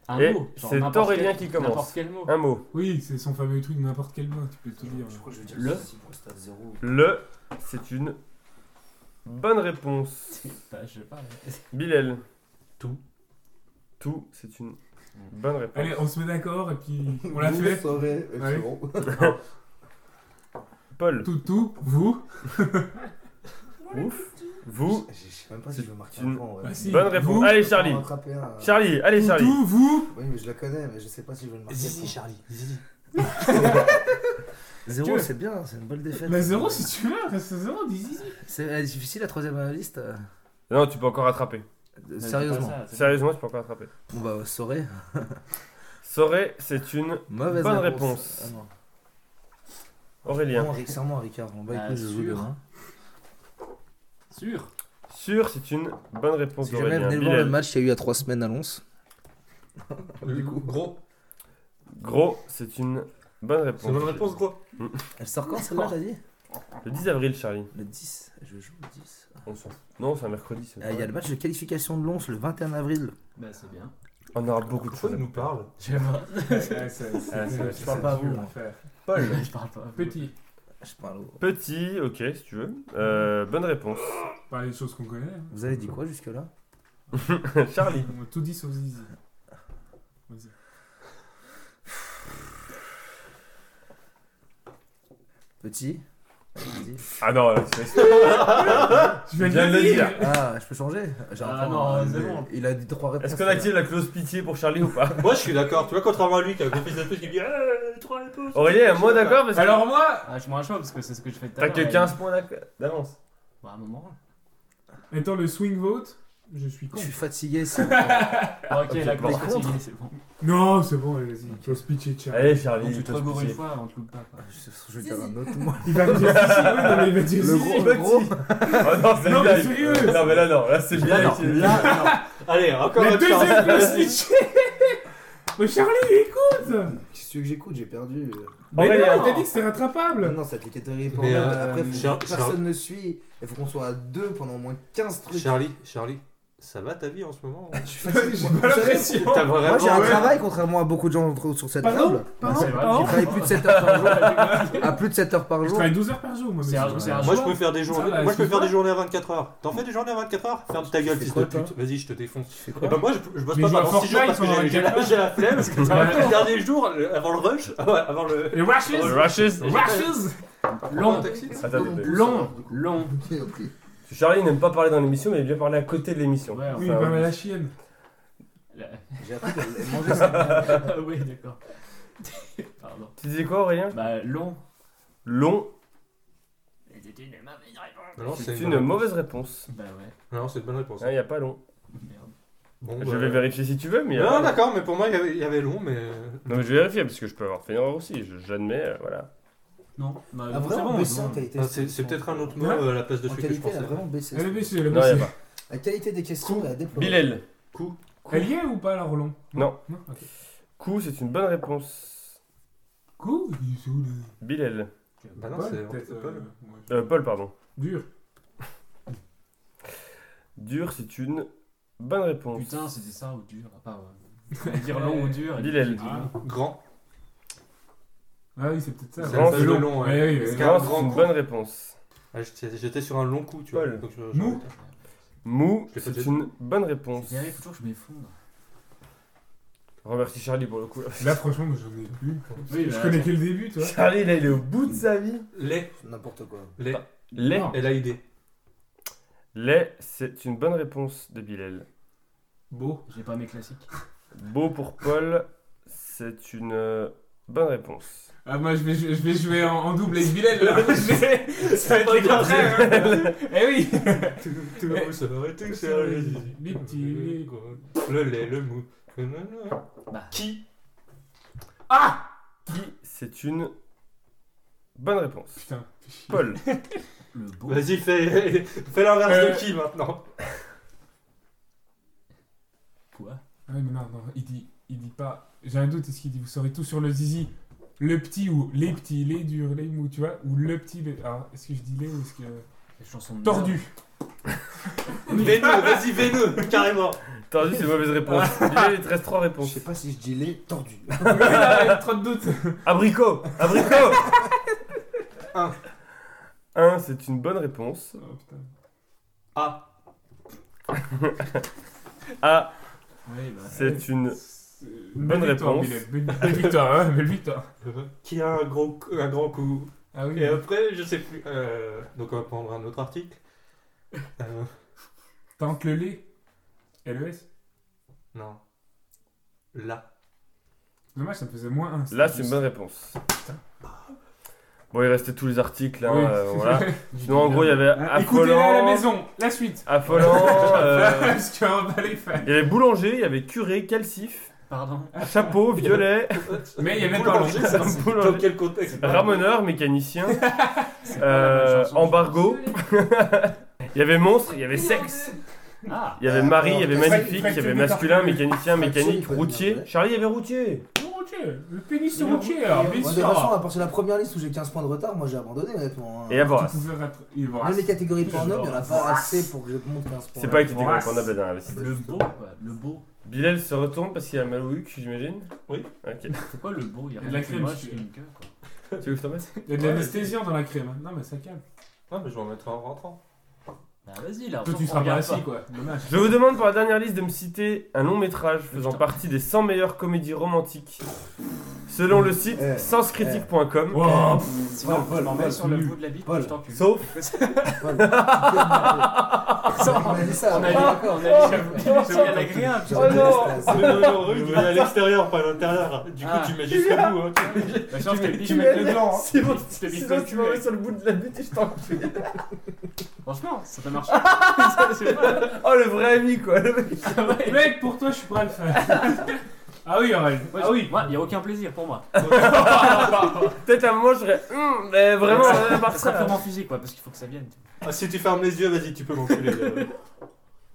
[SPEAKER 4] Un
[SPEAKER 3] Et
[SPEAKER 4] mot, genre
[SPEAKER 3] Eh, c'est
[SPEAKER 4] n'importe
[SPEAKER 3] Aurélien qui
[SPEAKER 4] quel-
[SPEAKER 3] commence. Ah.
[SPEAKER 4] N'importe quel mot.
[SPEAKER 3] Un mot.
[SPEAKER 6] Oui, c'est son fameux truc, n'importe quel mot, tu peux tout dire.
[SPEAKER 2] Je crois que je vais dire
[SPEAKER 4] Le-
[SPEAKER 2] le pour le stade 0.
[SPEAKER 3] Le, c'est une bonne réponse.
[SPEAKER 4] Bah, je sais pas.
[SPEAKER 3] Bilal.
[SPEAKER 1] Tout.
[SPEAKER 3] Tout, c'est une bonne réponse.
[SPEAKER 6] Allez, on se met d'accord et puis on l'a fait.
[SPEAKER 2] saurez, euh,
[SPEAKER 6] Ouais.
[SPEAKER 2] c'est bon.
[SPEAKER 3] Paul.
[SPEAKER 6] Tout, tout, vous.
[SPEAKER 3] Ouf. Vous.
[SPEAKER 2] Je je sais même pas si je veux marquer
[SPEAKER 3] une-
[SPEAKER 2] un point. ouais.
[SPEAKER 6] Bah si.
[SPEAKER 3] Bonne réponse.
[SPEAKER 6] Vous.
[SPEAKER 3] Allez,
[SPEAKER 2] Je vais en
[SPEAKER 3] Charlie.
[SPEAKER 2] rattraper un.
[SPEAKER 3] Charlie, allez,
[SPEAKER 6] Tout,
[SPEAKER 3] Charlie.
[SPEAKER 6] tout, vous.
[SPEAKER 2] Oui, mais je la connais, mais je sais pas si je veux le marquer.
[SPEAKER 1] Zizi, Charlie.
[SPEAKER 2] *laughs*
[SPEAKER 1] Zizi.
[SPEAKER 2] Zéro, c'est bien, Bah, c'est une bonne défaite.
[SPEAKER 6] La zéro, si tu veux, reste à zéro, dis zizi.
[SPEAKER 2] C'est elle est difficile la troisième euh, liste. euh,
[SPEAKER 3] Non, tu peux encore attraper.
[SPEAKER 2] euh,
[SPEAKER 4] Bah,
[SPEAKER 2] Sérieusement.
[SPEAKER 3] Sérieusement, tu peux encore attraper.
[SPEAKER 2] Bon bah, saurez.
[SPEAKER 3] Soré, c'est une
[SPEAKER 2] Mauvaise
[SPEAKER 3] Bonne
[SPEAKER 2] réponse.
[SPEAKER 3] réponse.
[SPEAKER 2] Ah, non.
[SPEAKER 3] Aurélien.
[SPEAKER 2] Bon, Rick, c'est moi, Ricard. Bon, bah,
[SPEAKER 4] Ah,
[SPEAKER 2] écoute, je joue
[SPEAKER 4] sûr.
[SPEAKER 2] demain.
[SPEAKER 4] Sûr.
[SPEAKER 3] Sûr, c'est une bonne réponse
[SPEAKER 2] Si jamais
[SPEAKER 3] d'Aurélien.
[SPEAKER 2] venez voir le
[SPEAKER 3] Bilal.
[SPEAKER 2] match qu'il y a eu à 3 semaines à Lons.
[SPEAKER 1] Du coup, gros.
[SPEAKER 3] Gros, c'est une bonne réponse.
[SPEAKER 1] C'est une bonne réponse, gros.
[SPEAKER 2] Elle sort quand celle-là, t'as dit
[SPEAKER 3] Le 10 avril, Charlie.
[SPEAKER 2] Le 10. Je joue le 10. Euh,
[SPEAKER 3] On s'en fout. Non, c'est un mercredi. c'est
[SPEAKER 2] Ah, Il
[SPEAKER 3] pas
[SPEAKER 2] y a
[SPEAKER 3] vrai.
[SPEAKER 2] le match de qualification de Lons le 21 avril.
[SPEAKER 4] Bah, c'est bien.
[SPEAKER 3] On aura beaucoup de
[SPEAKER 1] Pourquoi
[SPEAKER 3] choses.
[SPEAKER 1] il nous parle
[SPEAKER 4] Je sais pas.
[SPEAKER 3] Ah, c'est-
[SPEAKER 2] Je parle pas à vous. moi.
[SPEAKER 3] Paul.
[SPEAKER 4] Je parle pas.
[SPEAKER 6] Petit.
[SPEAKER 2] hein. Je parle au-
[SPEAKER 3] Petit, ok, si tu veux. Euh, bonne réponse. *laughs*
[SPEAKER 6] Parler des choses qu'on connaît. hein.
[SPEAKER 2] Vous avez dit quoi jusque-là
[SPEAKER 3] Charlie.
[SPEAKER 6] On a tout dit sauf zizi. Vas-y.
[SPEAKER 2] Petit Vas-y.
[SPEAKER 3] Ah non, là, c'est- *laughs*
[SPEAKER 6] Je viens
[SPEAKER 3] Viens
[SPEAKER 6] de le dire.
[SPEAKER 2] Ah, je peux changer J'ai un
[SPEAKER 4] Ah
[SPEAKER 2] point.
[SPEAKER 4] non, c'est
[SPEAKER 2] Il-
[SPEAKER 4] bon.
[SPEAKER 2] Il a dit trois réponses.
[SPEAKER 3] Est-ce qu'on active la clause pitié pour Charlie ou pas
[SPEAKER 1] Moi, je suis d'accord. Tu vois, contrairement à lui qui a compris cette truc, qui dit Eh, trois réponses.
[SPEAKER 3] Aurélien est moins d'accord parce que
[SPEAKER 6] Alors moi,
[SPEAKER 4] Ah, je suis moins chaud parce que c'est ce que je fais tout à
[SPEAKER 3] t'as
[SPEAKER 4] l'heure.
[SPEAKER 3] que
[SPEAKER 4] mais-
[SPEAKER 3] 15 points d'ac- d'avance.
[SPEAKER 4] Bah, à un moment.
[SPEAKER 6] étant le swing vote, je suis
[SPEAKER 2] Je
[SPEAKER 6] con.
[SPEAKER 2] suis fatigué. c'est-
[SPEAKER 4] *laughs* Ah, ok,
[SPEAKER 2] Ok,
[SPEAKER 4] la
[SPEAKER 2] par
[SPEAKER 4] clause
[SPEAKER 2] contre-
[SPEAKER 4] fatiguée, c'est bon.
[SPEAKER 6] Non, c'est bon, allez, vas-y. Faut se pitcher, tiens.
[SPEAKER 3] Allez Charlie,
[SPEAKER 4] Donc, tu te
[SPEAKER 3] t'as
[SPEAKER 4] regourres une
[SPEAKER 3] poussé.
[SPEAKER 4] fois avant de louper pas. quoi.
[SPEAKER 2] Je je vais dire un autre moi.
[SPEAKER 6] Il va me dire zizi, oui, non, mais il va dire
[SPEAKER 2] Le
[SPEAKER 6] zizi.
[SPEAKER 2] gros, le
[SPEAKER 3] petit.
[SPEAKER 2] gros.
[SPEAKER 3] Oh non, c'est
[SPEAKER 6] Non,
[SPEAKER 3] bien.
[SPEAKER 6] mais sérieux.
[SPEAKER 3] Non mais là non, là c'est bien.
[SPEAKER 4] Là, non.
[SPEAKER 3] c'est-
[SPEAKER 1] Allez, encore
[SPEAKER 6] La
[SPEAKER 1] un petit
[SPEAKER 6] deuxième
[SPEAKER 1] Charlie.
[SPEAKER 6] place pitchée. Mais Charlie, écoute
[SPEAKER 2] Qu'est-ce que j'écoute J'ai perdu. euh.
[SPEAKER 6] Mais
[SPEAKER 3] Aurélien.
[SPEAKER 6] non, t'as dit que c'était rattrapable
[SPEAKER 2] Non, cette ligue est terrible.
[SPEAKER 1] Mais,
[SPEAKER 6] euh,
[SPEAKER 2] Après, faut-
[SPEAKER 1] Char- Char-
[SPEAKER 2] personne ne suit. Il faut qu'on soit à deux pendant au moins 15 trucs.
[SPEAKER 1] Charlie, Charlie, ça va ta vie en ce *laughs* moment
[SPEAKER 2] Je suis
[SPEAKER 6] J'ai
[SPEAKER 2] fatigué.
[SPEAKER 6] pas l'impression
[SPEAKER 1] T'as vraiment.
[SPEAKER 2] Moi j'ai un
[SPEAKER 1] Ouais.
[SPEAKER 2] travail contrairement à beaucoup de gens entre autres sur cette
[SPEAKER 6] Pardon
[SPEAKER 2] table.
[SPEAKER 6] Pardon
[SPEAKER 4] Ah, c'est vrai,
[SPEAKER 2] Je
[SPEAKER 6] Pardon
[SPEAKER 4] j'ai
[SPEAKER 2] travaille plus de 7 heures par jour. À plus de 7 heures par
[SPEAKER 6] Je
[SPEAKER 2] jour.
[SPEAKER 6] travaille 12 heures par jour, moi,
[SPEAKER 4] C'est un-
[SPEAKER 6] monsieur.
[SPEAKER 4] c'est un
[SPEAKER 1] Moi je
[SPEAKER 4] joueur.
[SPEAKER 1] peux faire des journées. Moi je
[SPEAKER 6] va,
[SPEAKER 1] peux faire
[SPEAKER 6] excuse-moi.
[SPEAKER 1] des journées à 24 heures. T'en fais des journées à 24 heures Ferme ta gueule
[SPEAKER 2] fais
[SPEAKER 1] fils de
[SPEAKER 2] quoi, toi
[SPEAKER 1] pute. Vas-y, je te défonce.
[SPEAKER 2] fais
[SPEAKER 1] Et ben moi je, je bosse
[SPEAKER 6] Mais
[SPEAKER 1] pas
[SPEAKER 6] je joue à
[SPEAKER 1] pendant 6 jours
[SPEAKER 6] Fortnite
[SPEAKER 1] parce que j'ai- j'ai la,
[SPEAKER 6] pendant
[SPEAKER 1] j'ai
[SPEAKER 6] *laughs*
[SPEAKER 1] la flemme.
[SPEAKER 6] t'as
[SPEAKER 1] le dernier jour le- avant le rush, *laughs* ah ouais, avant le
[SPEAKER 6] Les
[SPEAKER 3] Le
[SPEAKER 6] Rashes
[SPEAKER 3] Rashes.
[SPEAKER 6] Rashes
[SPEAKER 4] Long,
[SPEAKER 3] Attends, attends, attends.
[SPEAKER 4] long, long. Ah,
[SPEAKER 3] Charlie n'aime pas parler dans l'émission, mais il vient parler à côté de l'émission.
[SPEAKER 4] Ouais,
[SPEAKER 6] Oui,
[SPEAKER 3] Enfin, euh,
[SPEAKER 6] bah, la chienne.
[SPEAKER 4] La-
[SPEAKER 2] J'ai appris à manger ça.
[SPEAKER 4] Ah *laughs* oui, d'accord. Pardon.
[SPEAKER 3] Tu disais quoi Aurélien
[SPEAKER 4] Bah, long.
[SPEAKER 3] Long,
[SPEAKER 4] C'était une mauvaise réponse.
[SPEAKER 1] Non,
[SPEAKER 3] c'est
[SPEAKER 1] c'est
[SPEAKER 3] une mauvaise réponse. Ah,
[SPEAKER 4] Bah ouais,
[SPEAKER 1] Non, c'est une bonne réponse.
[SPEAKER 3] Il n'y a pas long.
[SPEAKER 4] merde.
[SPEAKER 1] Bon,
[SPEAKER 3] Je
[SPEAKER 1] bah,
[SPEAKER 3] vais vérifier si tu veux, mais.
[SPEAKER 1] Non,
[SPEAKER 3] euh,
[SPEAKER 1] d'accord, mais pour moi, il y avait- il y avait long, mais.
[SPEAKER 3] non, mais je vais vérifier parce que je peux avoir fait une erreur aussi. je- J'admets, euh, voilà.
[SPEAKER 4] Non, bah,
[SPEAKER 2] a
[SPEAKER 4] c'est
[SPEAKER 2] Ah, vraiment
[SPEAKER 4] bon.
[SPEAKER 2] baissé
[SPEAKER 4] non.
[SPEAKER 2] en qualité.
[SPEAKER 1] Non, Ah, C'est c'est peut-être un autre mot
[SPEAKER 5] Ouais.
[SPEAKER 1] euh, à la place de
[SPEAKER 2] En
[SPEAKER 1] celui que je
[SPEAKER 2] qualité, elle a
[SPEAKER 1] pensais.
[SPEAKER 2] vraiment baissé.
[SPEAKER 6] Elle est baissée, elle est
[SPEAKER 3] Non, y a
[SPEAKER 6] baissée.
[SPEAKER 3] pas.
[SPEAKER 2] La qualité des questions, elle a déploré.
[SPEAKER 3] Bilel.
[SPEAKER 6] Elle y est ou pas, la Roland
[SPEAKER 3] Non.
[SPEAKER 6] ok.
[SPEAKER 3] Coup, c'est une bonne réponse.
[SPEAKER 6] Cool. Il est où, le-
[SPEAKER 3] Bilel.
[SPEAKER 1] Bah non,
[SPEAKER 6] Paul,
[SPEAKER 1] c'est-
[SPEAKER 6] peut-être,
[SPEAKER 1] c'est
[SPEAKER 6] euh,
[SPEAKER 1] Paul.
[SPEAKER 6] ouais.
[SPEAKER 3] Euh, Paul, pardon.
[SPEAKER 6] Dur.
[SPEAKER 3] Dur, c'est une bonne réponse.
[SPEAKER 4] Putain, c'était ça ou dur. Ah, pas, ouais. dire long ou dur. et puis euh,
[SPEAKER 3] Bilal.
[SPEAKER 4] j'ai dit long.
[SPEAKER 1] Grand.
[SPEAKER 6] Ah oui, c'est peut-être ça.
[SPEAKER 1] C'est
[SPEAKER 3] Grand,
[SPEAKER 1] la
[SPEAKER 6] ouais.
[SPEAKER 1] place de
[SPEAKER 3] long.
[SPEAKER 1] long, ouais.
[SPEAKER 6] Ouais, ouais,
[SPEAKER 1] Parce
[SPEAKER 6] ouais.
[SPEAKER 1] qu'un
[SPEAKER 3] Grand, c'est
[SPEAKER 1] grand
[SPEAKER 3] une
[SPEAKER 1] coup-
[SPEAKER 3] bonne réponse.
[SPEAKER 1] Ah, J'étais j'étais sur un long coup, tu vois.
[SPEAKER 3] Paul.
[SPEAKER 1] donc je- je-
[SPEAKER 6] Mou.
[SPEAKER 3] Mou,
[SPEAKER 1] Je l'ai pas
[SPEAKER 3] c'est
[SPEAKER 1] dit.
[SPEAKER 3] une bonne
[SPEAKER 4] Je
[SPEAKER 3] réponse.
[SPEAKER 4] dirais, il faut toujours que je m'effondre.
[SPEAKER 3] Remercie Charlie pour le coup. là.
[SPEAKER 6] Là, franchement, j'en ai plus.
[SPEAKER 4] Oui,
[SPEAKER 6] Je
[SPEAKER 4] bah,
[SPEAKER 6] connais que le début,
[SPEAKER 1] hein.
[SPEAKER 6] tu vois.
[SPEAKER 3] Charlie, là, il est au bout de sa vie.
[SPEAKER 1] Les.
[SPEAKER 2] N'importe quoi.
[SPEAKER 1] Les.
[SPEAKER 3] Lait.
[SPEAKER 4] Non.
[SPEAKER 1] L-A-I-D.
[SPEAKER 3] Lait, c'est une bonne réponse de Bilal.
[SPEAKER 1] *laughs* Beau.
[SPEAKER 4] J'ai pas mes classiques.
[SPEAKER 3] Beau pour Paul, c'est une euh, bonne réponse.
[SPEAKER 6] Ah, moi, je vais, je vais jouer en, en double avec Bilal, là. Je vais- ça va être le contraire. hein. Eh oui.
[SPEAKER 1] Tout, tout
[SPEAKER 6] Eh.
[SPEAKER 1] mou, ça va être
[SPEAKER 6] Ça
[SPEAKER 1] ça,
[SPEAKER 6] va
[SPEAKER 1] les-
[SPEAKER 6] être les petits-
[SPEAKER 1] les gros. Le lait, le mou. Nanana.
[SPEAKER 5] Qui
[SPEAKER 6] Ah
[SPEAKER 3] Qui, c'est une bonne réponse.
[SPEAKER 6] *laughs* Putain, fais chier.
[SPEAKER 3] Paul,
[SPEAKER 4] Le beau.
[SPEAKER 1] Vas-y, fais, *laughs* fais l'inverse
[SPEAKER 6] Euh.
[SPEAKER 1] de qui maintenant
[SPEAKER 4] Quoi
[SPEAKER 6] Ah oui, mais non, non, il dit, il dit pas. J'ai un doute, est-ce qu'il dit vous saurez tout sur le zizi Le petit ou les petits, les durs, les mous, tu vois Ou le petit, les. Alors, est-ce que je dis les ou est-ce que.
[SPEAKER 4] Les chansons de
[SPEAKER 6] Tordu
[SPEAKER 1] Véneux, vas-y, véneux, carrément.
[SPEAKER 3] tordu, c'est une mauvaise
[SPEAKER 1] *laughs*
[SPEAKER 3] réponse. Bilal, il te reste trois
[SPEAKER 2] Je
[SPEAKER 3] réponses.
[SPEAKER 2] sais pas si je dis les tordus.
[SPEAKER 6] Ah, Trop de doutes
[SPEAKER 3] Abricot Abricot
[SPEAKER 1] *laughs* Un.
[SPEAKER 3] Un, c'est une bonne réponse.
[SPEAKER 6] Oh, putain.
[SPEAKER 1] Ah,
[SPEAKER 3] A,
[SPEAKER 4] Oui, bah.
[SPEAKER 3] c'est une
[SPEAKER 6] C'est-
[SPEAKER 3] Bonne
[SPEAKER 6] victoire,
[SPEAKER 3] réponse.
[SPEAKER 6] Bilal, Belle belle victoire, hein, belle victoire.
[SPEAKER 1] qui a un gros, coup- un grand coup.
[SPEAKER 6] Ah oui.
[SPEAKER 1] Et après, je sais plus. euh, donc on va prendre un autre article. Euh,
[SPEAKER 6] Tente le lait. LES.
[SPEAKER 1] non. Là.
[SPEAKER 6] Dommage, ça me faisait moins 1.
[SPEAKER 3] Là, c'est une bonne réponse. Bon, il restait tous les articles. hein, euh,
[SPEAKER 6] *laughs*
[SPEAKER 3] voilà. Sinon, en gros, il y avait
[SPEAKER 6] Écoutez-les
[SPEAKER 3] affolant,
[SPEAKER 6] Ah, à la maison,
[SPEAKER 3] *laughs*
[SPEAKER 6] la suite. *laughs*
[SPEAKER 3] affolant. euh,
[SPEAKER 6] Parce qu'on va pas les faire.
[SPEAKER 3] il y avait boulanger, il y avait curé, calcif,
[SPEAKER 4] Pardon.
[SPEAKER 3] chapeau, violet,
[SPEAKER 6] Mais il y avait pas
[SPEAKER 1] Boulanger, ça,
[SPEAKER 3] longtemps.
[SPEAKER 1] c'est Dans quel contexte
[SPEAKER 3] ramoneur, mécanicien,
[SPEAKER 4] C'est pas la même
[SPEAKER 3] euh,
[SPEAKER 4] chanson.
[SPEAKER 3] embargo. Il y avait monstre, il y avait sexe,
[SPEAKER 4] Ah
[SPEAKER 3] il y avait mari, il y avait
[SPEAKER 2] Fra-
[SPEAKER 3] magnifique, il y avait
[SPEAKER 6] fracture
[SPEAKER 3] masculin,
[SPEAKER 6] du
[SPEAKER 2] Fracture
[SPEAKER 3] mécanicien,
[SPEAKER 2] du
[SPEAKER 3] mécanique,
[SPEAKER 2] corps
[SPEAKER 3] routier.
[SPEAKER 2] humain.
[SPEAKER 3] Charlie, il y avait routier.
[SPEAKER 6] Le routier, le pénis
[SPEAKER 4] Il est
[SPEAKER 6] routier,
[SPEAKER 4] routier,
[SPEAKER 6] alors,
[SPEAKER 4] ouais,
[SPEAKER 6] bien
[SPEAKER 2] Bon, de toute façon,
[SPEAKER 4] hein.
[SPEAKER 6] sûr.
[SPEAKER 2] à partir de la première liste où j'ai 15 points de retard, moi j'ai abandonné honnêtement. hein.
[SPEAKER 3] Et à Boras.
[SPEAKER 6] Tu pouvais rattra- Il va
[SPEAKER 2] Même les catégories porno, il n'y en a pas
[SPEAKER 4] Vorace.
[SPEAKER 2] assez pour que je monte 15 points.
[SPEAKER 3] C'est pas les catégories
[SPEAKER 6] Ouais.
[SPEAKER 3] qu'on a la dernière. liste.
[SPEAKER 4] Le beau, quoi. Le beau.
[SPEAKER 3] Bilal se retourne parce qu'il a mal au huc, j'imagine
[SPEAKER 1] Oui.
[SPEAKER 3] Ok.
[SPEAKER 4] C'est quoi le beau Il y a
[SPEAKER 6] Il y
[SPEAKER 4] rien
[SPEAKER 6] a de la
[SPEAKER 4] de plus
[SPEAKER 6] crème,
[SPEAKER 4] moche
[SPEAKER 6] si tu
[SPEAKER 4] qu'une
[SPEAKER 6] veux.
[SPEAKER 4] queue, quoi.
[SPEAKER 3] Tu veux que je te mette
[SPEAKER 6] Il y a de l'anesthésiant dans la crème. hein. Non, mais ça calme.
[SPEAKER 1] Non, mais je vais en mettre un en rentrant.
[SPEAKER 4] Bah, vas-y, là.
[SPEAKER 6] Toi,
[SPEAKER 4] on-
[SPEAKER 6] tu
[SPEAKER 4] on
[SPEAKER 6] seras pas
[SPEAKER 4] regarde
[SPEAKER 3] *laughs*
[SPEAKER 6] assis, quoi. Dommage.
[SPEAKER 3] Je vous demande pour la dernière liste de me citer un long métrage faisant
[SPEAKER 4] Putain.
[SPEAKER 3] partie des 100 meilleures comédies romantiques selon le site
[SPEAKER 2] Eh,
[SPEAKER 3] senscritique.com.
[SPEAKER 6] Wow.
[SPEAKER 4] Sinon,
[SPEAKER 2] Paul,
[SPEAKER 4] je m'en mets
[SPEAKER 2] Paul,
[SPEAKER 4] sur le
[SPEAKER 6] Paul.
[SPEAKER 4] bout de la bite,
[SPEAKER 2] Paul.
[SPEAKER 4] je t'encule.
[SPEAKER 3] Sauf
[SPEAKER 2] Paul, tu t'es remonté.
[SPEAKER 3] *laughs*
[SPEAKER 2] On a dit ça.
[SPEAKER 4] On
[SPEAKER 2] ouais.
[SPEAKER 4] a dit, on a dit, c'est agréable.
[SPEAKER 2] J'ai
[SPEAKER 3] Oh
[SPEAKER 2] remonté
[SPEAKER 3] non.
[SPEAKER 2] la stats.
[SPEAKER 1] Ah, non, non, oui, il est à l'extérieur, pas à l'intérieur. Du coup,
[SPEAKER 4] Ah.
[SPEAKER 1] tu mets jusqu'au bout. Hein.
[SPEAKER 4] Bah, sinon, je te bise
[SPEAKER 3] tu
[SPEAKER 4] avec
[SPEAKER 3] mets-
[SPEAKER 4] le gland, hein.
[SPEAKER 3] Sinon,
[SPEAKER 4] Je te bise pas
[SPEAKER 3] sinon,
[SPEAKER 4] le
[SPEAKER 3] tu
[SPEAKER 4] cul,
[SPEAKER 3] m'en mets
[SPEAKER 4] mec.
[SPEAKER 3] sur le bout de la bite et je t'encule.
[SPEAKER 4] Franchement, ça t'a marché. Ça, c'est pas-
[SPEAKER 3] Oh le vrai ami quoi. le mec.
[SPEAKER 6] *laughs* Mec, pour toi, je suis prêt à le faire.
[SPEAKER 3] *laughs*
[SPEAKER 6] Ah oui, Aurel.
[SPEAKER 4] Moi,
[SPEAKER 6] Ah
[SPEAKER 4] je-
[SPEAKER 6] oui.
[SPEAKER 4] moi, il n'y a aucun plaisir pour moi.
[SPEAKER 3] Peut-être à un moment je serais Hum, mais vraiment
[SPEAKER 4] Ça- hein.
[SPEAKER 3] euh, par
[SPEAKER 4] ça sera
[SPEAKER 3] ça.
[SPEAKER 4] purement physique, quoi, parce qu'il faut que ça vienne.
[SPEAKER 1] Ah, si tu fermes les yeux, vas-y, tu peux m'enculer. euh.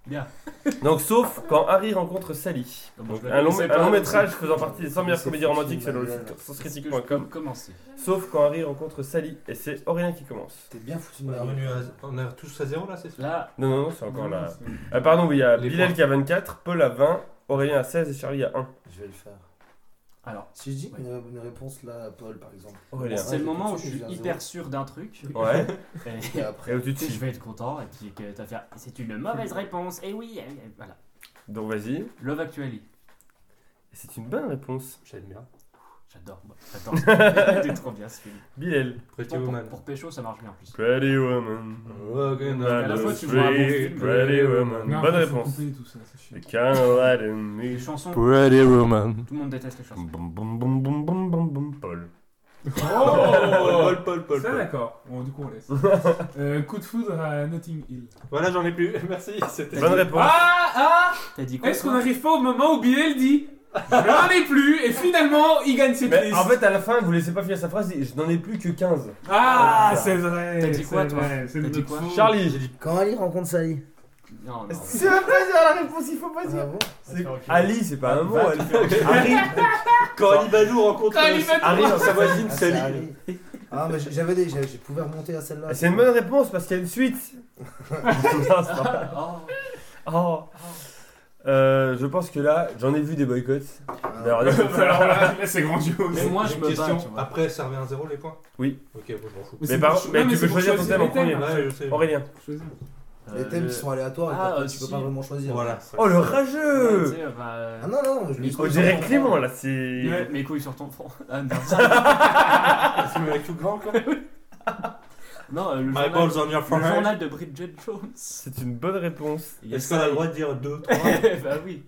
[SPEAKER 4] Bien.
[SPEAKER 3] euh. Donc sauf quand Harry rencontre Sally.
[SPEAKER 4] Donc,
[SPEAKER 3] Donc,
[SPEAKER 4] je vais
[SPEAKER 3] un long,
[SPEAKER 4] laisser
[SPEAKER 3] un
[SPEAKER 4] parler
[SPEAKER 3] long
[SPEAKER 4] aussi.
[SPEAKER 3] métrage faisant partie des 100 meilleures
[SPEAKER 2] C'est
[SPEAKER 3] comédies
[SPEAKER 2] fou,
[SPEAKER 3] romantiques
[SPEAKER 2] c'est
[SPEAKER 3] selon le
[SPEAKER 2] malade.
[SPEAKER 3] site
[SPEAKER 4] Est-ce que je peux
[SPEAKER 3] senscritique.com.
[SPEAKER 4] commencer
[SPEAKER 3] Sauf quand Harry rencontre Sally et c'est Aurélien qui commence.
[SPEAKER 2] T'es bien foutu de
[SPEAKER 1] On est
[SPEAKER 2] merde.
[SPEAKER 1] revenu à- On est tous à zéro là, c'est ça
[SPEAKER 4] Là,
[SPEAKER 3] Non, non, non, c'est encore là.
[SPEAKER 6] Non,
[SPEAKER 3] Ah, pardon, oui, il y a
[SPEAKER 1] Les
[SPEAKER 3] Bilal
[SPEAKER 1] points.
[SPEAKER 3] qui a 24, Paul à 20, Aurélien à 16 et Charlie à 1.
[SPEAKER 2] Je vais le faire.
[SPEAKER 4] alors,
[SPEAKER 2] Si je dis qu'on a une réponse là, à Paul par exemple.
[SPEAKER 3] Aurélien.
[SPEAKER 4] c'est le moment où je
[SPEAKER 2] j'ai
[SPEAKER 4] suis
[SPEAKER 2] un
[SPEAKER 4] hyper
[SPEAKER 2] zéro.
[SPEAKER 4] sûr d'un truc.
[SPEAKER 3] Ouais,
[SPEAKER 4] Et-
[SPEAKER 2] Et
[SPEAKER 3] et
[SPEAKER 2] après,
[SPEAKER 3] au-dessus de
[SPEAKER 4] Je
[SPEAKER 3] six.
[SPEAKER 4] vais être content et puis que t'as fait. C'est une mauvaise réponse. Et oui, eh, eh, voilà.
[SPEAKER 3] Donc vas-y.
[SPEAKER 4] Love Actually.
[SPEAKER 3] C'est une bonne réponse.
[SPEAKER 1] J'aime bien.
[SPEAKER 4] J'adore. moi, J'adore. ce film. C'était trop bien ce film.
[SPEAKER 3] Bilal.
[SPEAKER 1] Pretty
[SPEAKER 4] Pour, pour,
[SPEAKER 1] Woman.
[SPEAKER 4] pour Pécho, ça marche bien en plus.
[SPEAKER 3] Pretty woman.
[SPEAKER 1] Walking
[SPEAKER 4] À
[SPEAKER 1] on
[SPEAKER 4] la
[SPEAKER 1] the
[SPEAKER 4] fois, tu vois euh, un bon
[SPEAKER 1] street,
[SPEAKER 4] film,
[SPEAKER 3] Pretty woman.
[SPEAKER 6] faut-
[SPEAKER 3] bonne
[SPEAKER 6] faut
[SPEAKER 3] réponse.
[SPEAKER 6] couper tout ça, c'est chiant.
[SPEAKER 3] The kind of light in
[SPEAKER 4] Les
[SPEAKER 3] me.
[SPEAKER 4] chansons,
[SPEAKER 1] Pretty Woman.
[SPEAKER 4] tout le monde déteste les chansons.
[SPEAKER 3] Boum, boum, boum, boum, boum, boum, boum, Paul.
[SPEAKER 6] Oh
[SPEAKER 3] Paul, *laughs* Paul, Paul,
[SPEAKER 6] Ça,
[SPEAKER 3] Paul.
[SPEAKER 6] d'accord. Bon, du coup, on laisse.
[SPEAKER 3] *laughs*
[SPEAKER 6] Euh, coup de foudre à Notting Hill.
[SPEAKER 1] Voilà, j'en ai plus. *laughs* Merci. C'était.
[SPEAKER 3] Bonne réponse.
[SPEAKER 6] Ah Ah
[SPEAKER 4] T'as dit quoi
[SPEAKER 6] Est-ce qu'on
[SPEAKER 4] toi
[SPEAKER 6] n'arrive pas au moment où Bilal dit J'en ai plus Et finalement, il gagne cette
[SPEAKER 3] Mais
[SPEAKER 6] liste.
[SPEAKER 3] en fait, à la fin, vous laissez pas finir sa phrase, je n'en ai plus que 15.
[SPEAKER 6] Ah,
[SPEAKER 3] euh,
[SPEAKER 6] c'est vrai.
[SPEAKER 4] T'as dit quoi,
[SPEAKER 6] c'est
[SPEAKER 4] toi
[SPEAKER 6] vrai, C'est
[SPEAKER 4] T'as
[SPEAKER 6] de
[SPEAKER 4] dit
[SPEAKER 6] notre
[SPEAKER 4] quoi
[SPEAKER 6] faute.
[SPEAKER 3] Charlie, j'ai dit.
[SPEAKER 2] Quand Ali rencontre Sally.
[SPEAKER 4] Non, non.
[SPEAKER 3] C'est même pas dire la réponse, il faut pas
[SPEAKER 2] Ah
[SPEAKER 3] dire.
[SPEAKER 2] bon
[SPEAKER 3] C'est- Ali, c'est pas un mot. Ali.
[SPEAKER 1] Harry. Quand Ali Badou rencontre.
[SPEAKER 6] Quand Ali Badou-
[SPEAKER 3] Harry dans sa voisine,
[SPEAKER 2] Ah,
[SPEAKER 3] Sally. Ah,
[SPEAKER 2] c'est Ali. Ah, mais j'avais des. J'ai j'ai pouvais remonter à celle-là.
[SPEAKER 3] C'est une bonne réponse parce qu'il y a une
[SPEAKER 4] *laughs*
[SPEAKER 3] suite. Non, c'est pas vrai.
[SPEAKER 4] Oh.
[SPEAKER 3] Oh. Euh, je pense que là, j'en ai vu des boycotts.
[SPEAKER 2] Ah.
[SPEAKER 4] *laughs*
[SPEAKER 3] D'ailleurs, des-
[SPEAKER 6] Alors là, là, c'est grandiose.
[SPEAKER 4] Mais moi, je me bats, tu vois.
[SPEAKER 1] Après, ça revient à zéro les points
[SPEAKER 3] Oui.
[SPEAKER 1] Ok, bon, j'en fous.
[SPEAKER 3] Mais par-
[SPEAKER 6] pour-
[SPEAKER 3] mais
[SPEAKER 6] non,
[SPEAKER 3] tu
[SPEAKER 6] c'est hein.
[SPEAKER 3] peux
[SPEAKER 6] pour
[SPEAKER 3] choisir ton thème en
[SPEAKER 6] les
[SPEAKER 3] premier.
[SPEAKER 6] thèmes.
[SPEAKER 1] Ouais, je sais.
[SPEAKER 3] Aurélien.
[SPEAKER 6] Choisis.
[SPEAKER 2] Les
[SPEAKER 4] Euh,
[SPEAKER 2] thèmes
[SPEAKER 4] le-
[SPEAKER 2] qui sont aléatoires et
[SPEAKER 4] Ah,
[SPEAKER 2] qu'après,
[SPEAKER 4] euh,
[SPEAKER 2] tu peux
[SPEAKER 4] si.
[SPEAKER 2] pas vraiment choisir.
[SPEAKER 1] Voilà.
[SPEAKER 3] Oh le
[SPEAKER 4] Ouais, tu
[SPEAKER 3] rageux
[SPEAKER 4] sais, bah, euh,
[SPEAKER 2] Ah non, non, je lui
[SPEAKER 3] On dirait Clément là, c'est.
[SPEAKER 4] mes- Mes couilles sur ton front. Ah, merde.
[SPEAKER 1] Tu me mets tout grand, quoi.
[SPEAKER 4] Non, euh, le
[SPEAKER 1] My
[SPEAKER 4] journal,
[SPEAKER 1] balls on your
[SPEAKER 4] le
[SPEAKER 1] forehead.
[SPEAKER 4] journal de Bridget Jones.
[SPEAKER 3] C'est une bonne réponse.
[SPEAKER 1] Est-ce qu'on a le droit de dire 2, 3
[SPEAKER 4] *laughs* Bah oui.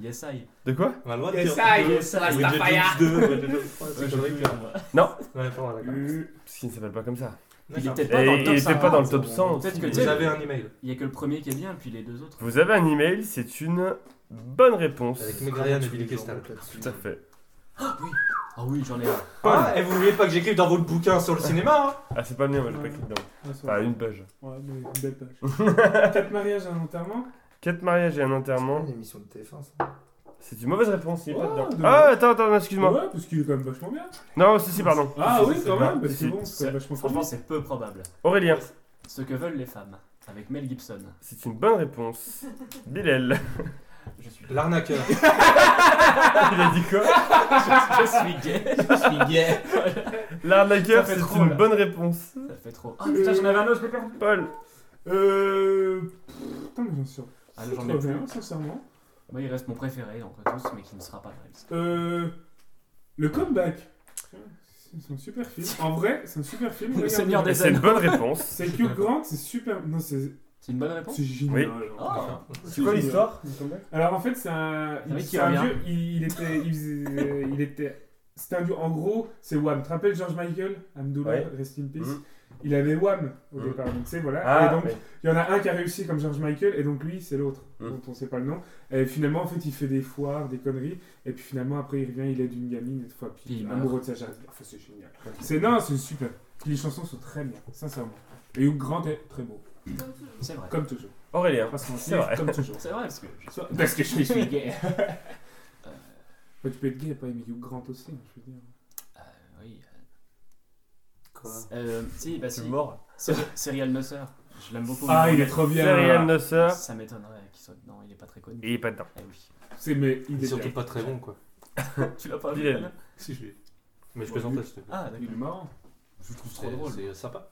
[SPEAKER 4] Yes, I.
[SPEAKER 3] De quoi
[SPEAKER 1] On a le droit de
[SPEAKER 5] Yes,
[SPEAKER 1] dire
[SPEAKER 5] I,
[SPEAKER 1] deux.
[SPEAKER 4] yes, I,
[SPEAKER 1] Bridget
[SPEAKER 5] Rastafari.
[SPEAKER 1] Jones 2, Bridget Jones 3,
[SPEAKER 4] Euh,
[SPEAKER 1] c'est
[SPEAKER 4] je-
[SPEAKER 1] correct. Ouais, bon, voilà, d'accord.
[SPEAKER 3] Parce qu'il ne s'appelle pas comme ça.
[SPEAKER 4] Euh, Il
[SPEAKER 1] D'accord.
[SPEAKER 4] était pas dans
[SPEAKER 3] Et
[SPEAKER 4] le
[SPEAKER 3] il
[SPEAKER 4] top
[SPEAKER 3] était pas dans le
[SPEAKER 4] 50.
[SPEAKER 3] top 100.
[SPEAKER 4] Peut-être que tu
[SPEAKER 1] Vous
[SPEAKER 4] sais,
[SPEAKER 1] avez un email
[SPEAKER 4] il y a que le premier qui est bien, puis les deux autres.
[SPEAKER 3] Vous avez un email, c'est une bonne réponse.
[SPEAKER 1] avec Megarian et Billy Crystal.
[SPEAKER 3] Tout à fait.
[SPEAKER 4] Ah oui, j'en ai un.
[SPEAKER 1] Ah, et vous voulez pas que j'écrive dans votre bouquin sur le cinéma hein
[SPEAKER 3] Ah, c'est pas le mien, moi j'ai pas cliqué dedans.
[SPEAKER 6] Ah,
[SPEAKER 3] Enfin, une page.
[SPEAKER 6] Ouais, mais une belle page.
[SPEAKER 4] *laughs*
[SPEAKER 6] Quatre mariages, un enterrement.
[SPEAKER 3] Quatre mariages et un enterrement,
[SPEAKER 2] Une émission de TF1, ça.
[SPEAKER 3] c'est une mauvaise réponse, il est pas
[SPEAKER 6] Oh,
[SPEAKER 3] dedans.
[SPEAKER 6] dommage.
[SPEAKER 3] Ah, attends, attends, excuse-moi.
[SPEAKER 6] Ouais, parce qu'il est quand même vachement bien.
[SPEAKER 3] Non, si, si, pardon.
[SPEAKER 6] Ah
[SPEAKER 3] Si, si,
[SPEAKER 6] oui,
[SPEAKER 3] si,
[SPEAKER 6] quand
[SPEAKER 3] si,
[SPEAKER 6] même,
[SPEAKER 3] si,
[SPEAKER 6] parce que
[SPEAKER 3] si.
[SPEAKER 6] bon, c'est quand même vachement
[SPEAKER 4] Franchement,
[SPEAKER 6] connu.
[SPEAKER 4] c'est peu probable.
[SPEAKER 3] Aurélien,
[SPEAKER 4] Ce que veulent les femmes, avec Mel Gibson. *laughs*
[SPEAKER 3] c'est une bonne réponse. Bilal, *laughs*
[SPEAKER 4] Je suis,
[SPEAKER 1] L'arnaqueur.
[SPEAKER 3] il a dit quoi
[SPEAKER 4] je suis gay. Je suis gay.
[SPEAKER 3] L'arnaqueur,
[SPEAKER 4] Ça fait
[SPEAKER 3] c'est
[SPEAKER 4] trop,
[SPEAKER 3] une
[SPEAKER 4] là.
[SPEAKER 3] bonne réponse.
[SPEAKER 4] Ça fait trop. Ah putain, j'en avais un autre, je l'ai perdu.
[SPEAKER 3] Paul,
[SPEAKER 6] Euh. pff, Putain, mais j'en suis.
[SPEAKER 4] Ah,
[SPEAKER 6] Trop
[SPEAKER 4] j'en ai plus.
[SPEAKER 6] bien, sincèrement.
[SPEAKER 4] Moi, il reste mon préféré, donc tous, mais qui ne sera pas le reste.
[SPEAKER 6] Euh. Le comeback. C'est un super film. En vrai, c'est un super film.
[SPEAKER 4] Le
[SPEAKER 6] regardez-le.
[SPEAKER 4] Seigneur des
[SPEAKER 3] c'est une
[SPEAKER 4] Anneaux.
[SPEAKER 3] bonne réponse.
[SPEAKER 6] C'est Hugh Grant, c'est super. Non, c'est
[SPEAKER 4] C'est une bonne réponse
[SPEAKER 6] c'est génial. Oh,
[SPEAKER 4] Ah.
[SPEAKER 3] C'est quoi l'histoire
[SPEAKER 6] Alors en fait, c'est un,
[SPEAKER 4] Le mec,
[SPEAKER 6] c'est
[SPEAKER 4] il
[SPEAKER 6] un
[SPEAKER 4] revient.
[SPEAKER 6] vieux. Il, il était. Il, faisait- il était. C'était un vieux. En gros, c'est Wham. Tu te rappelles George Michael Amdoula,
[SPEAKER 3] Ouais.
[SPEAKER 6] rest in peace.
[SPEAKER 3] Mhm.
[SPEAKER 6] Il avait Wham au
[SPEAKER 3] Mhm.
[SPEAKER 6] départ. Donc, tu sais, voilà. et
[SPEAKER 3] Ah,
[SPEAKER 6] donc,
[SPEAKER 3] mais-
[SPEAKER 6] il y en a un qui a réussi comme George Michael, et donc lui, c'est l'autre,
[SPEAKER 3] Mhm.
[SPEAKER 6] dont on sait pas le nom. Et finalement, en fait, il fait des foires, des conneries, et puis finalement, après, il revient, il aide une gamine, et fois,
[SPEAKER 4] Puis
[SPEAKER 6] puis
[SPEAKER 4] il meurt.
[SPEAKER 6] amoureux de sa Charlie. Enfin, c'est génial. C'est non, c'est super. Puis les chansons sont très bien, sincèrement. Et Hugh Grant est très beau,
[SPEAKER 4] C'est vrai.
[SPEAKER 6] comme toujours.
[SPEAKER 3] Aurélien,
[SPEAKER 6] Pas se
[SPEAKER 3] C'est vrai.
[SPEAKER 6] mentir,
[SPEAKER 3] *laughs*
[SPEAKER 6] comme toujours.
[SPEAKER 4] C'est vrai, parce que je
[SPEAKER 6] So- Parce que je suis
[SPEAKER 4] suis
[SPEAKER 6] gay.
[SPEAKER 4] gay.
[SPEAKER 6] Enfin, tu peux être gay et pas aimer Hugh Grant aussi, hein, je veux dire.
[SPEAKER 4] Euh, oui.
[SPEAKER 1] Quoi
[SPEAKER 4] Euh, si, bah
[SPEAKER 3] c'est
[SPEAKER 4] si.
[SPEAKER 3] mort.
[SPEAKER 4] Cé- Serial Nusser. Je l'aime beaucoup.
[SPEAKER 6] Ah,
[SPEAKER 4] mais-
[SPEAKER 6] il est trop
[SPEAKER 3] Serial
[SPEAKER 6] bien.
[SPEAKER 3] Nosser,
[SPEAKER 4] Ça m'étonnerait qu'il soit dedans, il est pas très connu.
[SPEAKER 3] et il est pas dedans.
[SPEAKER 4] Ah oui.
[SPEAKER 6] C'est
[SPEAKER 1] Il
[SPEAKER 6] mais il
[SPEAKER 1] est
[SPEAKER 6] est bien.
[SPEAKER 1] surtout pas très bon, quoi.
[SPEAKER 4] Tu l'as pas vu
[SPEAKER 3] Il est-
[SPEAKER 4] Alan
[SPEAKER 1] Si, je l'ai. Mais je
[SPEAKER 6] Ouais,
[SPEAKER 1] plaisante,
[SPEAKER 6] lui-
[SPEAKER 1] c'était
[SPEAKER 4] Ah,
[SPEAKER 6] Il est
[SPEAKER 4] d'accord.
[SPEAKER 6] marrant.
[SPEAKER 4] Je le trouve trop
[SPEAKER 1] C'est
[SPEAKER 4] drôle.
[SPEAKER 1] c'est sympa.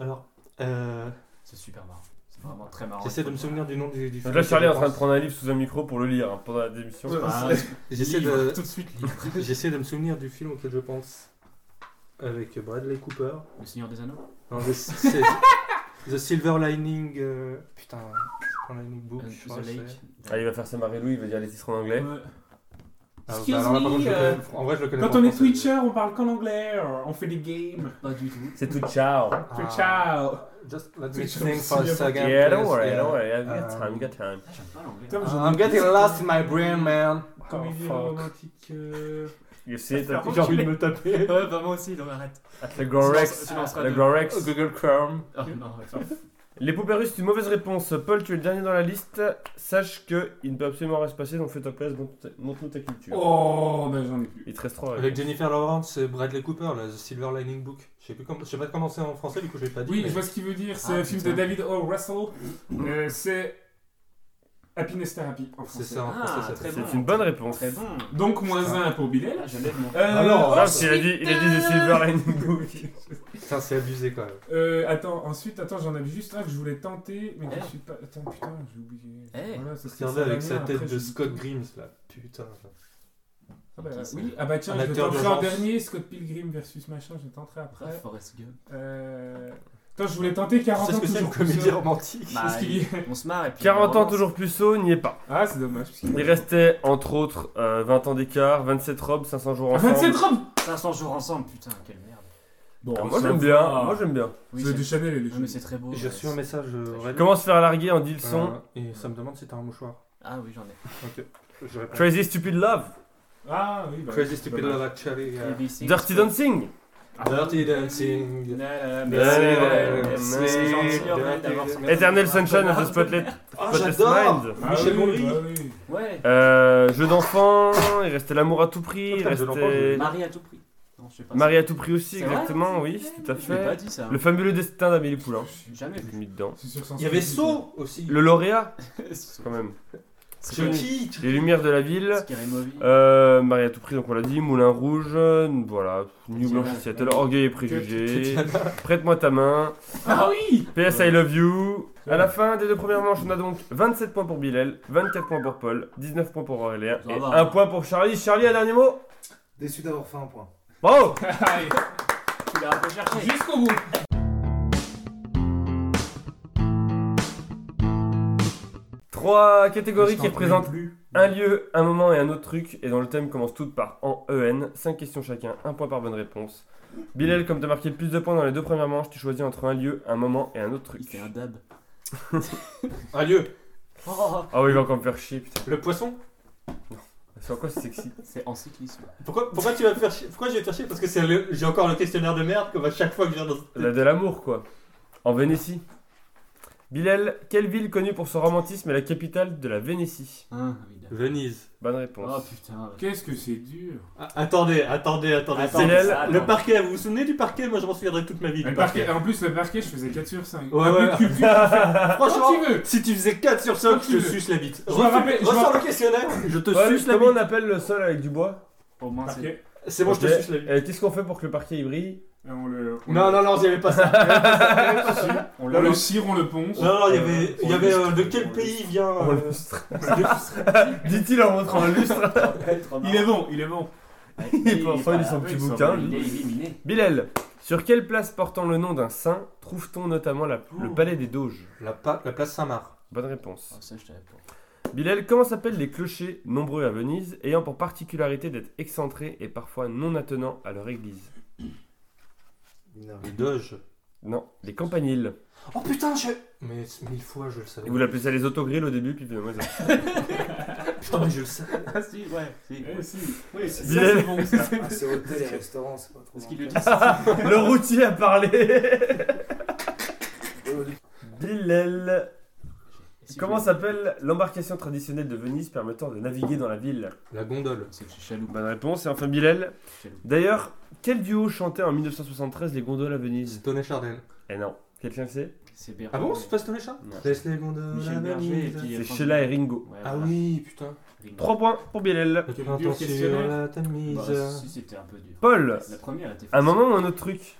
[SPEAKER 1] Alors, euh,
[SPEAKER 4] C'est super marrant. C'est vraiment très marrant.
[SPEAKER 1] j'essaie de me souvenir du nom du, du
[SPEAKER 3] Donc
[SPEAKER 1] film.
[SPEAKER 3] là, Charlie est en
[SPEAKER 1] je
[SPEAKER 3] train de
[SPEAKER 1] pense.
[SPEAKER 3] prendre un livre sous un micro pour le lire hein, pendant la démission.
[SPEAKER 6] Ouais.
[SPEAKER 4] Bah,
[SPEAKER 1] *laughs* J'essaie
[SPEAKER 4] livre,
[SPEAKER 1] de,
[SPEAKER 4] tout de suite livre.
[SPEAKER 1] j'essaie de me souvenir du film auquel je pense. Avec Bradley Cooper.
[SPEAKER 4] Le Seigneur des Anneaux
[SPEAKER 1] Non,
[SPEAKER 4] *laughs*
[SPEAKER 1] The, c'est- The Silver Lining. euh, Putain, Silver Lining Book.
[SPEAKER 4] Euh,
[SPEAKER 1] je
[SPEAKER 4] The
[SPEAKER 1] crois que
[SPEAKER 4] Lake.
[SPEAKER 3] Ah, il va faire sa Marie-Lou, il va dire les titres en anglais.
[SPEAKER 6] Ouais.
[SPEAKER 1] c'est. Ah,
[SPEAKER 6] Excuse
[SPEAKER 1] alors là, par
[SPEAKER 6] me,
[SPEAKER 1] contre, je le
[SPEAKER 6] euh,
[SPEAKER 1] connais- en vrai, je le connais
[SPEAKER 6] Quand
[SPEAKER 1] pas
[SPEAKER 6] on
[SPEAKER 1] en
[SPEAKER 6] est
[SPEAKER 1] français.
[SPEAKER 6] Twitcher, on parle qu'en anglais, euh, on fait des games.
[SPEAKER 4] Pas du tout.
[SPEAKER 3] C'est tout ciao.
[SPEAKER 1] Ah.
[SPEAKER 6] Ciao.
[SPEAKER 1] Just let me
[SPEAKER 6] Twitch,
[SPEAKER 1] think
[SPEAKER 6] on
[SPEAKER 1] for a
[SPEAKER 6] s'y
[SPEAKER 1] second.
[SPEAKER 3] Yeah, don't
[SPEAKER 1] please.
[SPEAKER 3] worry,
[SPEAKER 1] Yeah.
[SPEAKER 3] don't worry. I've got
[SPEAKER 1] Euh,
[SPEAKER 3] time, I've got time.
[SPEAKER 4] Ah, j'aime pas l'anglais.
[SPEAKER 6] Putain, mais j'en ai
[SPEAKER 1] I'm getting lost in my brain, man.
[SPEAKER 6] Comédie
[SPEAKER 1] Oh, fuck.
[SPEAKER 6] romantique. euh,
[SPEAKER 3] You see it
[SPEAKER 1] J'ai envie de me taper.
[SPEAKER 4] Ouais, bah moi aussi, donc arrête.
[SPEAKER 3] at the Gorex.
[SPEAKER 4] Tu lanceras
[SPEAKER 3] Le
[SPEAKER 4] deux.
[SPEAKER 3] Gorex.
[SPEAKER 1] Google Chrome.
[SPEAKER 4] Ah, non, attends.
[SPEAKER 3] Les poupées russes, c'est une mauvaise réponse. Paul, tu es le dernier dans la liste. Sache que il ne peut absolument rien se passer, donc fais ta place, montre ta- montre-nous ta culture.
[SPEAKER 6] Oh, ben j'en ai plus.
[SPEAKER 3] Il te reste 3
[SPEAKER 1] Avec Jennifer Lawrence et Bradley Cooper, là, The Silver Lining Book. Je sais plus comment, je sais pas comment c'est en français, du coup je l'ai pas dit.
[SPEAKER 6] Oui,
[SPEAKER 1] mais-
[SPEAKER 6] je vois ce qu'il veut dire. C'est
[SPEAKER 4] Ah,
[SPEAKER 6] le film de
[SPEAKER 4] putain.
[SPEAKER 6] David O. Russell. Euh, c'est Happiness Therapy en
[SPEAKER 1] c'est
[SPEAKER 6] français.
[SPEAKER 1] ça en
[SPEAKER 4] Ah,
[SPEAKER 1] français.
[SPEAKER 4] très
[SPEAKER 1] Ça.
[SPEAKER 3] C'est
[SPEAKER 4] bon.
[SPEAKER 3] une bonne réponse.
[SPEAKER 4] Très bon.
[SPEAKER 6] Donc moins 1 pour Bilal.
[SPEAKER 4] Ah, je lève mon.
[SPEAKER 6] Euh,
[SPEAKER 1] Alors,
[SPEAKER 3] Non,
[SPEAKER 1] Oh,
[SPEAKER 3] parce qu'il a dit, il a dit The Silver Lining Book.
[SPEAKER 1] Putain, c'est abusé quand même.
[SPEAKER 6] Euh, attends, ensuite, attends, j'en avais juste un que je voulais tenter, mais que
[SPEAKER 4] Eh.
[SPEAKER 6] je suis pas. Attends, putain, j'ai oublié.
[SPEAKER 4] Eh.
[SPEAKER 6] Voilà, ça, c'est
[SPEAKER 1] Regardez
[SPEAKER 6] la
[SPEAKER 1] avec sa
[SPEAKER 6] dernière,
[SPEAKER 1] tête
[SPEAKER 6] après,
[SPEAKER 1] de
[SPEAKER 6] j'ai-
[SPEAKER 1] Scott Grimes là. Putain.
[SPEAKER 6] Ah bah,
[SPEAKER 4] Qui c'est
[SPEAKER 6] oui, ah bah tiens,
[SPEAKER 1] Un
[SPEAKER 6] je vais
[SPEAKER 1] acteur
[SPEAKER 6] tenter en
[SPEAKER 1] d'urgence.
[SPEAKER 6] dernier Scott Pilgrim versus machin, je tenterai
[SPEAKER 4] Après,
[SPEAKER 6] après.
[SPEAKER 4] Ah, Forrest Gump.
[SPEAKER 6] Euh... Attends, je voulais tenter
[SPEAKER 1] Tu
[SPEAKER 6] 40
[SPEAKER 1] sais
[SPEAKER 6] ans
[SPEAKER 1] ce que c'est une
[SPEAKER 6] toujours plus
[SPEAKER 1] comédie
[SPEAKER 6] jeune.
[SPEAKER 1] romantique
[SPEAKER 4] Bah,
[SPEAKER 6] qu'il y
[SPEAKER 4] on se marre et puis.
[SPEAKER 3] 40 ans
[SPEAKER 4] Romance.
[SPEAKER 3] toujours plus haut, n'y est pas.
[SPEAKER 6] Ah, c'est dommage. parce qu'il-
[SPEAKER 3] Il restait entre autres euh, 20 ans d'écart, 27 robes, 500 jours
[SPEAKER 6] Ah,
[SPEAKER 3] ensemble.
[SPEAKER 6] 27 robes
[SPEAKER 4] 500 jours ensemble, putain, quelle merde. Bon,
[SPEAKER 3] Ah, Moi
[SPEAKER 4] ça
[SPEAKER 3] j'aime
[SPEAKER 4] va.
[SPEAKER 3] bien, moi j'aime bien.
[SPEAKER 4] Oui,
[SPEAKER 6] Ceux
[SPEAKER 4] c'est-
[SPEAKER 6] de Chanel et les
[SPEAKER 4] Ouais, mais
[SPEAKER 6] jeux.
[SPEAKER 4] c'est très beau.
[SPEAKER 1] J'ai
[SPEAKER 4] ouais,
[SPEAKER 1] reçu un
[SPEAKER 4] c'est-
[SPEAKER 1] message euh, Aurel,
[SPEAKER 3] Comment se faire larguer en dit le son
[SPEAKER 1] euh, et ça me demande si t'as un mouchoir.
[SPEAKER 4] Ah oui, j'en ai.
[SPEAKER 1] Ok. Je réponds.
[SPEAKER 3] Crazy Stupid Love,
[SPEAKER 6] Ah oui, bah,
[SPEAKER 1] Crazy
[SPEAKER 6] c'est
[SPEAKER 1] Stupid
[SPEAKER 6] dommage.
[SPEAKER 1] Love Actually. euh,
[SPEAKER 4] Dirty
[SPEAKER 3] Dirty Dancing.
[SPEAKER 1] Dirty Dancing.
[SPEAKER 4] Ah, Merci, ouais, merci, c'est gentil en fait d'avoir ce
[SPEAKER 3] Eternal Sunshine of the Spotlight,
[SPEAKER 1] Ah,
[SPEAKER 3] Spotless
[SPEAKER 1] j'adore
[SPEAKER 3] Mind.
[SPEAKER 6] Ah
[SPEAKER 1] Michel
[SPEAKER 6] oui,
[SPEAKER 1] Gondry.
[SPEAKER 6] bah oui.
[SPEAKER 4] Ouais,
[SPEAKER 3] Euh, jeu d'enfant, il restait l'amour à tout prix, il
[SPEAKER 1] Putain, je l'entends,
[SPEAKER 3] restait
[SPEAKER 1] je
[SPEAKER 4] Marie à tout prix. Non, je sais pas.
[SPEAKER 3] Marie à tout prix aussi,
[SPEAKER 4] C'est vrai
[SPEAKER 3] exactement, oui, tout à
[SPEAKER 4] Je l'ai pas
[SPEAKER 3] fait.
[SPEAKER 4] dit ça. hein.
[SPEAKER 3] Le fabuleux destin d'Amélie Poulain.
[SPEAKER 4] Jamais
[SPEAKER 3] Je l'ai
[SPEAKER 4] vu.
[SPEAKER 3] mis dedans.
[SPEAKER 6] Je suis sûr sans
[SPEAKER 1] Il y avait
[SPEAKER 6] ça.
[SPEAKER 1] So aussi.
[SPEAKER 3] Le lauréat, quand
[SPEAKER 4] C'est
[SPEAKER 3] même.
[SPEAKER 1] Chucky.
[SPEAKER 3] Les lumières de la ville.
[SPEAKER 4] Scary Movie.
[SPEAKER 3] Euh, Marie à tout prix, donc on l'a dit. Moulin Rouge, euh, voilà. New Blanche à Seattle, Orgueil
[SPEAKER 1] *laughs*
[SPEAKER 3] et Préjugés. Prête-moi ta main.
[SPEAKER 4] Ah oui
[SPEAKER 3] PS I Love You. À la fin des deux premières manches, on a donc 27 points pour Bilal, 24 points pour Paul, 19 points pour Aurélien
[SPEAKER 4] Ça
[SPEAKER 3] et
[SPEAKER 4] va. hein.
[SPEAKER 3] 1 point pour Charlie. Charlie, un dernier mot
[SPEAKER 2] Déçu d'avoir fait un point.
[SPEAKER 3] Bravo
[SPEAKER 6] Allez,
[SPEAKER 4] Tu l'as un peu cherché.
[SPEAKER 6] Jusqu'au bout.
[SPEAKER 3] Trois catégories qui
[SPEAKER 6] Je t'en prie
[SPEAKER 3] représentent
[SPEAKER 6] plus.
[SPEAKER 3] un lieu, un moment et un autre truc. Et dans le thème commence toutes par en EN. 5 questions chacun, 1 point par bonne réponse. Bilal, comme t'as marqué le plus de points dans les deux premières manches, tu choisis entre un lieu, un moment et un autre
[SPEAKER 4] Il
[SPEAKER 3] truc.
[SPEAKER 4] fait un dab.
[SPEAKER 1] Un lieu.
[SPEAKER 4] Oh,
[SPEAKER 3] Ah oui, il va encore me faire chier, putain.
[SPEAKER 1] Le poisson.
[SPEAKER 3] C'est encore sexy.
[SPEAKER 4] c'est en cyclisme.
[SPEAKER 1] Pourquoi, pourquoi tu vas me faire chier Pourquoi je vais te faire chier Parce que c'est le- j'ai encore le questionnaire de merde comme à chaque fois que je viens dans.
[SPEAKER 3] La de l'amour, quoi. En Vénétie. Bilal, quelle ville connue pour son romantisme est la capitale de la Vénétie
[SPEAKER 4] Hein, évidemment.
[SPEAKER 1] Venise.
[SPEAKER 3] Bonne
[SPEAKER 4] Oh
[SPEAKER 3] réponse.
[SPEAKER 4] putain.
[SPEAKER 6] Qu'est-ce que c'est dur.
[SPEAKER 1] Ah, attendez, attendez, attendez.
[SPEAKER 4] Attends,
[SPEAKER 1] C'est-
[SPEAKER 3] elle,
[SPEAKER 4] ça,
[SPEAKER 1] Le
[SPEAKER 4] non.
[SPEAKER 1] parquet, vous vous souvenez du parquet Moi je m'en souviendrai toute ma vie.
[SPEAKER 6] Le parquet, en plus, le parquet, je faisais 4 sur 5.
[SPEAKER 1] Ouais,
[SPEAKER 6] Un peu
[SPEAKER 1] ouais. *laughs*
[SPEAKER 6] de culture, je fais-
[SPEAKER 1] Franchement,
[SPEAKER 6] euh, Quand tu veux.
[SPEAKER 1] si tu faisais 4 sur 5,
[SPEAKER 6] Quand
[SPEAKER 1] je
[SPEAKER 6] tu
[SPEAKER 1] te
[SPEAKER 6] veux.
[SPEAKER 1] suce la bite.
[SPEAKER 6] Je me rappelle- je me
[SPEAKER 1] Ressors le
[SPEAKER 6] rappelle-
[SPEAKER 1] questionnaire, je te
[SPEAKER 3] Ouais,
[SPEAKER 1] suce la
[SPEAKER 3] comment
[SPEAKER 1] bite.
[SPEAKER 3] on appelle le sol avec du bois
[SPEAKER 4] Au moins, c'est.
[SPEAKER 6] Parquet.
[SPEAKER 1] C'est bon, je
[SPEAKER 3] Ok.
[SPEAKER 1] te suce la bite.
[SPEAKER 3] Euh, Qu'est-ce qu'on fait pour que le parquet il brille
[SPEAKER 6] Et On le. on
[SPEAKER 1] Non,
[SPEAKER 6] le-
[SPEAKER 1] non, non, il n'y avait pas ça.
[SPEAKER 6] On
[SPEAKER 1] Non,
[SPEAKER 6] le
[SPEAKER 1] non.
[SPEAKER 6] cire, on le ponce.
[SPEAKER 1] Non, non, il y avait,
[SPEAKER 6] Euh,
[SPEAKER 1] il y avait
[SPEAKER 6] on
[SPEAKER 1] euh, de
[SPEAKER 6] le-
[SPEAKER 1] quel pays vient.
[SPEAKER 3] On
[SPEAKER 1] euh, *laughs*
[SPEAKER 3] lustre.
[SPEAKER 1] de-
[SPEAKER 3] Dit-il en montrant un lustre.
[SPEAKER 6] Il est bon, il est bon.
[SPEAKER 4] Ah,
[SPEAKER 3] Il est enfin, il est son petit bouquin,
[SPEAKER 4] Il
[SPEAKER 3] lui.
[SPEAKER 4] est éliminé.
[SPEAKER 3] Bilal, sur quelle place portant le nom d'un saint trouve-t-on notamment la- le palais des Doges
[SPEAKER 1] La, pa- la place Saint-Marc.
[SPEAKER 3] Bonne réponse.
[SPEAKER 4] Oh, ça, je t'avais pas.
[SPEAKER 3] Bilal, comment s'appellent les clochers, nombreux à Venise, ayant pour particularité d'être excentrés et parfois non attenants à leur église
[SPEAKER 1] Les Doge.
[SPEAKER 3] Non, les campaniles.
[SPEAKER 1] Oh putain, je. Mais mille fois, je le savais.
[SPEAKER 3] Et vous l'appelez ça les autogrilles au début, puis finalement ils *laughs* ont-
[SPEAKER 1] Putain, mais je le savais.
[SPEAKER 4] Ah si, ouais. Si.
[SPEAKER 6] Eh si.
[SPEAKER 4] Oui, c'est
[SPEAKER 6] Ça, c'est bon, ça.
[SPEAKER 2] Ah, c'est hôtel et restaurant, c'est pas trop.
[SPEAKER 4] Parce
[SPEAKER 1] *laughs*
[SPEAKER 4] qu'il le dit.
[SPEAKER 3] Le routier a *laughs* parlé
[SPEAKER 2] Euh,
[SPEAKER 3] Bilal
[SPEAKER 4] Si,
[SPEAKER 3] Comment
[SPEAKER 4] oui.
[SPEAKER 3] s'appelle l'embarcation traditionnelle de Venise permettant de naviguer dans la ville
[SPEAKER 1] La gondole.
[SPEAKER 4] C'est chez Chaloux.
[SPEAKER 3] Bonne réponse, et enfin Bilal.
[SPEAKER 4] Chaloux.
[SPEAKER 3] D'ailleurs, quel duo chantait en 1973 les gondoles à Venise
[SPEAKER 1] Tonnet Chardel.
[SPEAKER 3] Eh non, quelqu'un le sait
[SPEAKER 4] C'est Berger.
[SPEAKER 1] Ah bon, c'est pas Tonnet Chardel
[SPEAKER 3] Non.
[SPEAKER 1] Laisse les gondoles.
[SPEAKER 4] Michel
[SPEAKER 1] à
[SPEAKER 4] Berger et
[SPEAKER 1] Venise.
[SPEAKER 4] puis.
[SPEAKER 3] C'est Sheila et Ringo.
[SPEAKER 4] Ouais,
[SPEAKER 1] Ah
[SPEAKER 4] voilà.
[SPEAKER 1] oui, putain.
[SPEAKER 4] Ringo.
[SPEAKER 3] 3 points pour Bilal.
[SPEAKER 1] Le
[SPEAKER 6] Quel
[SPEAKER 1] printemps
[SPEAKER 6] dur
[SPEAKER 1] sur
[SPEAKER 6] questionnaire.
[SPEAKER 1] la
[SPEAKER 4] Bah,
[SPEAKER 1] Tamise.
[SPEAKER 4] si, c'était un peu dur.
[SPEAKER 3] Paul,
[SPEAKER 4] La première était
[SPEAKER 3] un
[SPEAKER 4] facile.
[SPEAKER 3] moment ou un autre truc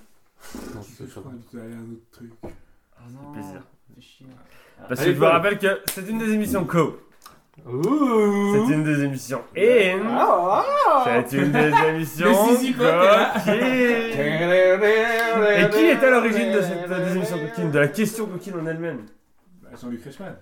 [SPEAKER 1] Non,
[SPEAKER 6] Je
[SPEAKER 1] c'est ça.
[SPEAKER 6] crois que tu allais à un autre truc.
[SPEAKER 4] Ah non,
[SPEAKER 3] plaisir.
[SPEAKER 4] fais chier.
[SPEAKER 3] Parce que
[SPEAKER 1] Allez,
[SPEAKER 3] je vous
[SPEAKER 1] Paul.
[SPEAKER 3] rappelle que c'est une des émissions Co.
[SPEAKER 1] Ouh.
[SPEAKER 3] C'est une des émissions In. C'est une
[SPEAKER 6] *laughs*
[SPEAKER 3] des émissions
[SPEAKER 6] Le zizi, quoi, t'es là.
[SPEAKER 3] coquines. Et qui est à l'origine de cette euh, des émissions coquine De la question coquine en elle-même
[SPEAKER 6] Bah, Jean-Luc Reichmann.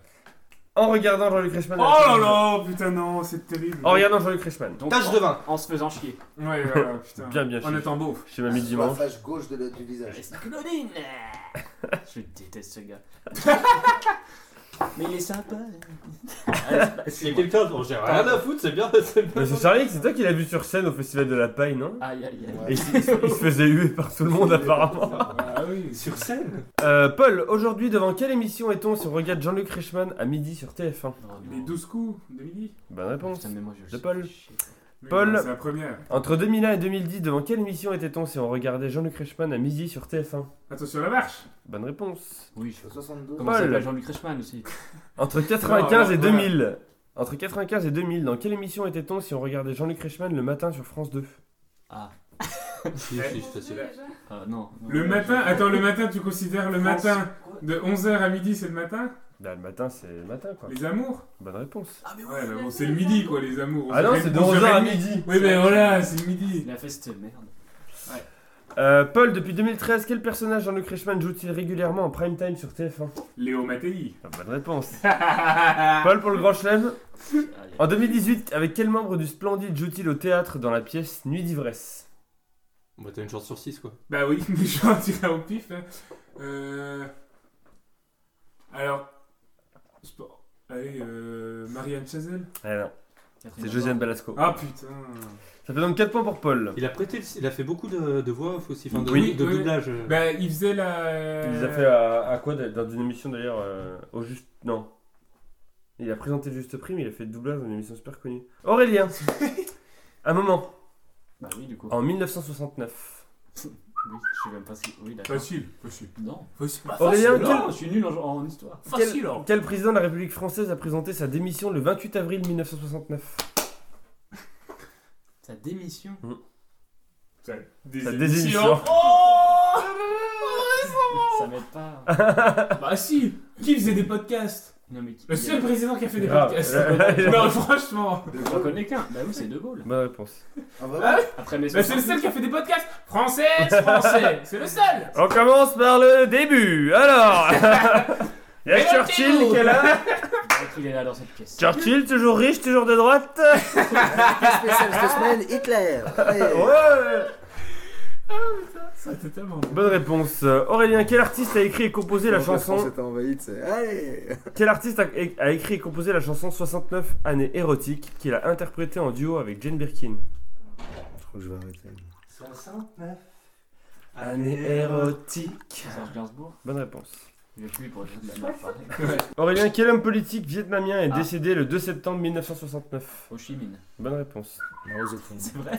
[SPEAKER 3] En regardant Jean-Luc
[SPEAKER 1] Ah,
[SPEAKER 3] Reichmann.
[SPEAKER 6] Oh
[SPEAKER 3] à la
[SPEAKER 6] là
[SPEAKER 3] télévision.
[SPEAKER 6] là, putain, non, c'est terrible.
[SPEAKER 4] Oh,
[SPEAKER 3] En regardant Jean-Luc Reichmann.
[SPEAKER 4] Donc,
[SPEAKER 1] Tâche
[SPEAKER 4] en-
[SPEAKER 1] de vin.
[SPEAKER 4] En se faisant chier.
[SPEAKER 6] Ouais, *laughs* voilà, putain.
[SPEAKER 3] Bien, bien
[SPEAKER 6] On
[SPEAKER 3] chier.
[SPEAKER 6] est en beauf.
[SPEAKER 3] Chez Mamie
[SPEAKER 2] sur la
[SPEAKER 3] Dimanche.
[SPEAKER 2] face gauche de la- du visage.
[SPEAKER 4] Reste Claudine Je déteste ce gars. Mais il est sympa.
[SPEAKER 1] S'il y a quelqu'un, dont j'ai rien à foutre, c'est bien. c'est bien.
[SPEAKER 3] Mais c'est Charlie, c'est toi qui l'as vu sur scène au Festival de la Paille, non
[SPEAKER 4] Aïe aïe aïe.
[SPEAKER 3] Et il se il se faisait huer par tout le monde apparemment.
[SPEAKER 6] Ah oui.
[SPEAKER 1] Sur scène
[SPEAKER 3] Euh, Paul, aujourd'hui devant quelle émission est-on si on regarde Jean-Luc Reichmann à midi sur TF1
[SPEAKER 4] Oh, non.
[SPEAKER 6] Les 12 coups de midi.
[SPEAKER 3] Bonne réponse.
[SPEAKER 4] Putain, mais moi, je le
[SPEAKER 3] De
[SPEAKER 4] sais.
[SPEAKER 3] Paul.
[SPEAKER 4] Chier.
[SPEAKER 6] Oui,
[SPEAKER 3] Paul.
[SPEAKER 6] C'est la première.
[SPEAKER 3] Entre 2001 et 2010, devant quelle émission était-on si on regardait Jean-Luc Reichmann à midi sur TF1
[SPEAKER 6] Attention à la marche.
[SPEAKER 3] Bonne réponse.
[SPEAKER 4] Oui, je
[SPEAKER 2] 72.
[SPEAKER 4] Comment
[SPEAKER 3] Paul.
[SPEAKER 4] ça s'appelle Jean-Luc Reichmann aussi
[SPEAKER 3] Entre 95 et
[SPEAKER 6] Non, Ah, voilà.
[SPEAKER 3] 2000. Entre 95 et 2000, dans quelle émission était-on si on regardait Jean-Luc Reichmann le matin sur France 2
[SPEAKER 4] Ah,
[SPEAKER 1] Si,
[SPEAKER 6] si,
[SPEAKER 1] je
[SPEAKER 4] euh, non. non.
[SPEAKER 6] Le matin, attends, le matin, tu considères le
[SPEAKER 4] France-
[SPEAKER 6] matin
[SPEAKER 4] quoi
[SPEAKER 6] de 11h à midi, c'est le matin
[SPEAKER 3] Bah, le matin, c'est le matin, quoi.
[SPEAKER 6] Les amours
[SPEAKER 3] Bonne réponse.
[SPEAKER 4] Ah, mais
[SPEAKER 6] Ouais, bah bon, c'est le midi, quoi, les amours.
[SPEAKER 3] Ah non, c'est de 11h à midi.
[SPEAKER 6] Oui, mais voilà, c'est le midi.
[SPEAKER 4] Il a fait cette merde.
[SPEAKER 3] Euh, Paul, depuis 2013, quel personnage Jean-Luc Reichmann joue-t-il régulièrement en prime time sur TF1
[SPEAKER 6] Léo Mattei. *laughs* Bah
[SPEAKER 3] Ah, Bonne réponse. Paul pour le grand chelem.
[SPEAKER 4] Aïe,
[SPEAKER 3] *laughs*
[SPEAKER 4] aïe.
[SPEAKER 3] En 2018, avec quel membre du Splendide joue-t-il au théâtre dans la pièce Nuit d'ivresse
[SPEAKER 1] Bah, t'as une chance sur 6, quoi.
[SPEAKER 6] Bah oui, *laughs* mais je vais en tirer au pif. là. Euh... Alors, sport. Allez, euh... Marianne Chazelle.
[SPEAKER 3] Ah non, c'est
[SPEAKER 4] Catherine
[SPEAKER 3] Josiane Belasco.
[SPEAKER 6] Ah putain.
[SPEAKER 3] Ça fait donc 4 points pour Paul.
[SPEAKER 1] Il a prêté, le- il a fait beaucoup de, de voix off aussi, enfin de,
[SPEAKER 6] Oui,
[SPEAKER 1] de
[SPEAKER 6] oui.
[SPEAKER 1] doublage. euh.
[SPEAKER 6] Bah, il faisait la.
[SPEAKER 3] Il les a fait
[SPEAKER 4] Euh.
[SPEAKER 3] euh, à, à quoi d'ailleurs, dans une émission d'ailleurs euh, au juste non. Il a présenté le juste prix mais il a fait le doublage dans une émission super connue.
[SPEAKER 4] *laughs*
[SPEAKER 3] Aurélien. un moment
[SPEAKER 4] Bah oui, du coup.
[SPEAKER 3] en 1969.
[SPEAKER 4] Oui, je sais même pas si. Oui, d'accord.
[SPEAKER 6] Facile, facile.
[SPEAKER 4] Non.
[SPEAKER 6] Facile.
[SPEAKER 4] Bah,
[SPEAKER 3] Aurélien,
[SPEAKER 4] facile,
[SPEAKER 3] quel-
[SPEAKER 4] non, je suis nul en, en histoire.
[SPEAKER 3] Quel,
[SPEAKER 4] Facile, hein. alors.
[SPEAKER 3] quel président de la République française a présenté sa démission le 28 avril 1969
[SPEAKER 4] Sa démission.
[SPEAKER 6] Ça Oh
[SPEAKER 3] Sa
[SPEAKER 6] désémission.
[SPEAKER 3] démission.
[SPEAKER 4] Ça m'aide pas.
[SPEAKER 6] Bah si Qui faisait des podcasts
[SPEAKER 4] Non, mais qui.
[SPEAKER 6] Le
[SPEAKER 4] il
[SPEAKER 6] seul
[SPEAKER 4] y a-
[SPEAKER 6] président qui a fait des
[SPEAKER 3] Grave.
[SPEAKER 6] podcasts.
[SPEAKER 3] Ouais. *laughs*
[SPEAKER 6] non, franchement.
[SPEAKER 4] Je reconnais qu'un. Bah oui, c'est De Gaulle.
[SPEAKER 3] Bonne réponse.
[SPEAKER 2] Ah, vraiment
[SPEAKER 4] Après mes
[SPEAKER 6] Bah, c'est le seul qui a fait des podcasts. Français,
[SPEAKER 3] *laughs*
[SPEAKER 6] français. C'est le seul.
[SPEAKER 3] On commence par le début. Alors *laughs* Il y a
[SPEAKER 6] Mais
[SPEAKER 3] Churchill
[SPEAKER 6] notez-vous.
[SPEAKER 3] qui est là.
[SPEAKER 4] Il est là dans cette pièce.
[SPEAKER 3] Churchill, toujours riche, toujours de droite.
[SPEAKER 2] spécial cette semaine, Hitler Allez.
[SPEAKER 3] Ouais
[SPEAKER 6] Ah, Ça, t'es tellement.
[SPEAKER 3] Bonne réponse. Euh, Aurélien, quel artiste a écrit et composé la chanson
[SPEAKER 2] C'était envahi, tu sais. Allez
[SPEAKER 3] Quel artiste a, a écrit et composé la chanson 69 années érotiques qu'il a interprétée en duo avec Jane Birkin
[SPEAKER 2] Je crois que je vais arrêter.
[SPEAKER 1] 69
[SPEAKER 3] érotiques.
[SPEAKER 4] Serge Gainsbourg.
[SPEAKER 3] Bonne réponse.
[SPEAKER 4] Il est plus pour le jeu de la merde. pareil.
[SPEAKER 3] Aurélien, quel homme politique vietnamien est
[SPEAKER 4] Ah.
[SPEAKER 3] décédé le 2 septembre 1969
[SPEAKER 4] Ho Chi Minh.
[SPEAKER 3] Bonne réponse.
[SPEAKER 2] Mao Zedong.
[SPEAKER 4] C'est vrai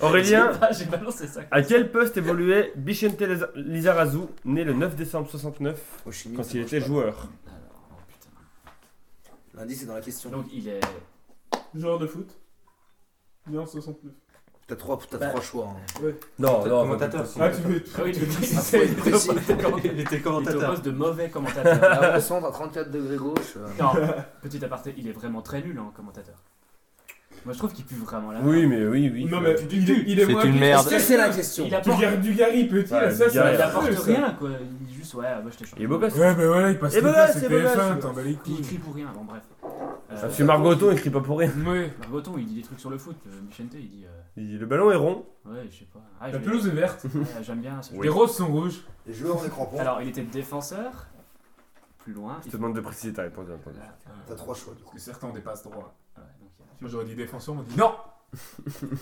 [SPEAKER 3] Aurélien,
[SPEAKER 4] *laughs* J'ai pas- J'ai balancé ça.
[SPEAKER 3] à quel poste évoluait Bichente Liza- Lizarazu, né le 9 décembre 69
[SPEAKER 2] Au chimie,
[SPEAKER 3] quand
[SPEAKER 2] ça
[SPEAKER 3] il
[SPEAKER 2] marche
[SPEAKER 3] était
[SPEAKER 2] pas.
[SPEAKER 3] joueur
[SPEAKER 4] Alors, oh, putain.
[SPEAKER 2] Lundi, c'est dans la question.
[SPEAKER 4] Donc il est.
[SPEAKER 6] Joueur de foot. Bien 69.
[SPEAKER 2] T'as trois, t'as
[SPEAKER 4] Bah.
[SPEAKER 2] trois choix. hein.
[SPEAKER 3] Non,
[SPEAKER 1] non, commentateur.
[SPEAKER 6] Ah, tu veux.
[SPEAKER 4] Ah
[SPEAKER 3] *laughs*
[SPEAKER 4] oui, le mec, il
[SPEAKER 2] faut être précis.
[SPEAKER 4] était
[SPEAKER 1] Il était
[SPEAKER 4] au- il était au
[SPEAKER 1] commentateur.
[SPEAKER 4] poste de
[SPEAKER 3] *laughs*
[SPEAKER 4] mauvais commentateur.
[SPEAKER 2] Là, au centre, à 34 degrés gauche. euh,
[SPEAKER 4] Non, petit aparté, il est vraiment très nul en commentateur. Moi je trouve qu'il pue vraiment la merde.
[SPEAKER 3] Oui, mais oui, oui.
[SPEAKER 6] Non, mais il est- il est
[SPEAKER 8] C'est
[SPEAKER 6] moins
[SPEAKER 8] une
[SPEAKER 6] bien.
[SPEAKER 8] merde.
[SPEAKER 2] Est-ce que c'est la question
[SPEAKER 4] Il
[SPEAKER 6] Du,
[SPEAKER 4] apporte,
[SPEAKER 6] gar- du Gary petit,
[SPEAKER 3] Ouais,
[SPEAKER 6] là, ça,
[SPEAKER 3] du Gary,
[SPEAKER 6] c'est
[SPEAKER 4] il
[SPEAKER 3] a
[SPEAKER 4] apporte
[SPEAKER 6] affreux, ça.
[SPEAKER 4] rien quoi. Il dit juste, ouais, bah je t'ai
[SPEAKER 3] Il
[SPEAKER 4] changé.
[SPEAKER 3] est beau gosse.
[SPEAKER 6] Ouais, bah voilà, il passe
[SPEAKER 3] Et
[SPEAKER 6] tout le
[SPEAKER 3] Eh ben voilà,
[SPEAKER 6] temps
[SPEAKER 3] c'est
[SPEAKER 6] sur
[SPEAKER 3] voilà,
[SPEAKER 6] TF1,
[SPEAKER 3] c'est-
[SPEAKER 6] t'en bats les
[SPEAKER 4] Puis il
[SPEAKER 6] couilles.
[SPEAKER 4] crie pour rien, bon bref. Euh,
[SPEAKER 3] Parce que Margoton, il crie pas pour rien.
[SPEAKER 6] Ouais.
[SPEAKER 4] Margoton, il dit des trucs sur le foot. Euh, Michente, il dit, euh,
[SPEAKER 3] Il dit, Le ballon est rond.
[SPEAKER 4] ouais, je sais pas. Ah,
[SPEAKER 6] La
[SPEAKER 4] je-
[SPEAKER 6] pelouse est verte.
[SPEAKER 4] ouais, J'aime bien ça.
[SPEAKER 3] Oui.
[SPEAKER 6] Les roses sont rouges.
[SPEAKER 2] Les joueurs, les crampons.
[SPEAKER 4] Alors il était défenseur. Plus loin.
[SPEAKER 3] Je te demande de préciser ta réponse, bien entendu.
[SPEAKER 4] Voilà.
[SPEAKER 2] T'as trois choix, du coup.
[SPEAKER 6] Parce que certains on dépasse droit.
[SPEAKER 4] Ouais, donc, il y a-
[SPEAKER 6] Moi j'aurais dit défenseur, on dit non.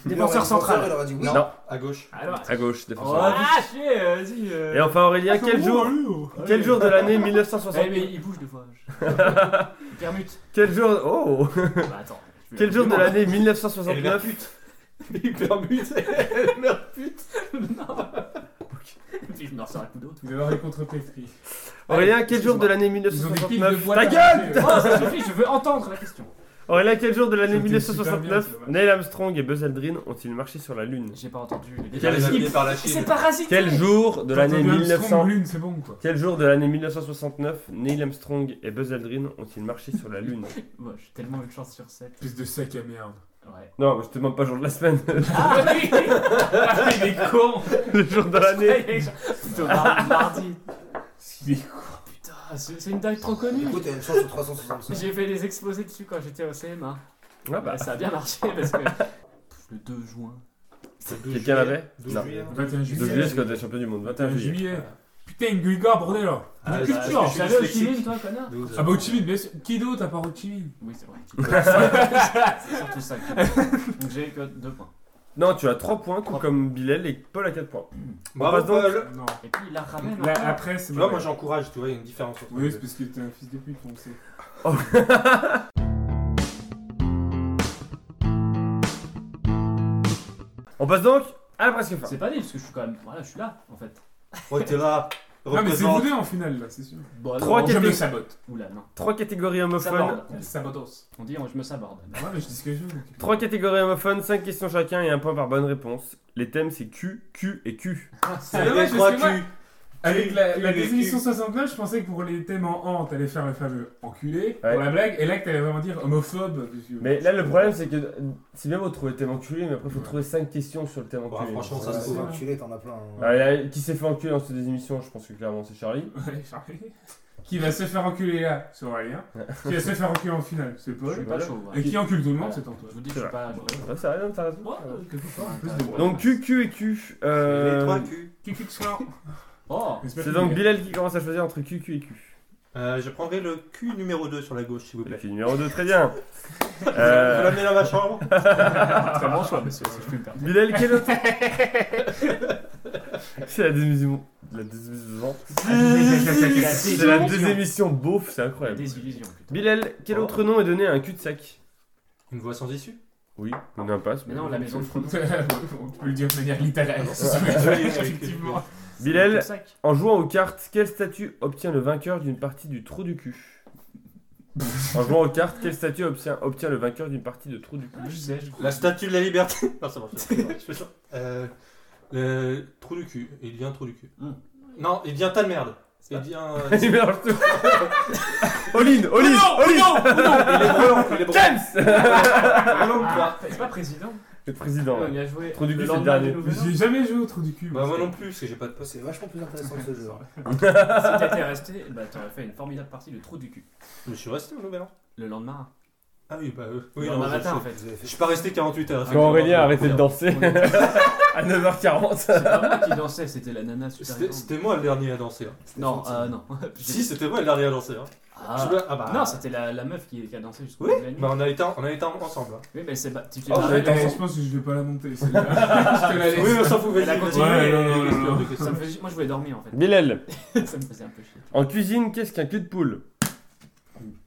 [SPEAKER 4] Défenseur
[SPEAKER 2] Il
[SPEAKER 4] central.
[SPEAKER 2] aurait dit oui.
[SPEAKER 3] Non,
[SPEAKER 1] À gauche. *laughs*
[SPEAKER 4] Alors,
[SPEAKER 3] à gauche,
[SPEAKER 4] oh,
[SPEAKER 3] défenseur.
[SPEAKER 4] ah, chier, vas-y. euh.
[SPEAKER 3] Et enfin Aurélien, quel jour, quel jour de l'année 1960
[SPEAKER 4] Eh, mais il bouge des fois. il permute.
[SPEAKER 3] Quel jour Oh
[SPEAKER 4] Bah attends. je vais-
[SPEAKER 3] Quel jour de l'année
[SPEAKER 1] Elle est
[SPEAKER 3] 1969
[SPEAKER 4] Il permute. Elle meurt pute. Non. Puis je me ressors un coup d'eau. tout.
[SPEAKER 6] *laughs* Vous allez voir les contre-pétris.
[SPEAKER 3] Aurélien, quel jour de l'année
[SPEAKER 6] Ils ont des piles de
[SPEAKER 3] 1969
[SPEAKER 6] bois.
[SPEAKER 3] Ta gueule
[SPEAKER 4] Oh, ça suffit, je veux entendre la question.
[SPEAKER 3] Aurélien, quel jour de l'année
[SPEAKER 6] C'était
[SPEAKER 3] 1969
[SPEAKER 6] super bien,
[SPEAKER 3] Neil Armstrong et Buzz Aldrin ont-ils marché sur la Lune
[SPEAKER 4] J'ai pas entendu. les-
[SPEAKER 1] Il est habillé par la
[SPEAKER 4] C'est
[SPEAKER 1] Chine.
[SPEAKER 4] parasité.
[SPEAKER 3] Quel jour de l'année 1900
[SPEAKER 6] Lune, c'est bon quoi.
[SPEAKER 3] quel jour de l'année 1969 Neil Armstrong et Buzz Aldrin ont-ils marché sur la Lune
[SPEAKER 4] Moi, j'ai tellement une chance sur 7.
[SPEAKER 6] Plus de sac à merde.
[SPEAKER 3] *laughs*
[SPEAKER 4] Ouais.
[SPEAKER 3] Non, mais je te demande pas le jour de la semaine, *laughs*
[SPEAKER 4] Ah oui Ah, Il est con.
[SPEAKER 3] le jour de l'année.
[SPEAKER 4] Plutôt mar- mardi. Il est con. Putain, c'est c'est une dingue trop connue.
[SPEAKER 2] Du coup, t'as une chance sur 365.
[SPEAKER 4] J'ai fait des exposés dessus quand j'étais au CM1.
[SPEAKER 3] Ah bah,
[SPEAKER 4] Ça a bien marché parce que. Le 2 juin.
[SPEAKER 3] quelqu'un l'avait
[SPEAKER 1] 12
[SPEAKER 3] Non.
[SPEAKER 1] juillet.
[SPEAKER 6] 21
[SPEAKER 3] De
[SPEAKER 6] juillet.
[SPEAKER 3] juillet, c'est quand t'es champion du monde,
[SPEAKER 6] 21
[SPEAKER 3] 21 juillet.
[SPEAKER 6] juillet. Putain, Gulga, bordel là.
[SPEAKER 1] Ah,
[SPEAKER 6] Culture,
[SPEAKER 1] parce que je suis
[SPEAKER 6] c'est
[SPEAKER 4] allé au
[SPEAKER 1] dyslexique.
[SPEAKER 4] Chili, toi, connard
[SPEAKER 1] 12.
[SPEAKER 6] Ah bah, Ho Chi Minh, bien sûr. Qui d'autre à part Ho Chi Minh
[SPEAKER 4] Oui, c'est vrai. c'est surtout ça. qui- Donc j'ai que 2 points.
[SPEAKER 3] Non, tu as 3 points, tout comme Bilal et Paul a 4 points.
[SPEAKER 1] Bravo,
[SPEAKER 3] passe donc.
[SPEAKER 1] Paul.
[SPEAKER 6] Non.
[SPEAKER 4] Et puis il la ramène.
[SPEAKER 6] Là,
[SPEAKER 4] encore.
[SPEAKER 6] après, c'est
[SPEAKER 1] Tu vois, moi j'encourage, tu vois, il y a une différence entre les
[SPEAKER 6] Oui, c'est
[SPEAKER 1] deux.
[SPEAKER 6] parce que t'es un fils de pute, on le sait.
[SPEAKER 3] On passe donc à la presque fin.
[SPEAKER 4] C'est pas dit parce que je suis quand même. Voilà, je suis là en fait.
[SPEAKER 1] Oh, t'es là.
[SPEAKER 6] Non, mais c'est vous
[SPEAKER 1] Représente.
[SPEAKER 6] deux en finale là, c'est sûr.
[SPEAKER 4] Bon, alors,
[SPEAKER 3] Trois
[SPEAKER 4] on-
[SPEAKER 3] Quel
[SPEAKER 6] Je me
[SPEAKER 3] est-
[SPEAKER 6] sabote.
[SPEAKER 4] Oula, non.
[SPEAKER 3] Trois catégories homophones.
[SPEAKER 4] Saborde.
[SPEAKER 6] Sabotos.
[SPEAKER 4] On dit, on- je me saborde.
[SPEAKER 6] Ouais, mais je dis ce que je veux. donc.
[SPEAKER 3] Trois catégories homophones, 5 questions chacun et un point par bonne réponse. Les thèmes c'est Q, Q et Q.
[SPEAKER 1] Ah,
[SPEAKER 6] C'est dommage parce que moi, avec la, la définition 69, je pensais que pour les thèmes en an, t'allais faire le fameux enculé
[SPEAKER 3] Ouais.
[SPEAKER 6] pour la blague, et là que t'allais vraiment dire homophobe. parce que-
[SPEAKER 3] Mais là le problème c'est que euh, c'est bien beau de trouver le thème enculé, mais après faut
[SPEAKER 6] Ouais.
[SPEAKER 3] trouver 5 questions sur le thème
[SPEAKER 1] Bah,
[SPEAKER 3] enculé.
[SPEAKER 1] franchement, ça
[SPEAKER 2] Ouais,
[SPEAKER 1] se trouve.
[SPEAKER 2] c'est
[SPEAKER 1] hein.
[SPEAKER 2] enculé, t'en as plein. hein.
[SPEAKER 6] *laughs*
[SPEAKER 3] Ah, là, qui s'est fait enculer dans cette des émissions, je pense que clairement c'est Charlie.
[SPEAKER 6] Ouais, Charlie. qui va se faire enculer là, c'est Aurélien. Qui va se faire enculer en finale,
[SPEAKER 4] Je
[SPEAKER 6] c'est
[SPEAKER 4] suis
[SPEAKER 6] Paul.
[SPEAKER 4] pas chaud.
[SPEAKER 6] Et qui encule tout le monde,
[SPEAKER 4] Voilà.
[SPEAKER 6] c'est Antoine.
[SPEAKER 4] Je vous dis, je suis pas.
[SPEAKER 3] Ouais, ça raison, t'as raison.
[SPEAKER 4] Ouais, quelque part.
[SPEAKER 6] Plus de bras.
[SPEAKER 3] Donc Q, Q et Q. euh,
[SPEAKER 2] Les trois culs.
[SPEAKER 6] Qui clique sur
[SPEAKER 4] Oh,
[SPEAKER 3] c'est donc *laughs* Bilal qui commence à choisir entre Q, Q et Q.
[SPEAKER 1] Euh, je prendrai le Q numéro 2 sur la gauche, s'il vous
[SPEAKER 3] La
[SPEAKER 1] plaît.
[SPEAKER 3] fille numéro 2, très bien.
[SPEAKER 1] Je la
[SPEAKER 3] Euh,
[SPEAKER 1] mets dans ma
[SPEAKER 3] *laughs*
[SPEAKER 1] chambre.
[SPEAKER 4] très bon choix, monsieur, si je peux me *laughs* permettre.
[SPEAKER 3] Bilal, quel autre *laughs* C'est la désillusion. La désillusion. C'est la désémission beauf, c'est incroyable.
[SPEAKER 4] Désillusion, putain.
[SPEAKER 3] Bilal, quel autre nom est donné à un cul-de-sac
[SPEAKER 1] Une voix sans *laughs* issue
[SPEAKER 3] Oui, une impasse.
[SPEAKER 4] Mais non, la maison de
[SPEAKER 3] *laughs*
[SPEAKER 4] Ah Frodon.
[SPEAKER 6] On peut le dire de manière littérale. Effectivement.
[SPEAKER 3] Bilal,
[SPEAKER 4] C'est le sac.
[SPEAKER 3] en jouant aux cartes, quelle statue obtient le vainqueur d'une partie du trou du cul En jouant aux cartes, quelle statue obtient, obtient le vainqueur d'une partie de trou du cul
[SPEAKER 4] Je sais, je
[SPEAKER 1] La statue de la liberté. *laughs* Non, ça marche pas. Je fais ça. *laughs* Euh, le trou du cul. Il dit un trou du cul.
[SPEAKER 4] Hmm.
[SPEAKER 1] Non, il dit un tas de merde. Il dit un. *laughs* il
[SPEAKER 3] Il mélange tout. *laughs* All-in, all-in, all-in
[SPEAKER 1] est blanc. Il est blanc.
[SPEAKER 3] James
[SPEAKER 1] Blanc, quoi.
[SPEAKER 4] C'est pas président.
[SPEAKER 3] Le président.
[SPEAKER 4] On y a joué.
[SPEAKER 3] Trop du cul, c'est le
[SPEAKER 4] lendemain
[SPEAKER 3] dernier.
[SPEAKER 4] du Nouvel An.
[SPEAKER 6] J'ai jamais joué au trou du cul.
[SPEAKER 1] Bah, moi
[SPEAKER 6] moi.
[SPEAKER 1] non plus, parce que j'ai pas de poste.
[SPEAKER 2] C'est vachement plus intéressant que ce jeu. hein.
[SPEAKER 4] Si t'étais resté, bah t'aurais fait une formidable partie de trou du cul.
[SPEAKER 1] Mais je suis resté au nouvel an.
[SPEAKER 4] Le lendemain.
[SPEAKER 1] Ah oui, bah. euh,
[SPEAKER 4] Le
[SPEAKER 1] Oui, non,
[SPEAKER 4] lendemain
[SPEAKER 1] je-
[SPEAKER 4] matin, en
[SPEAKER 1] je-
[SPEAKER 4] fait.
[SPEAKER 2] *laughs*
[SPEAKER 1] Je suis pas resté 48 heures.
[SPEAKER 3] Quand Aurélien a arrêté de danser à 9h40.
[SPEAKER 4] C'est pas moi qui dansais, c'était la nana super.
[SPEAKER 1] C'était
[SPEAKER 4] grande.
[SPEAKER 1] c'était moi le dernier à danser. hein.
[SPEAKER 4] Non, euh, non.
[SPEAKER 1] Si, c'était moi le dernier à danser. hein.
[SPEAKER 4] Ah.
[SPEAKER 1] Je me- ah bah.
[SPEAKER 4] Non, c'était la, la meuf qui, qui a dansé jusqu'au
[SPEAKER 1] Oui,
[SPEAKER 4] bout de la nuit.
[SPEAKER 1] Bah, on a été, on a été ensemble. hein.
[SPEAKER 4] Oui, mais c'est pas. Tu t'es
[SPEAKER 1] Oh,
[SPEAKER 4] barré.
[SPEAKER 1] vous avez
[SPEAKER 6] Je pense que je vais pas la monter. celle-là. Je te la
[SPEAKER 1] Oui,
[SPEAKER 6] laisse.
[SPEAKER 1] on s'en fout,
[SPEAKER 4] Elle a
[SPEAKER 1] vas-y,
[SPEAKER 4] continué.
[SPEAKER 1] vas-y.
[SPEAKER 6] Ouais, non, non,
[SPEAKER 1] Des questions,
[SPEAKER 6] non,
[SPEAKER 1] des
[SPEAKER 6] non.
[SPEAKER 1] questions.
[SPEAKER 4] Ça me faisait- Moi je voulais dormir en fait.
[SPEAKER 3] Bilal,
[SPEAKER 4] ça me faisait un peu chier.
[SPEAKER 3] en cuisine, qu'est-ce qu'un cul de poule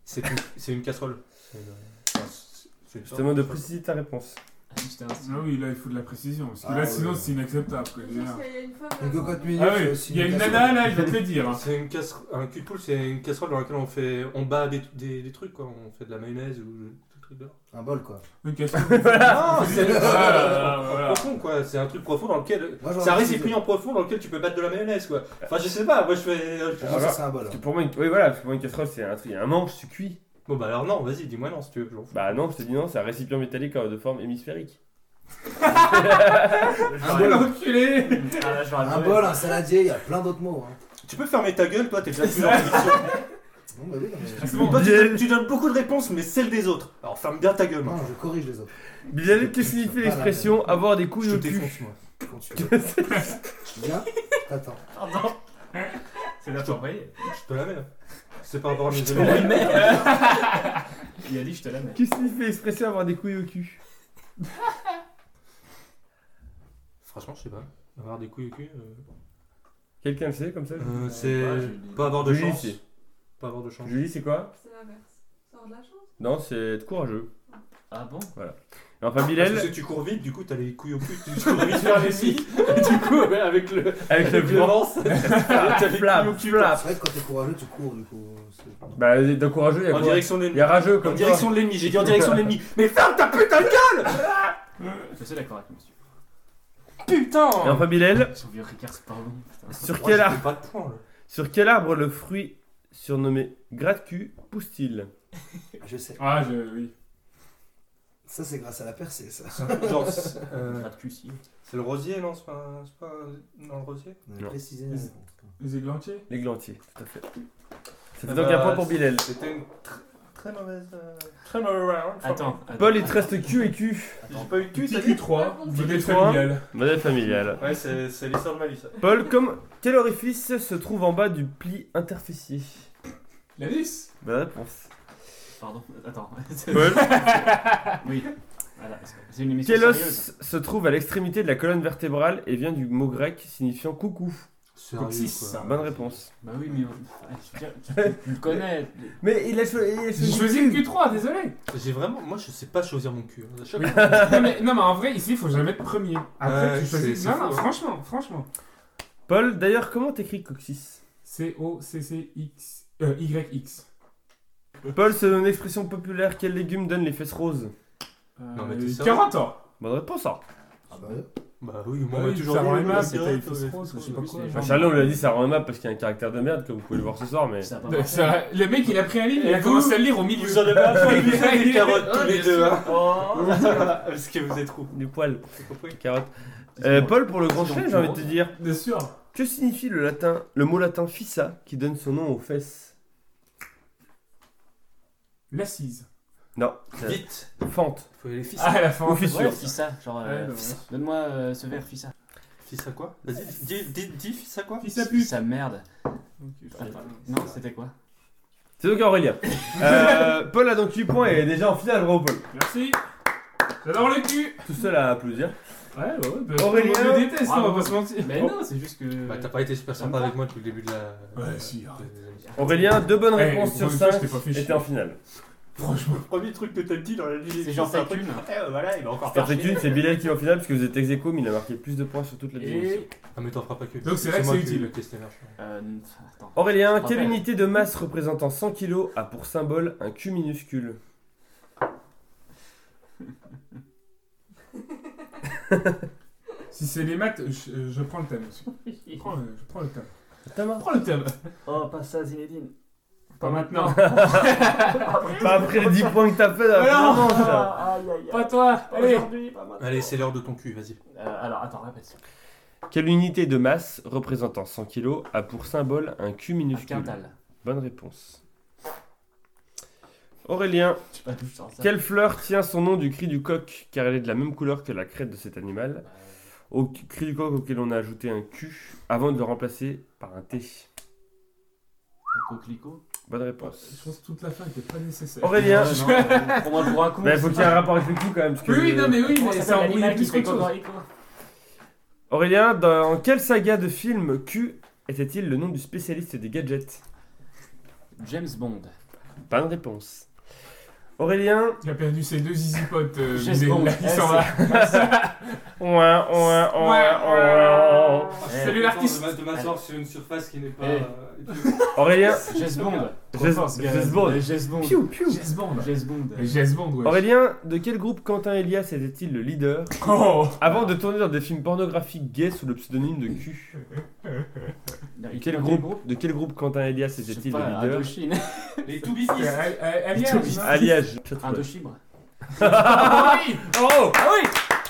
[SPEAKER 1] C'est une, c'est une casserole. C'est une- enfin, c'est- c'est une
[SPEAKER 3] Je te
[SPEAKER 1] sorte
[SPEAKER 3] demande de préciser ta réponse.
[SPEAKER 4] Ah, J'étais un
[SPEAKER 6] Ah oui, là il faut de la précision. Parce que
[SPEAKER 2] Ah
[SPEAKER 6] là
[SPEAKER 2] ouais.
[SPEAKER 6] sinon c'est inacceptable. quoi.
[SPEAKER 8] Je pense qu'il y a une fois,
[SPEAKER 2] Les
[SPEAKER 8] vraiment,
[SPEAKER 2] cocottes
[SPEAKER 6] Ah
[SPEAKER 2] minutes, c'est
[SPEAKER 6] oui,
[SPEAKER 2] aussi
[SPEAKER 6] il y a une
[SPEAKER 2] casserole.
[SPEAKER 6] nana là, il va te le dire. hein.
[SPEAKER 1] C'est une casserole, un cul de poule, c'est une casserole dans laquelle on fait, on bat des, des, des trucs quoi, on fait de la mayonnaise ou tout truc là.
[SPEAKER 2] Un bol quoi.
[SPEAKER 6] Une question.
[SPEAKER 1] Non, c'est
[SPEAKER 6] Voilà, voilà.
[SPEAKER 1] profond quoi, c'est un truc profond dans lequel,
[SPEAKER 2] Moi, j'aurais
[SPEAKER 1] c'est un
[SPEAKER 2] précisé.
[SPEAKER 1] récipient profond dans lequel tu peux battre de la mayonnaise quoi. Enfin je sais pas, moi je fais. je-
[SPEAKER 2] Pour moi, ça c'est un bol.
[SPEAKER 3] Parce
[SPEAKER 2] hein.
[SPEAKER 3] que pour moi, une... oui, voilà, parce que pour moi, une casserole, c'est un truc, il y a un manche, tu cuis.
[SPEAKER 1] Bon bah alors non, vas-y dis-moi non si tu veux. j'en fous.
[SPEAKER 3] Bah non, je te dis non, c'est un récipient métallique euh, de forme hémisphérique.
[SPEAKER 2] Un bol, un,
[SPEAKER 6] Enculé
[SPEAKER 4] Ah là je vais adorer.
[SPEAKER 2] bol, un saladier, il y a plein d'autres mots. Hein.
[SPEAKER 1] Tu peux fermer ta gueule, toi t'es déjà plus dans l'émission.
[SPEAKER 2] Non, bah oui, non, mais-
[SPEAKER 6] Ah, C'est bon.
[SPEAKER 1] Toi, tu,
[SPEAKER 3] Bien.
[SPEAKER 1] donnes- tu donnes beaucoup de réponses mais celles des autres. Alors ferme bien ta gueule. maintenant.
[SPEAKER 2] Non, je corrige les autres.
[SPEAKER 3] Bilal, qu'est-ce que signifie l'expression avoir des couilles
[SPEAKER 1] Je
[SPEAKER 3] au
[SPEAKER 1] te
[SPEAKER 3] cul
[SPEAKER 1] défonce moi.
[SPEAKER 2] Quand tu veux. Viens, t'attends.
[SPEAKER 4] Pardon. C'est l'approprié.
[SPEAKER 1] Je te la mets. là. C'est pas rapport à mes
[SPEAKER 4] Il
[SPEAKER 1] éléments.
[SPEAKER 4] a dit je te la mets.
[SPEAKER 3] Qu'est-ce que signifie l'expression avoir des couilles au cul
[SPEAKER 1] Franchement je sais pas. Avoir des couilles au cul. euh,
[SPEAKER 3] Quelqu'un le sait comme ça
[SPEAKER 1] Euh, c'est
[SPEAKER 4] Ouais, je dis.
[SPEAKER 1] pas avoir de
[SPEAKER 3] Julie,
[SPEAKER 1] chance.
[SPEAKER 3] c'est-
[SPEAKER 1] Pas avoir de chance.
[SPEAKER 3] Julie, c'est quoi
[SPEAKER 8] C'est l'inverse. Ça a de la chance.
[SPEAKER 3] Non, c'est être courageux.
[SPEAKER 4] Ah bon
[SPEAKER 3] Et Enfin,
[SPEAKER 1] Parce que
[SPEAKER 3] Bilal,
[SPEAKER 1] si tu cours vite, du coup, t'as les couilles au cul, tu cours vite vers les *laughs* filles. du coup, ouais, avec le,
[SPEAKER 3] avec le
[SPEAKER 1] avec le
[SPEAKER 3] blanc,
[SPEAKER 1] vent, *laughs* ça- t'as les couilles au
[SPEAKER 3] flap,
[SPEAKER 1] cul.
[SPEAKER 3] flap.
[SPEAKER 2] C'est vrai que quand t'es courageux, tu cours du coup. c'est-
[SPEAKER 3] Bah, d'un courageux, il y a
[SPEAKER 1] En
[SPEAKER 3] quoi
[SPEAKER 1] direction de
[SPEAKER 3] Il y
[SPEAKER 1] l'ennemi.
[SPEAKER 3] a rageux
[SPEAKER 1] En
[SPEAKER 3] comme toi.
[SPEAKER 1] direction de l'ennemi, j'ai dit en direction de l'ennemi. Mais ferme ta putain de
[SPEAKER 4] Je suis d'accord avec monsieur.
[SPEAKER 3] Et enfin, Bilal,
[SPEAKER 4] J'ai oublié Ah, Ricard Sparrow. putain.
[SPEAKER 3] sur
[SPEAKER 1] gueule
[SPEAKER 3] quel arbre
[SPEAKER 1] J'ai pas de point, là.
[SPEAKER 3] Sur quel arbre le fruit surnommé gratte-cul pousse-t-il
[SPEAKER 2] Je sais.
[SPEAKER 6] Ah, je. Oui.
[SPEAKER 2] Ça, c'est grâce à la percée, ça.
[SPEAKER 1] Genre, c'est euh,
[SPEAKER 4] Pas de cul, si.
[SPEAKER 1] c'est le rosier, non C'est pas, c'est pas dans le rosier
[SPEAKER 2] On
[SPEAKER 3] Non.
[SPEAKER 2] a précisé hein. les réponses.
[SPEAKER 6] Les églantiers
[SPEAKER 3] L'églantier, tout à fait. Ça fait
[SPEAKER 1] Ah
[SPEAKER 3] donc
[SPEAKER 1] bah,
[SPEAKER 3] un point pour Bilal.
[SPEAKER 1] C'était une tr- très mauvaise. euh, Très mauvaise round.
[SPEAKER 4] Attends.
[SPEAKER 3] Paul, il
[SPEAKER 4] attends.
[SPEAKER 3] te reste Q et Q.
[SPEAKER 1] J'ai pas eu de cul, t'as dit
[SPEAKER 6] TQ3, *laughs*
[SPEAKER 3] TQ3.
[SPEAKER 6] modèle familial.
[SPEAKER 3] Modèle familial.
[SPEAKER 1] Ouais, c'est c'est l'histoire de ma vie, ça.
[SPEAKER 3] Paul, comme quel orifice se trouve en bas du pli interfécier
[SPEAKER 6] La 10
[SPEAKER 3] Bonne réponse.
[SPEAKER 4] Pardon. Attends.
[SPEAKER 3] Paul,
[SPEAKER 4] *laughs* Oui. Voilà. C'est une émission
[SPEAKER 3] quel
[SPEAKER 4] sérieuse.
[SPEAKER 3] os se trouve à l'extrémité de la colonne vertébrale et vient du mot grec signifiant coucou
[SPEAKER 1] Sérieux,
[SPEAKER 6] Coccyx,
[SPEAKER 1] quoi.
[SPEAKER 6] ça.
[SPEAKER 3] Bonne réponse.
[SPEAKER 4] Bah oui, mais. on- Je veux dire, tu- Tu le connais.
[SPEAKER 3] Mais il a cho- il a
[SPEAKER 6] J'ai
[SPEAKER 3] choisi.
[SPEAKER 6] choisi le Q3, désolé
[SPEAKER 1] J'ai vraiment. Moi, je sais pas choisir mon cul. hein. À chaque-
[SPEAKER 6] *laughs* non, mais, non, mais en vrai, ici, il faut jamais être premier. Après,
[SPEAKER 1] Ouais,
[SPEAKER 6] tu choisis.
[SPEAKER 1] c'est-
[SPEAKER 6] Non,
[SPEAKER 1] c'est
[SPEAKER 6] non,
[SPEAKER 1] fou, hein.
[SPEAKER 6] franchement, franchement.
[SPEAKER 3] Paul, d'ailleurs, comment t'écris coccyx
[SPEAKER 6] C-O-C-C-X. Euh, YX.
[SPEAKER 3] Paul, selon une expression populaire, quel légume donne les fesses roses
[SPEAKER 6] Euh,
[SPEAKER 1] Non, mais t'es sérieux
[SPEAKER 6] carotte or.
[SPEAKER 3] Bonne réponse, hein.
[SPEAKER 2] Ah bah ouais.
[SPEAKER 1] Bah oui, moi,
[SPEAKER 6] Bah
[SPEAKER 1] on m'a
[SPEAKER 6] oui,
[SPEAKER 1] toujours
[SPEAKER 6] ça
[SPEAKER 1] dit,
[SPEAKER 6] rend les
[SPEAKER 1] euh,
[SPEAKER 6] masses,
[SPEAKER 1] c'est
[SPEAKER 6] et
[SPEAKER 1] vrai,
[SPEAKER 6] t'as les
[SPEAKER 1] euh,
[SPEAKER 6] fesses roses,
[SPEAKER 1] je sais
[SPEAKER 6] je
[SPEAKER 1] pas
[SPEAKER 6] sais
[SPEAKER 1] quoi.
[SPEAKER 6] plus,
[SPEAKER 3] Bah,
[SPEAKER 1] genre.
[SPEAKER 3] Charlie, on lui a dit, ça rend mal parce qu'il y a un caractère de merde, comme vous pouvez le voir ce soir, mais.
[SPEAKER 4] Ça a pas
[SPEAKER 6] C'est
[SPEAKER 4] marché.
[SPEAKER 6] vrai, Le mec, il a pris un livre,
[SPEAKER 1] Et
[SPEAKER 6] il a
[SPEAKER 1] vous,
[SPEAKER 6] commencé à le lire au milieu.
[SPEAKER 1] Vous en avez
[SPEAKER 6] *laughs*
[SPEAKER 1] un peu
[SPEAKER 6] Il a-
[SPEAKER 1] avec des
[SPEAKER 6] il a-
[SPEAKER 1] carottes tous les deux, hein.
[SPEAKER 4] Oh
[SPEAKER 1] *laughs* Parce que vous êtes roux,
[SPEAKER 3] Du poil,
[SPEAKER 1] t'as compris
[SPEAKER 3] carotte. Euh, Paul, pour le grand
[SPEAKER 4] C'est
[SPEAKER 3] chelem,
[SPEAKER 4] donc
[SPEAKER 3] j'ai envie de
[SPEAKER 4] drôle.
[SPEAKER 3] te dire,
[SPEAKER 6] Bien sûr.
[SPEAKER 3] que signifie le, latin, le mot latin fissa qui donne son nom aux fesses
[SPEAKER 6] L'assise.
[SPEAKER 3] Non.
[SPEAKER 2] Vite
[SPEAKER 3] Fente.
[SPEAKER 2] Faut y aller fils.
[SPEAKER 6] Ah, la fin.
[SPEAKER 3] Ou fissure.
[SPEAKER 4] Ouais, ça, genre. euh,
[SPEAKER 6] Ouais, bah, ouais.
[SPEAKER 4] Donne-moi euh, ce verre, fissa.
[SPEAKER 2] Fils à quoi Vas-y, dis, dis, dis fils à quoi
[SPEAKER 6] Fils à pute.
[SPEAKER 4] Sa merde.
[SPEAKER 6] Ok.
[SPEAKER 4] Non, c'était quoi
[SPEAKER 3] C'est donc *laughs* Aurélien. Euh, Paul a donc 8 points et est déjà en finale, bravo Paul.
[SPEAKER 6] Merci. J'adore le cul.
[SPEAKER 3] Tout seul à applaudir.
[SPEAKER 6] Ouais, bah ouais. bah,
[SPEAKER 3] Aurélien.
[SPEAKER 6] tout le monde me déteste, on
[SPEAKER 4] Bravo.
[SPEAKER 6] va pas se mentir. Oh.
[SPEAKER 4] Mais non, c'est juste que.
[SPEAKER 1] Bah, t'as pas été super sympa
[SPEAKER 4] Sympa.
[SPEAKER 1] avec moi depuis le début de la. euh,
[SPEAKER 6] Ouais, si, arrête.
[SPEAKER 3] Aurélien, deux bonnes
[SPEAKER 6] Eh,
[SPEAKER 3] réponses
[SPEAKER 6] pour
[SPEAKER 3] sur
[SPEAKER 6] une fois,
[SPEAKER 3] 5
[SPEAKER 6] je t'ai pas fait
[SPEAKER 3] était
[SPEAKER 6] chier.
[SPEAKER 3] en finale.
[SPEAKER 6] Franchement.
[SPEAKER 2] Premier truc que t'as dit dans la liste.
[SPEAKER 4] C'est genre ta thune.
[SPEAKER 2] voilà, il va encore
[SPEAKER 3] Par une, c'est Bilal qui va en finale parce que vous êtes ex aequo, mais il a marqué plus de points sur toute la démission.
[SPEAKER 4] Et.
[SPEAKER 1] Ah, mais t'en feras pas que.
[SPEAKER 6] Donc, c'est vrai que
[SPEAKER 1] moi
[SPEAKER 6] c'est
[SPEAKER 1] qui
[SPEAKER 6] utile.
[SPEAKER 1] le testais, merde.
[SPEAKER 4] Euh, attends.
[SPEAKER 3] Aurélien,
[SPEAKER 4] Rappel.
[SPEAKER 3] quelle unité de masse représentant 100 kg a pour symbole un Q minuscule
[SPEAKER 6] Si c'est les maths, je, euh, je prends le thème aussi. Je prends le, je prends le thème.
[SPEAKER 3] Thomas.
[SPEAKER 6] Je prends le thème.
[SPEAKER 4] Oh, pas ça, Zinedine.
[SPEAKER 6] Pas maintenant.
[SPEAKER 3] Pas après les 10 points que t'as fait dans la
[SPEAKER 6] Alors.
[SPEAKER 3] première manche, là.
[SPEAKER 4] aïe, aïe,
[SPEAKER 6] Pas toi. Allez.
[SPEAKER 4] pas maintenant.
[SPEAKER 1] Allez, c'est l'heure de ton cul, vas-y.
[SPEAKER 4] Euh, alors, attends, répète.
[SPEAKER 3] Quelle unité de masse représentant 100 kg a pour symbole un Q
[SPEAKER 4] Un
[SPEAKER 3] minuscule
[SPEAKER 4] quintal.
[SPEAKER 3] Bonne réponse. Aurélien,
[SPEAKER 4] Je sais pas d'où je sors ça.
[SPEAKER 3] quelle fleur tient son nom du cri du coq car elle est de la même couleur que la crête de cet animal Au cri du coq auquel on a ajouté un Q avant de le remplacer par un T.
[SPEAKER 4] Un coquelicot
[SPEAKER 3] Bonne
[SPEAKER 6] Je
[SPEAKER 3] réponse.
[SPEAKER 6] pense que toute la fin n'était pas nécessaire.
[SPEAKER 3] Aurélien,
[SPEAKER 4] Ouais, non, euh, Prends-moi pour un con.
[SPEAKER 3] mais il Bah, faut qu'il y ait un rapport avec le Q quand même. parce que-
[SPEAKER 6] *laughs* Oui, oui, non, mais oui,
[SPEAKER 4] Comment
[SPEAKER 6] mais
[SPEAKER 4] s'appelle
[SPEAKER 6] ça
[SPEAKER 4] l'animal
[SPEAKER 6] embrouille
[SPEAKER 4] qui
[SPEAKER 6] plus
[SPEAKER 4] se fait
[SPEAKER 6] qu'autre chose.
[SPEAKER 4] cocorico
[SPEAKER 3] Aurélien, dans quelle saga de film Q était-il le nom du spécialiste des gadgets
[SPEAKER 4] James Bond.
[SPEAKER 3] Bonne réponse. Aurélien,
[SPEAKER 6] Il a perdu ses deux easy potes. euh,
[SPEAKER 4] James
[SPEAKER 6] il est-
[SPEAKER 4] Bond.
[SPEAKER 6] là, il s'en
[SPEAKER 4] *laughs*
[SPEAKER 6] va.
[SPEAKER 3] ouin, ouin, ouin, ouin.
[SPEAKER 1] Eh,
[SPEAKER 6] Salut l'artiste.
[SPEAKER 2] De m'asseoir sur une surface qui n'est pas.
[SPEAKER 4] Eh.
[SPEAKER 2] euh,
[SPEAKER 3] Aurélien,
[SPEAKER 4] James Bond.
[SPEAKER 3] James- James Bond.
[SPEAKER 4] Euh, James Bond.
[SPEAKER 3] Piou, piou.
[SPEAKER 6] Jess Bond.
[SPEAKER 4] James Bond.
[SPEAKER 6] Euh, Jess Bond, ouais.
[SPEAKER 3] Aurélien, de quel groupe Quentin Elias était-il le leader
[SPEAKER 6] Oh.
[SPEAKER 3] avant de tourner dans des films pornographiques gays sous le pseudonyme de Q De
[SPEAKER 4] Non, il-
[SPEAKER 3] quel
[SPEAKER 4] dans
[SPEAKER 3] groupe, de quel groupe Quentin Elias
[SPEAKER 4] Je sais
[SPEAKER 3] était-il le
[SPEAKER 4] pas,
[SPEAKER 3] leader
[SPEAKER 4] Indochine.
[SPEAKER 2] Les tout biscuits.
[SPEAKER 6] Euh, euh, euh, Alien,
[SPEAKER 4] Toby.
[SPEAKER 6] non
[SPEAKER 3] Alliage.
[SPEAKER 4] Indochine.
[SPEAKER 6] Ah, bah Oui.
[SPEAKER 3] Oh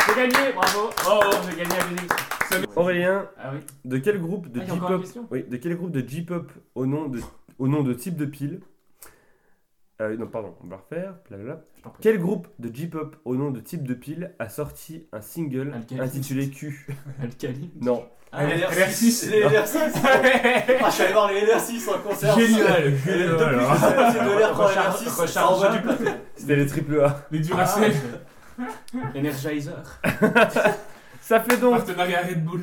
[SPEAKER 4] J'ai gagné, bravo. Oh, oh, j'ai gagné la musique.
[SPEAKER 3] Aurélien,
[SPEAKER 4] Ah oui.
[SPEAKER 3] de quel groupe de
[SPEAKER 4] Ah, il y a encore une
[SPEAKER 3] J-pop
[SPEAKER 4] question
[SPEAKER 3] Oui, de quel groupe de J-pop au nom de au nom de type de pile Euh, Non, pardon, on va refaire. blablabla.
[SPEAKER 4] Je t'en prie.
[SPEAKER 3] Quel groupe de J-pop au nom de type de pile a sorti un single
[SPEAKER 4] Alkaline.
[SPEAKER 3] intitulé Q
[SPEAKER 4] Alcali.
[SPEAKER 3] Non.
[SPEAKER 4] Ah,
[SPEAKER 6] Allez.
[SPEAKER 2] LR6. Les LR6. *laughs* Ah, je suis allé voir les LR6 en concert.
[SPEAKER 6] Génial,
[SPEAKER 2] Et
[SPEAKER 6] génial.
[SPEAKER 2] Depuis que je sais pas si
[SPEAKER 4] Ah,
[SPEAKER 2] de l'air quand
[SPEAKER 4] Recharge-
[SPEAKER 2] LR6, ça
[SPEAKER 4] recharge-
[SPEAKER 2] envoie du plat.
[SPEAKER 3] C'était les triple A.
[SPEAKER 6] Les Duracell,
[SPEAKER 4] Energizer.
[SPEAKER 3] Ça fait donc
[SPEAKER 6] partenariat Red Bull.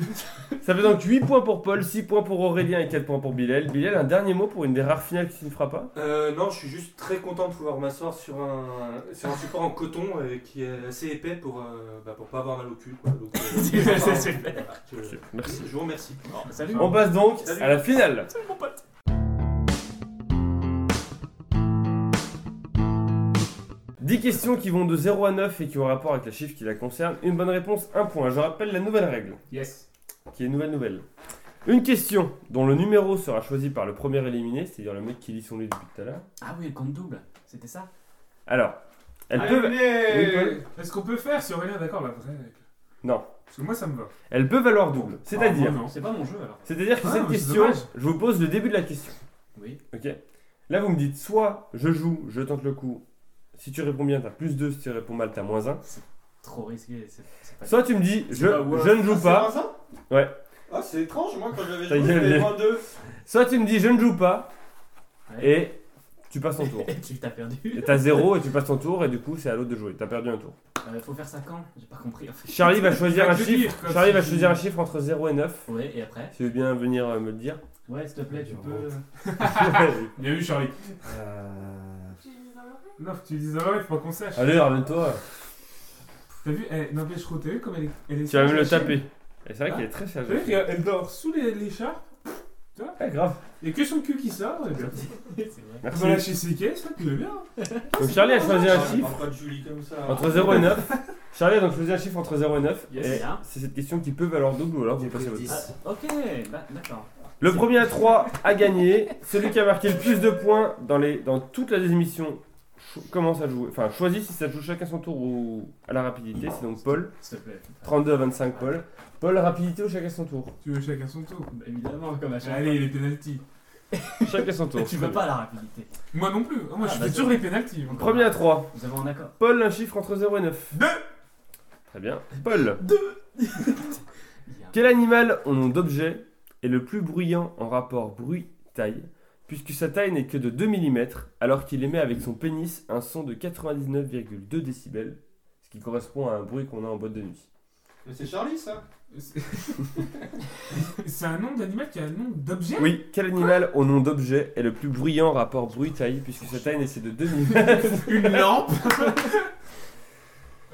[SPEAKER 3] ça fait donc 8 points pour Paul, 6 points pour Aurélien et 4 points pour Bilal. Bilal, un dernier mot pour une des rares finales qui ne fera pas
[SPEAKER 2] Euh, non, je suis juste très content de pouvoir m'asseoir sur un, sur un support en coton euh, qui est assez épais pour, euh, bah, pour pas avoir mal au cul. Quoi. Donc, euh,
[SPEAKER 3] *laughs*
[SPEAKER 4] C'est super.
[SPEAKER 2] voilà, je,
[SPEAKER 3] Merci.
[SPEAKER 2] je vous remercie.
[SPEAKER 4] Salut.
[SPEAKER 3] On passe donc
[SPEAKER 2] Salut.
[SPEAKER 3] à la finale. Dix questions qui vont de 0 à 9 et qui ont rapport avec la chiffre qui la concerne. Une bonne réponse, un point. Je rappelle la nouvelle règle,
[SPEAKER 6] Yes.
[SPEAKER 3] qui est nouvelle nouvelle. Une question dont le numéro sera choisi par le premier éliminé, c'est-à-dire le mec qui lit son livre depuis tout à l'heure.
[SPEAKER 4] Ah oui, le compte double. C'était ça
[SPEAKER 3] Alors, Ah, elle peut, Oui, Paul.
[SPEAKER 6] Est-ce qu'on peut faire sur Aurélien, d'accord, la vraie règle
[SPEAKER 3] Non.
[SPEAKER 6] Parce que moi, ça me va.
[SPEAKER 3] elle peut valoir double.
[SPEAKER 6] Ah,
[SPEAKER 3] C'est-à-dire,
[SPEAKER 6] moi, non.
[SPEAKER 4] C'est pas mon jeu alors.
[SPEAKER 3] c'est-à-dire que
[SPEAKER 6] Ah,
[SPEAKER 3] cette
[SPEAKER 6] mais c'est
[SPEAKER 3] question,
[SPEAKER 6] dommage.
[SPEAKER 3] je vous pose le début de la question.
[SPEAKER 4] Oui.
[SPEAKER 3] Ok. Là, vous me dites soit je joue, je tente le coup. Si tu réponds bien, t'as plus 2. Si tu réponds mal, t'as moins 1.
[SPEAKER 4] Trop risqué. c'est- c'est pas-
[SPEAKER 3] Soit tu me dis je,
[SPEAKER 4] Bah ouais.
[SPEAKER 3] je ne joue pas. Ouais.
[SPEAKER 2] Ah, c'est étrange, moi quand j'avais
[SPEAKER 3] Ta
[SPEAKER 2] joué,
[SPEAKER 3] gueule,
[SPEAKER 2] j'avais
[SPEAKER 3] les-
[SPEAKER 2] moins deux.
[SPEAKER 3] Soit tu me dis je ne joue pas
[SPEAKER 4] Ouais.
[SPEAKER 3] et tu passes ton tour.
[SPEAKER 4] *laughs* tu t'as
[SPEAKER 3] Et
[SPEAKER 4] perdu.
[SPEAKER 3] t'as 0 et tu passes ton tour et du coup c'est à l'autre de jouer. T'as perdu un tour.
[SPEAKER 4] Euh, faut faire ça quand J'ai pas compris en fait.
[SPEAKER 3] Charlie va
[SPEAKER 6] Je
[SPEAKER 3] choisir
[SPEAKER 6] vais
[SPEAKER 3] un
[SPEAKER 6] te le
[SPEAKER 3] chiffre.
[SPEAKER 6] dire, quoi,
[SPEAKER 3] Charlie
[SPEAKER 6] si
[SPEAKER 3] va
[SPEAKER 6] tu-
[SPEAKER 3] choisir un chiffre entre 0 et 9.
[SPEAKER 4] Ouais, et après
[SPEAKER 3] Si tu veux bien venir euh, me le dire. *laughs*
[SPEAKER 4] Ouais, s'il te plaît, tu peux. euh.
[SPEAKER 6] Bien vu, Charlie.
[SPEAKER 2] Euh...
[SPEAKER 8] Tu les as mangés
[SPEAKER 6] Non, faut que tu le dises à Aurélien, faut pas qu'on sache.
[SPEAKER 3] Allez, ramène-toi.
[SPEAKER 6] T'as vu, elle n'empêche trop, t'as vu comme elle est. elle est
[SPEAKER 3] Tu vas même
[SPEAKER 6] chargée,
[SPEAKER 3] le
[SPEAKER 6] la chaîne
[SPEAKER 3] taper. Et c'est vrai
[SPEAKER 6] Hein
[SPEAKER 3] qu'il est très
[SPEAKER 6] T'as vu
[SPEAKER 3] chargé.
[SPEAKER 6] qu'elle dort sous les- l'écharpe
[SPEAKER 3] Ah, grave.
[SPEAKER 6] et que son cul qui sort. et bien,
[SPEAKER 4] *laughs* C'est vrai.
[SPEAKER 6] On
[SPEAKER 3] Merci.
[SPEAKER 6] va lâcher ses caisses, là, tu veux bien.
[SPEAKER 3] Donc Charlie a choisi un
[SPEAKER 2] parle
[SPEAKER 3] chiffre.
[SPEAKER 2] Ah, pas de Julie comme ça.
[SPEAKER 3] Entre 0 et
[SPEAKER 4] *laughs*
[SPEAKER 3] 9. Charlie a donc choisi un chiffre entre 0 et 9.
[SPEAKER 4] Yes.
[SPEAKER 3] Et c'est cette question qui peut valoir double ou alors vous passez votre
[SPEAKER 2] pris
[SPEAKER 3] tour.
[SPEAKER 4] Ah, ok, bah, d'accord.
[SPEAKER 3] Le premier à 3 a gagné. Celui qui a marqué le plus de points dans, les, dans toute la émission cho- commence à jouer. Enfin, choisit si ça joue chacun son tour ou à la rapidité. C'est donc Paul.
[SPEAKER 4] S'il te plaît.
[SPEAKER 3] 32 à 25, Paul. Paul, rapidité ou chacun son tour
[SPEAKER 6] Tu veux chacun son tour.
[SPEAKER 3] Ah,
[SPEAKER 4] Bah, évidemment, comme à chaque
[SPEAKER 6] Allez, les pénalties.
[SPEAKER 3] Chacun son tour.
[SPEAKER 4] *laughs* Tu veux pas la rapidité.
[SPEAKER 6] Moi non plus. Moi,
[SPEAKER 4] Ah,
[SPEAKER 6] je
[SPEAKER 4] bah,
[SPEAKER 6] fais toujours
[SPEAKER 4] c'est-
[SPEAKER 6] les pénalties.
[SPEAKER 3] Premier à 3.
[SPEAKER 4] Nous avons un accord.
[SPEAKER 3] Paul, un chiffre entre 0 et 9. 2 Très bien. Paul,
[SPEAKER 4] Il y a-
[SPEAKER 3] *laughs* quel animal au nom d'objet est le plus bruyant en rapport bruit-taille, puisque sa taille n'est que de 2 mm, alors qu'il émet avec son pénis un son de 99,2 décibels, ce qui correspond à un bruit qu'on a en boîte de nuit.
[SPEAKER 2] Mais c'est Charlie ça
[SPEAKER 6] C'est c'est un nom d'animal qui a un nom d'objet
[SPEAKER 3] Oui, quel animal au nom d'objet est le plus bruyant en rapport bruit-taille, puisque sa taille n'est que de 2 mm
[SPEAKER 6] Une lampe *laughs*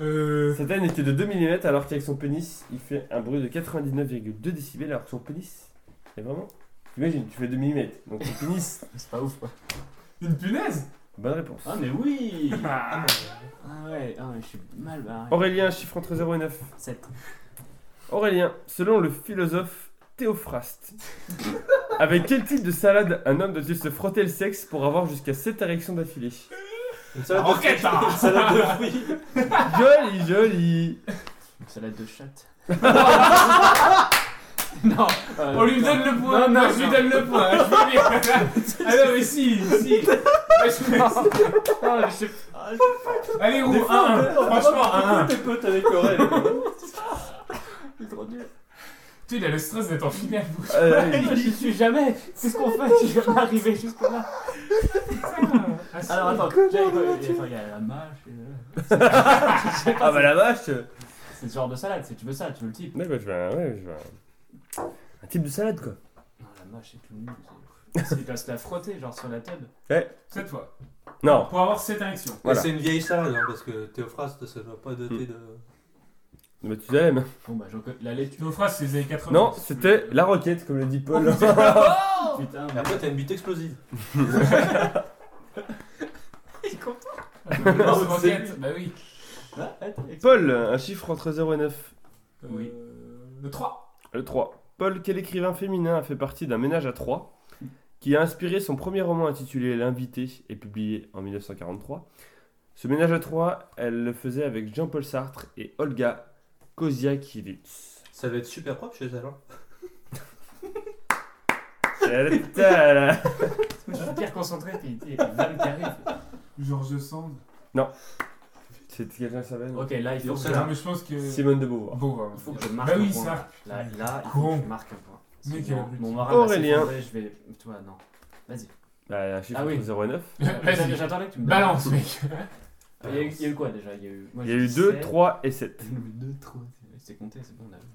[SPEAKER 6] Euh.
[SPEAKER 3] Sa taille n'est que de 2 mm alors qu'avec son pénis, il fait un bruit de 99,2 décibels alors que son pénis, c'est vraiment... Imagine, tu fais 2 mm, donc ton pénis, *laughs*
[SPEAKER 4] C'est pas ouf, quoi.
[SPEAKER 6] Une punaise
[SPEAKER 3] bonne réponse.
[SPEAKER 4] Ah, mais oui
[SPEAKER 6] Ah,
[SPEAKER 4] *laughs* Ah ouais, ah, mais je suis mal barré.
[SPEAKER 3] Aurélien, chiffre entre 0 et 9.
[SPEAKER 4] 7.
[SPEAKER 3] Aurélien, selon le philosophe *laughs* Théophraste, avec quel type de salade un homme doit-il se frotter le sexe pour avoir jusqu'à 7 érections d'affilée
[SPEAKER 2] Une salade de
[SPEAKER 6] Enquête, hein.
[SPEAKER 2] Une salade de fruits.
[SPEAKER 3] Joli, *laughs* joli
[SPEAKER 4] Une salade de chatte. non euh,
[SPEAKER 6] On lui donne le point
[SPEAKER 4] Non, non,
[SPEAKER 6] Moi, je lui
[SPEAKER 4] non.
[SPEAKER 6] donne le point je
[SPEAKER 3] *laughs*
[SPEAKER 6] veux dire. Ah non, mais si, si Moi, je-
[SPEAKER 4] Ah, je sais pas.
[SPEAKER 6] Allez, roux, un, un. Franchement,
[SPEAKER 3] Ah.
[SPEAKER 6] un, un.
[SPEAKER 2] T'es pote avec Aurel.
[SPEAKER 4] C'est trop dur.
[SPEAKER 6] Tu sais, il a le stress d'être en finale.
[SPEAKER 3] Euh,
[SPEAKER 4] J'y suis jamais. C'est ce qu'on fait. Je suis jamais arrivé jusque-là.
[SPEAKER 6] Ah, si.
[SPEAKER 4] Alors attends, j'ai- j'ai- attends, il y a la mâche. et, euh, *laughs* c'est-
[SPEAKER 3] Ah bah la vache
[SPEAKER 4] C'est ce genre de salade. Si tu veux ça, tu veux le type.
[SPEAKER 3] Ouais, bah, je veux un, ouais, je veux un- un type de salade quoi.
[SPEAKER 4] Non, la mâche, c'est tout le monde. c'est- C'est- Il doit se la frotter, genre sur la table.
[SPEAKER 6] Cette fois.
[SPEAKER 3] Non,
[SPEAKER 6] Pour avoir cette élection.
[SPEAKER 3] Voilà. Hmm.
[SPEAKER 2] C'est une vieille salade hein, parce que Théophraste ça doit pas dater de.
[SPEAKER 3] mais tu l'aimes.
[SPEAKER 4] Bon bah, j'en co- la laitue.
[SPEAKER 6] Tu nous feras ces années 80.
[SPEAKER 3] Non, c'était la roquette, comme le dit Paul.
[SPEAKER 4] Putain,
[SPEAKER 2] Et après t'as une bite explosive.
[SPEAKER 6] La grosse roquette. Bah oui.
[SPEAKER 4] Ah,
[SPEAKER 3] Paul, un chiffre entre 0 et 9.
[SPEAKER 4] Oui.
[SPEAKER 6] Euh, Le 3.
[SPEAKER 3] Le 3. Paul, quel écrivain féminin a fait partie d'un ménage à 3 qui a inspiré son premier roman intitulé L'invité et publié en 1943 Ce ménage à 3, elle le faisait avec Jean-Paul Sartre et Olga
[SPEAKER 4] *laughs*
[SPEAKER 3] Koziakiewicz.
[SPEAKER 2] Ça va être super propre chez elle. hein.
[SPEAKER 3] Tadala.
[SPEAKER 4] Je suis pire concentré, puis il y a une dame qui arrive.
[SPEAKER 6] Georges Sand.
[SPEAKER 3] C'est quelqu'un qui s'appelle
[SPEAKER 4] Ok, là, il faut que,
[SPEAKER 6] Non, mais je pense que.
[SPEAKER 3] Simone de Beauvoir.
[SPEAKER 6] Bon, voilà.
[SPEAKER 4] il faut que je marque
[SPEAKER 6] Bah
[SPEAKER 4] un
[SPEAKER 6] oui,
[SPEAKER 4] point.
[SPEAKER 6] ça.
[SPEAKER 4] Là, là, il faut que je
[SPEAKER 6] Con.
[SPEAKER 4] marque un point.
[SPEAKER 6] Mais
[SPEAKER 4] Sinon,
[SPEAKER 6] quel but.
[SPEAKER 4] mon moral va
[SPEAKER 3] Aurélien.
[SPEAKER 4] s'effondrer, je vais... Toi, non. Vas-y.
[SPEAKER 3] Bah, un chiffre
[SPEAKER 4] Ah oui.
[SPEAKER 3] entre 0 et 9.
[SPEAKER 4] *laughs* Vas-y.
[SPEAKER 6] Vas-y.
[SPEAKER 4] J'attendais que tu me
[SPEAKER 6] Balance,
[SPEAKER 3] *laughs*
[SPEAKER 6] mec.
[SPEAKER 4] Ah, Il y, a eu, il y a eu quoi déjà Il y a eu, moi,
[SPEAKER 3] Il y a
[SPEAKER 4] j'ai
[SPEAKER 3] eu
[SPEAKER 4] dit
[SPEAKER 3] 2,
[SPEAKER 4] sept.
[SPEAKER 3] 3 et 7.
[SPEAKER 4] Il y a eu 2, 3. C'est compté, c'est bon, on a vu.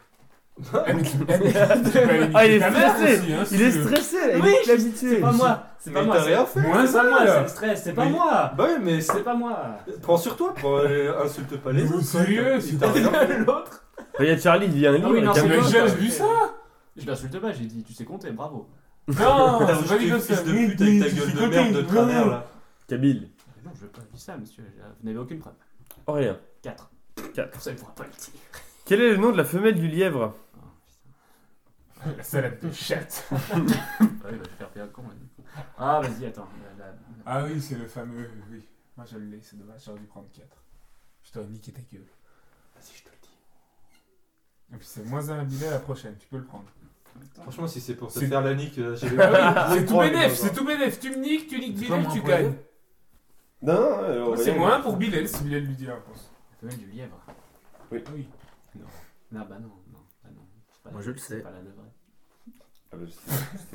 [SPEAKER 6] Ah, mais tu- tu peux aller niquer
[SPEAKER 3] Ah, il est
[SPEAKER 6] ta mère
[SPEAKER 3] stressé.
[SPEAKER 6] aussi, hein, si
[SPEAKER 3] Il est
[SPEAKER 6] tu veux.
[SPEAKER 3] stressé, là, il
[SPEAKER 4] Oui,
[SPEAKER 3] est habitué.
[SPEAKER 4] C'est pas moi C'est
[SPEAKER 2] Mais
[SPEAKER 4] pas moi
[SPEAKER 2] t'as rien
[SPEAKER 4] C'est
[SPEAKER 2] fait.
[SPEAKER 6] Moins
[SPEAKER 4] c'est pas moi, c'est
[SPEAKER 6] ça.
[SPEAKER 4] le stress, c'est pas
[SPEAKER 6] Mais-
[SPEAKER 4] moi
[SPEAKER 2] Bah ouais mais c'est-
[SPEAKER 4] C'est pas moi
[SPEAKER 2] prends sur toi, prends, euh, insulte pas les
[SPEAKER 6] Mais
[SPEAKER 2] autres.
[SPEAKER 6] sérieux,
[SPEAKER 2] quoi.
[SPEAKER 6] c'est
[SPEAKER 2] Il t'a
[SPEAKER 4] *laughs*
[SPEAKER 6] pas-
[SPEAKER 2] rien fait.
[SPEAKER 4] L'autre
[SPEAKER 3] Regarde Charlie, Ah, il lit un livre.
[SPEAKER 4] Ah oui,
[SPEAKER 3] avec
[SPEAKER 4] non,
[SPEAKER 3] un
[SPEAKER 4] c'est
[SPEAKER 6] Mais
[SPEAKER 3] mec.
[SPEAKER 4] moi.
[SPEAKER 6] j'ai jamais vu ça.
[SPEAKER 4] Je l'insulte pas, j'ai dit tu sais compter, bravo
[SPEAKER 2] *laughs*
[SPEAKER 6] Non,
[SPEAKER 2] T'as
[SPEAKER 6] c'est pas
[SPEAKER 2] rejeté
[SPEAKER 6] dit
[SPEAKER 2] une
[SPEAKER 6] comme ça.
[SPEAKER 2] fils de pute avec ta gueule de merde de travers là.
[SPEAKER 3] Kabyle.
[SPEAKER 4] Mais Ah Non, je veux pas dire ça, monsieur, vous n'avez aucune preuve.
[SPEAKER 3] Aurélien.
[SPEAKER 4] 4.
[SPEAKER 3] Quatre.
[SPEAKER 4] Vous savez pourra pas le dire.
[SPEAKER 3] Quel est le nom de la femelle du lièvre
[SPEAKER 4] Ah, putain.
[SPEAKER 6] La salade de chatte.
[SPEAKER 4] Ouais, bah, je vais faire pire con. là, du coup. Ah, vas-y, attends. euh, la-
[SPEAKER 6] Ah oui, c'est le fameux. Oui. Moi, je l'ai, c'est dommage, j'aurais dû prendre 4. Je t'aurais niqué ta gueule.
[SPEAKER 4] Vas-y, je te le dis.
[SPEAKER 6] Et puis, c'est moins un à la prochaine, tu peux le prendre.
[SPEAKER 2] Franchement si c'est pour se
[SPEAKER 6] C'est-
[SPEAKER 2] faire la nique, euh, j'ai
[SPEAKER 6] Ah oui, c'est tout bénef,
[SPEAKER 2] bénéf
[SPEAKER 6] c'est tout bénef. Tu me niques, tu niques
[SPEAKER 4] C'est pas
[SPEAKER 6] Bilal,
[SPEAKER 4] moi
[SPEAKER 6] tu
[SPEAKER 4] pour
[SPEAKER 6] gagnes.
[SPEAKER 3] Non, non,
[SPEAKER 6] C'est moins un pour Bilal, si Bilal lui dit un, je pense.
[SPEAKER 4] La femelle du lièvre.
[SPEAKER 6] Ah oui.
[SPEAKER 4] Non, bah non, non, bah non. C'est pas
[SPEAKER 5] Moi,
[SPEAKER 4] la-
[SPEAKER 5] je le
[SPEAKER 4] c'est
[SPEAKER 5] sais.
[SPEAKER 4] Pas la levrette.
[SPEAKER 3] C'est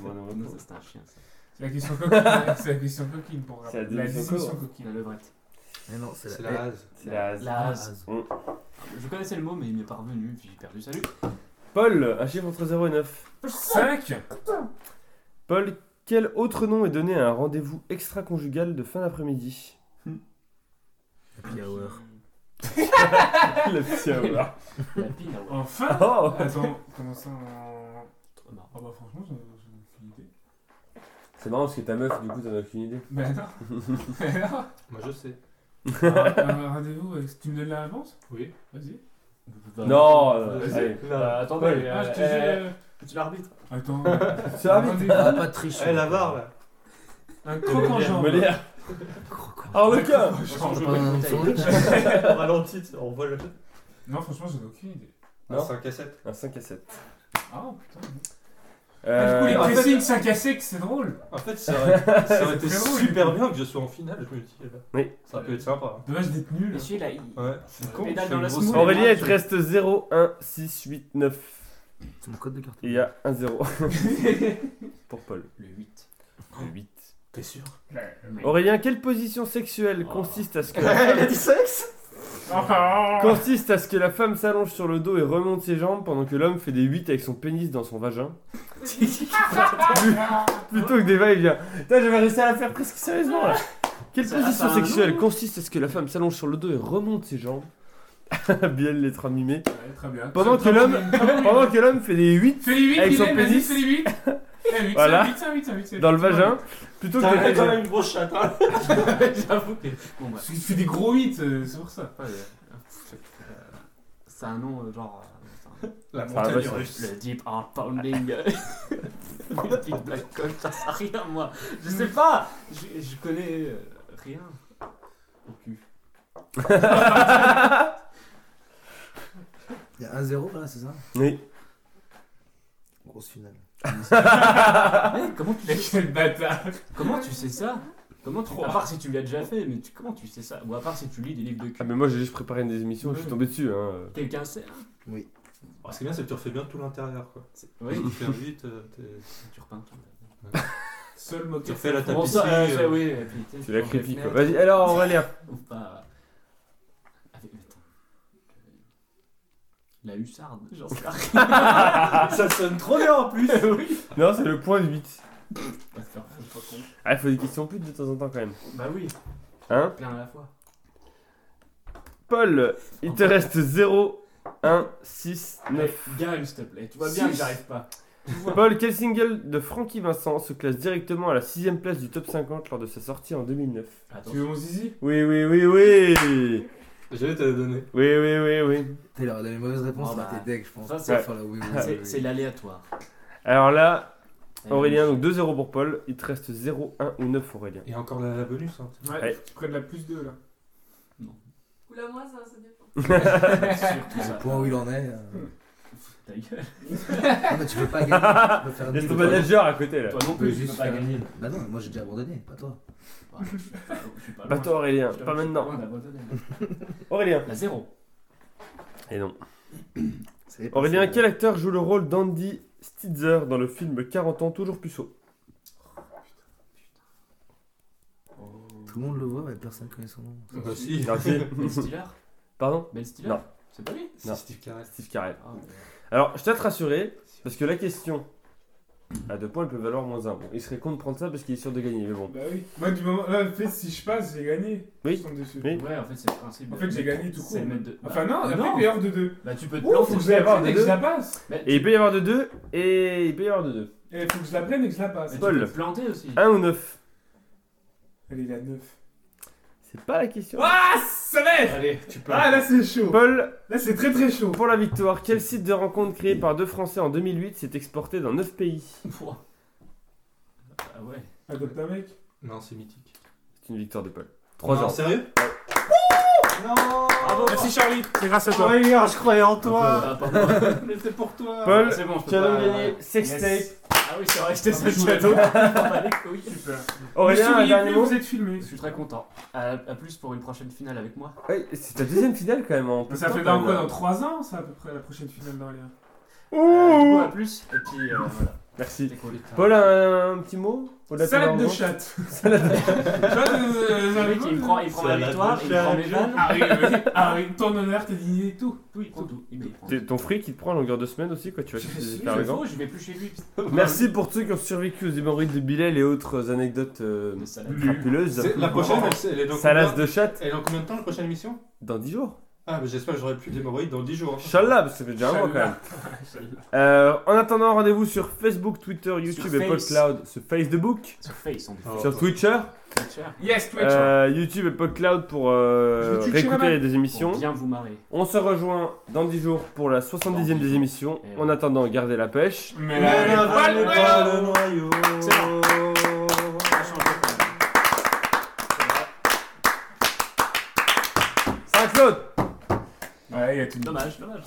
[SPEAKER 4] Non, ça, c'est un chien, ça.
[SPEAKER 6] C'est la question
[SPEAKER 2] *laughs*
[SPEAKER 6] coquine, hein, c'est la question coquine pour
[SPEAKER 3] C'est la
[SPEAKER 6] rappeler. La
[SPEAKER 3] définition
[SPEAKER 6] définition
[SPEAKER 4] La
[SPEAKER 6] coquine.
[SPEAKER 4] levrette.
[SPEAKER 5] Mais non, c'est
[SPEAKER 2] C'est
[SPEAKER 5] la.
[SPEAKER 2] la rase.
[SPEAKER 3] la...
[SPEAKER 4] La hase.
[SPEAKER 3] Hum.
[SPEAKER 4] Je connaissais le mot, mais il m'est pas revenu, puis j'ai perdu. Salut
[SPEAKER 3] Paul, un chiffre entre 0 et 9.
[SPEAKER 6] 5
[SPEAKER 3] Paul, quel autre nom est donné à un rendez-vous extra-conjugal de fin d'après-midi
[SPEAKER 5] Happy
[SPEAKER 2] Euh,
[SPEAKER 5] hour.
[SPEAKER 3] Le petit hour. *laughs*
[SPEAKER 4] La pile, là, ouais.
[SPEAKER 2] *laughs*
[SPEAKER 6] Enfin
[SPEAKER 3] Oh
[SPEAKER 6] Attends, comment ça en...
[SPEAKER 4] Trop Oh, marrant.
[SPEAKER 6] Ah bah franchement, j'ai aucune idée.
[SPEAKER 3] C'est marrant parce que ta meuf, du coup, t'en as aucune idée.
[SPEAKER 6] Bah non Mais non.
[SPEAKER 2] Moi je sais.
[SPEAKER 6] Bah, Un- un Rendez-vous, avec- tu me donnes la réponse
[SPEAKER 2] Oui.
[SPEAKER 6] Vas-y.
[SPEAKER 4] Bah,
[SPEAKER 3] non,
[SPEAKER 2] Je
[SPEAKER 3] euh,
[SPEAKER 2] sais.
[SPEAKER 3] allez.
[SPEAKER 2] Là.
[SPEAKER 4] Bah, attendez,
[SPEAKER 3] Ouais.
[SPEAKER 4] euh,
[SPEAKER 6] Ah, je te
[SPEAKER 4] euh,
[SPEAKER 6] jure. euh,
[SPEAKER 4] tu l'arbitres.
[SPEAKER 6] Attends.
[SPEAKER 3] C'est la vie.
[SPEAKER 5] Ah,
[SPEAKER 6] Rendez-vous,
[SPEAKER 5] pas de triche.
[SPEAKER 2] Eh la barre là.
[SPEAKER 6] un croc en jambe.
[SPEAKER 3] Me lire. Ah, le cas
[SPEAKER 5] On
[SPEAKER 4] Je
[SPEAKER 5] joue
[SPEAKER 4] prends
[SPEAKER 5] avec
[SPEAKER 4] une
[SPEAKER 5] une
[SPEAKER 4] bouteille.
[SPEAKER 5] bouteille.
[SPEAKER 2] On ralentit, on voit le.
[SPEAKER 6] Non, franchement, j'en ai aucune idée.
[SPEAKER 3] Non.
[SPEAKER 2] C'est un cassette.
[SPEAKER 3] Un 5 à 7.
[SPEAKER 6] Ah putain. Ah, du coup, les
[SPEAKER 3] Euh,
[SPEAKER 2] en fait-
[SPEAKER 6] pressings 5 à sec, c'est drôle.
[SPEAKER 2] En fait, ça aurait, ça aurait été
[SPEAKER 6] C'est très drôle.
[SPEAKER 2] super bien que je sois en finale, je me dis. eh ben,
[SPEAKER 3] Oui.
[SPEAKER 2] Ça peut être sympa. hein.
[SPEAKER 6] Dommage d'être nul.
[SPEAKER 4] Mais celui-là, il.
[SPEAKER 2] Ouais, c'est con.
[SPEAKER 4] Pédale
[SPEAKER 2] je fais
[SPEAKER 4] dans
[SPEAKER 2] une
[SPEAKER 4] la
[SPEAKER 2] grosse-
[SPEAKER 4] semoule.
[SPEAKER 3] Aurélien, il te
[SPEAKER 4] je-
[SPEAKER 3] reste 0, 1, 6, 8, 9.
[SPEAKER 9] C'est mon code de carton.
[SPEAKER 3] Et il y a 1, *laughs* 0. Pour Paul.
[SPEAKER 4] Le 8.
[SPEAKER 3] Le 8.
[SPEAKER 2] T'es sûr
[SPEAKER 6] euh,
[SPEAKER 3] Aurélien, quelle position sexuelle consiste à *laughs* ce que la
[SPEAKER 9] Elle a
[SPEAKER 3] femme...
[SPEAKER 9] dit sexe
[SPEAKER 6] Ah,
[SPEAKER 3] consiste à ce que la femme s'allonge sur le dos et remonte ses jambes pendant que l'homme fait des 8 avec son pénis dans son
[SPEAKER 4] *laughs*
[SPEAKER 3] vagin Plutôt que des va et vient. Putain, j'avais réussi à la faire presque sérieusement là. Quelle
[SPEAKER 4] Ça,
[SPEAKER 3] position
[SPEAKER 4] ça,
[SPEAKER 3] sexuelle consiste à ce que la femme s'allonge sur le dos et remonte ses jambes *laughs* Bien les trains mimés.
[SPEAKER 6] Ouais, très bien.
[SPEAKER 3] Pendant que
[SPEAKER 6] Très
[SPEAKER 3] l'homme
[SPEAKER 6] bien.
[SPEAKER 3] pendant que l'homme fait des 8
[SPEAKER 6] Fais les 8,
[SPEAKER 3] Avec
[SPEAKER 6] il
[SPEAKER 3] son
[SPEAKER 6] est, vas-y,
[SPEAKER 3] pénis.
[SPEAKER 6] fais les *laughs* Eh, 8. Fais 8,
[SPEAKER 3] Voilà.
[SPEAKER 6] 8, 8, 8, 8,
[SPEAKER 3] dans le vagin plutôt que
[SPEAKER 2] T'as
[SPEAKER 3] des
[SPEAKER 2] quand même une grosse chatte, hein
[SPEAKER 4] *laughs* J'avoue que. Bon, bah.
[SPEAKER 6] Parce que tu fais des gros 8, c'est pour ça.
[SPEAKER 4] ouais, euh, pff, euh, C'est un nom euh, genre. euh,
[SPEAKER 2] La
[SPEAKER 3] va,
[SPEAKER 2] montagne
[SPEAKER 3] Ah, bah, ça.
[SPEAKER 2] russe.
[SPEAKER 4] Le deep hard *laughs* pounding. euh, le deep black coat, ça sert à rien, moi. Je sais pas. Je, je connais euh, rien. Au cul.
[SPEAKER 9] Il y a 1-0 là, c'est ça
[SPEAKER 3] Oui.
[SPEAKER 9] Grosse *laughs* finale.
[SPEAKER 4] Eh, comment, tu,
[SPEAKER 6] Mais *laughs* quel bâtard.
[SPEAKER 4] comment tu sais ça Comment tu, à part si tu l'as déjà fait, mais tu- comment tu sais ça Ou à part si tu lis des livres de
[SPEAKER 3] Ah
[SPEAKER 4] cul.
[SPEAKER 3] mais moi j'ai juste préparé une des émissions, je suis tombé dessus hein.
[SPEAKER 4] Quelqu'un sait hein
[SPEAKER 2] Ah, Ce qui est bien, c'est que tu refais bien tout l'intérieur, quoi.
[SPEAKER 4] C'est- Oui,
[SPEAKER 2] Tu fais vite, euh, t'es-
[SPEAKER 4] tu repeins tout.
[SPEAKER 6] Seul
[SPEAKER 2] tu
[SPEAKER 6] moteur.
[SPEAKER 2] refais la
[SPEAKER 4] Bon,
[SPEAKER 2] tapisserie.
[SPEAKER 4] ça, euh, ça,
[SPEAKER 2] euh,
[SPEAKER 4] oui, et puis, tu sais,
[SPEAKER 3] C'est la
[SPEAKER 4] tu prends les
[SPEAKER 3] critique quoi.
[SPEAKER 4] fenêtres,
[SPEAKER 3] Vas-y, alors Aurélien.
[SPEAKER 4] ou pas. Avec, attends. La hussarde, j'en sais rien. *laughs*
[SPEAKER 2] Ça sonne trop bien en plus
[SPEAKER 3] Non, c'est le point 8.
[SPEAKER 4] Pas de faire- faut pas con.
[SPEAKER 3] Ah, il faut des questions putes de temps en temps quand même.
[SPEAKER 4] Bah oui,
[SPEAKER 3] Hein
[SPEAKER 4] plein à la fois.
[SPEAKER 3] Paul, il te reste 0 1 6 9.
[SPEAKER 4] Allez, Gaël, s'il te plaît, tu vois bien que
[SPEAKER 6] Six.
[SPEAKER 4] j'arrive pas.
[SPEAKER 3] Paul, quel single de Frankie Vincent se classe directement à la sixième place du top 50 lors de sa sortie en 2009
[SPEAKER 4] Attends,
[SPEAKER 6] Tu veux mon zizi
[SPEAKER 3] Oui, oui, oui, oui
[SPEAKER 2] J'allais te la donner.
[SPEAKER 3] Oui, oui, oui, oui.
[SPEAKER 9] T'es là, on a les mauvaises réponses,
[SPEAKER 4] Oh,
[SPEAKER 9] là,
[SPEAKER 4] bah.
[SPEAKER 9] t'es deg, je pense.
[SPEAKER 4] Ça,
[SPEAKER 9] Ça,
[SPEAKER 4] c'est-
[SPEAKER 9] c'est la oui, oui,
[SPEAKER 3] Ah
[SPEAKER 9] oui,
[SPEAKER 4] c'est
[SPEAKER 9] oui.
[SPEAKER 4] c'est l'aléatoire.
[SPEAKER 3] Alors là, *laughs* Aurélien, donc 2-0 pour Paul, il te reste 0, 1 ou 9 Aurélien.
[SPEAKER 2] Et encore la, la bonus, hein.
[SPEAKER 6] Ouais,
[SPEAKER 3] Ouais.
[SPEAKER 6] tu prends de la plus 2 là.
[SPEAKER 8] Ou la moi, ça, ça dépend.
[SPEAKER 3] *laughs*
[SPEAKER 4] Surtout ça.
[SPEAKER 9] Ah, Le point où il en est. euh.
[SPEAKER 4] *laughs* Ta gueule.
[SPEAKER 9] Non, mais tu peux pas gagner. Tu peux faire
[SPEAKER 3] Laisse
[SPEAKER 9] nul,
[SPEAKER 3] ton
[SPEAKER 9] toi.
[SPEAKER 3] manager à côté là.
[SPEAKER 4] Toi non
[SPEAKER 9] Tu peux
[SPEAKER 4] plus, tu peux
[SPEAKER 9] juste
[SPEAKER 4] pas
[SPEAKER 9] faire
[SPEAKER 4] gagner.
[SPEAKER 9] nul. Bah non, moi j'ai déjà abandonné, pas toi.
[SPEAKER 4] Bah, je suis pas- je suis pas loin.
[SPEAKER 3] Bah toi Aurélien,
[SPEAKER 4] Je suis
[SPEAKER 3] pas
[SPEAKER 4] loin
[SPEAKER 3] maintenant.
[SPEAKER 4] d'abandonner. hein.
[SPEAKER 3] Aurélien.
[SPEAKER 4] La zéro.
[SPEAKER 3] Et non.
[SPEAKER 9] Ça dépend,
[SPEAKER 3] Aurélien,
[SPEAKER 9] c'est-
[SPEAKER 3] quel acteur joue le rôle d'Andy Stitzer dans le film 40 ans toujours puceau Oh.
[SPEAKER 9] Tout le monde le voit, mais personne connaît son nom.
[SPEAKER 2] Bah si.
[SPEAKER 3] Merci.
[SPEAKER 4] Ben Stiller
[SPEAKER 3] Pardon
[SPEAKER 4] Ben Stiller
[SPEAKER 3] Non.
[SPEAKER 4] C'est pas lui
[SPEAKER 3] Non.
[SPEAKER 2] C'est Steve Carell.
[SPEAKER 3] Steve Carell.
[SPEAKER 4] Ah, ouais.
[SPEAKER 3] Alors, je t'ai rassuré, parce que la question, à deux points, elle peut valoir moins 1. Bon, il serait con de prendre ça parce qu'il est sûr de gagner, mais bon.
[SPEAKER 6] Bah oui. Moi, du moment. Là, en fait, si je passe, j'ai gagné.
[SPEAKER 3] Oui.
[SPEAKER 6] Je tombe dessus.
[SPEAKER 3] Oui.
[SPEAKER 4] Ouais, en fait, c'est le principe.
[SPEAKER 6] En
[SPEAKER 4] de-
[SPEAKER 6] fait, j'ai gagné tout court.
[SPEAKER 4] C'est le mettre de-
[SPEAKER 6] Enfin, Ah non,
[SPEAKER 4] bah,
[SPEAKER 6] après, il est hors de 2.
[SPEAKER 4] Bah, tu peux te
[SPEAKER 6] Ouh, faut
[SPEAKER 4] planter.
[SPEAKER 6] que je la
[SPEAKER 3] hors
[SPEAKER 6] prenne
[SPEAKER 3] de
[SPEAKER 6] et que je
[SPEAKER 3] deux.
[SPEAKER 6] la passe.
[SPEAKER 4] Mais-
[SPEAKER 3] Et il peut y avoir de 2, et il peut y avoir de 2.
[SPEAKER 6] Et faut que je la prenne et que je la
[SPEAKER 4] mais
[SPEAKER 6] passe.
[SPEAKER 4] tu
[SPEAKER 3] Paul. Ah.
[SPEAKER 4] peux te planter aussi.
[SPEAKER 3] 1 ou 9
[SPEAKER 6] Elle est la 9.
[SPEAKER 3] C'est pas la question.
[SPEAKER 6] Ah, ça va être
[SPEAKER 4] Allez, tu peux.
[SPEAKER 6] Ah, là, c'est chaud.
[SPEAKER 3] Paul,
[SPEAKER 6] Là, c'est très très chaud.
[SPEAKER 3] pour la victoire, quel site de rencontre créé par deux Français en 2008 s'est exporté dans 9 pays
[SPEAKER 4] Pouah. Ah ouais.
[SPEAKER 6] Adopte un mec.
[SPEAKER 2] Non, c'est mythique.
[SPEAKER 3] C'est une victoire de Paul.
[SPEAKER 2] Non,
[SPEAKER 3] 3 ans.
[SPEAKER 2] Sérieux
[SPEAKER 5] Merci Charlie, c'est grâce à toi.
[SPEAKER 2] Aurélien, je croyais en toi
[SPEAKER 4] Ah, pardon. Ah,
[SPEAKER 2] Mais c'est pour
[SPEAKER 6] Ah,
[SPEAKER 2] toi
[SPEAKER 3] Paul,
[SPEAKER 4] C'est bon, je peux
[SPEAKER 3] cadeau
[SPEAKER 4] pas-
[SPEAKER 3] gagné, sextape.
[SPEAKER 6] Yes.
[SPEAKER 4] Ah oui, c'est vrai, j'étais
[SPEAKER 6] Ah,
[SPEAKER 4] seul
[SPEAKER 6] bah,
[SPEAKER 4] cadeau. Ah, les couilles.
[SPEAKER 6] Super.
[SPEAKER 3] Aurélien,
[SPEAKER 6] ne
[SPEAKER 3] un
[SPEAKER 6] souriez
[SPEAKER 3] dernier
[SPEAKER 6] plus,
[SPEAKER 3] mot
[SPEAKER 6] vous êtes filmé.
[SPEAKER 4] Je suis très content. À, à plus pour une prochaine finale avec moi.
[SPEAKER 3] Ouais, C'est ta deuxième finale quand même. hein. en peu
[SPEAKER 6] Ça
[SPEAKER 3] de
[SPEAKER 6] fait
[SPEAKER 3] temps,
[SPEAKER 6] dans
[SPEAKER 3] quand
[SPEAKER 6] quoi
[SPEAKER 3] même.
[SPEAKER 6] Dans 3 ans, ça, à peu près, la prochaine finale d'Aurélien
[SPEAKER 4] Euh, du coup,
[SPEAKER 3] Ouh
[SPEAKER 4] à plus. Et puis euh, voilà.
[SPEAKER 3] Merci.
[SPEAKER 4] C'était cool.
[SPEAKER 3] Paul, hein. un, un petit mot Au-delà ton
[SPEAKER 6] Salade de
[SPEAKER 3] argent
[SPEAKER 6] chatte. Salade de
[SPEAKER 4] Le mec, il me prend, il prend ma
[SPEAKER 2] C'est la
[SPEAKER 4] victoire, il me prend mes vannes.
[SPEAKER 6] Ah, Arrive, arrive, ton honneur, tes dignités et tout.
[SPEAKER 4] *laughs* Oui, il prend tout. Il me prend.
[SPEAKER 3] T'es- Ton fric, il te prend à longueur de semaine aussi, quoi. Tu vas
[SPEAKER 6] Je
[SPEAKER 3] te
[SPEAKER 6] suis
[SPEAKER 3] faire
[SPEAKER 4] Je
[SPEAKER 3] arrogant.
[SPEAKER 4] vais- je vais plus chez lui.
[SPEAKER 3] Merci pour ceux qui ont survécu aux hémorroïdes de Bilal et autres anecdotes euh,
[SPEAKER 4] De salade.
[SPEAKER 3] crapuleuses.
[SPEAKER 2] C'est- La prochaine, elle, c'est- elle est dans
[SPEAKER 3] Salas
[SPEAKER 2] combien
[SPEAKER 3] de chatte
[SPEAKER 2] Elle est dans combien de temps, la prochaine émission
[SPEAKER 3] dans 10 jours.
[SPEAKER 2] Ah, mais j'espère que j'aurai plus d'hémorroïdes dans 10 jours. hein.
[SPEAKER 3] Inch'Allah, parce que ça fait déjà un mois quand même. Euh, en attendant, rendez-vous sur Facebook, Twitter, YouTube
[SPEAKER 4] Sur
[SPEAKER 3] et
[SPEAKER 4] Face.
[SPEAKER 3] PodCloud, sur Facebook,
[SPEAKER 4] Sur Face, on dit.
[SPEAKER 2] Oh.
[SPEAKER 3] sur Twitcher,
[SPEAKER 4] Twitcher.
[SPEAKER 6] Yes, Twitch.
[SPEAKER 3] euh, YouTube et PodCloud pour euh,
[SPEAKER 6] Je vais twitcher
[SPEAKER 3] réécouter
[SPEAKER 6] ma-
[SPEAKER 3] les deux émissions.
[SPEAKER 4] Pour bien vous marrer.
[SPEAKER 3] On se rejoint dans 10 jours pour la 70e des émissions.
[SPEAKER 4] Et
[SPEAKER 3] En
[SPEAKER 4] ouais.
[SPEAKER 3] attendant, gardez la pêche.
[SPEAKER 6] Mais
[SPEAKER 2] Mais n'avalez
[SPEAKER 6] là, elle est
[SPEAKER 2] pas le
[SPEAKER 6] pas
[SPEAKER 2] noyau.
[SPEAKER 4] Ça a changé, quand même. C'est vrai.
[SPEAKER 3] 5 l'autre
[SPEAKER 6] Ouais, il y a tout
[SPEAKER 4] Dommage, dommage.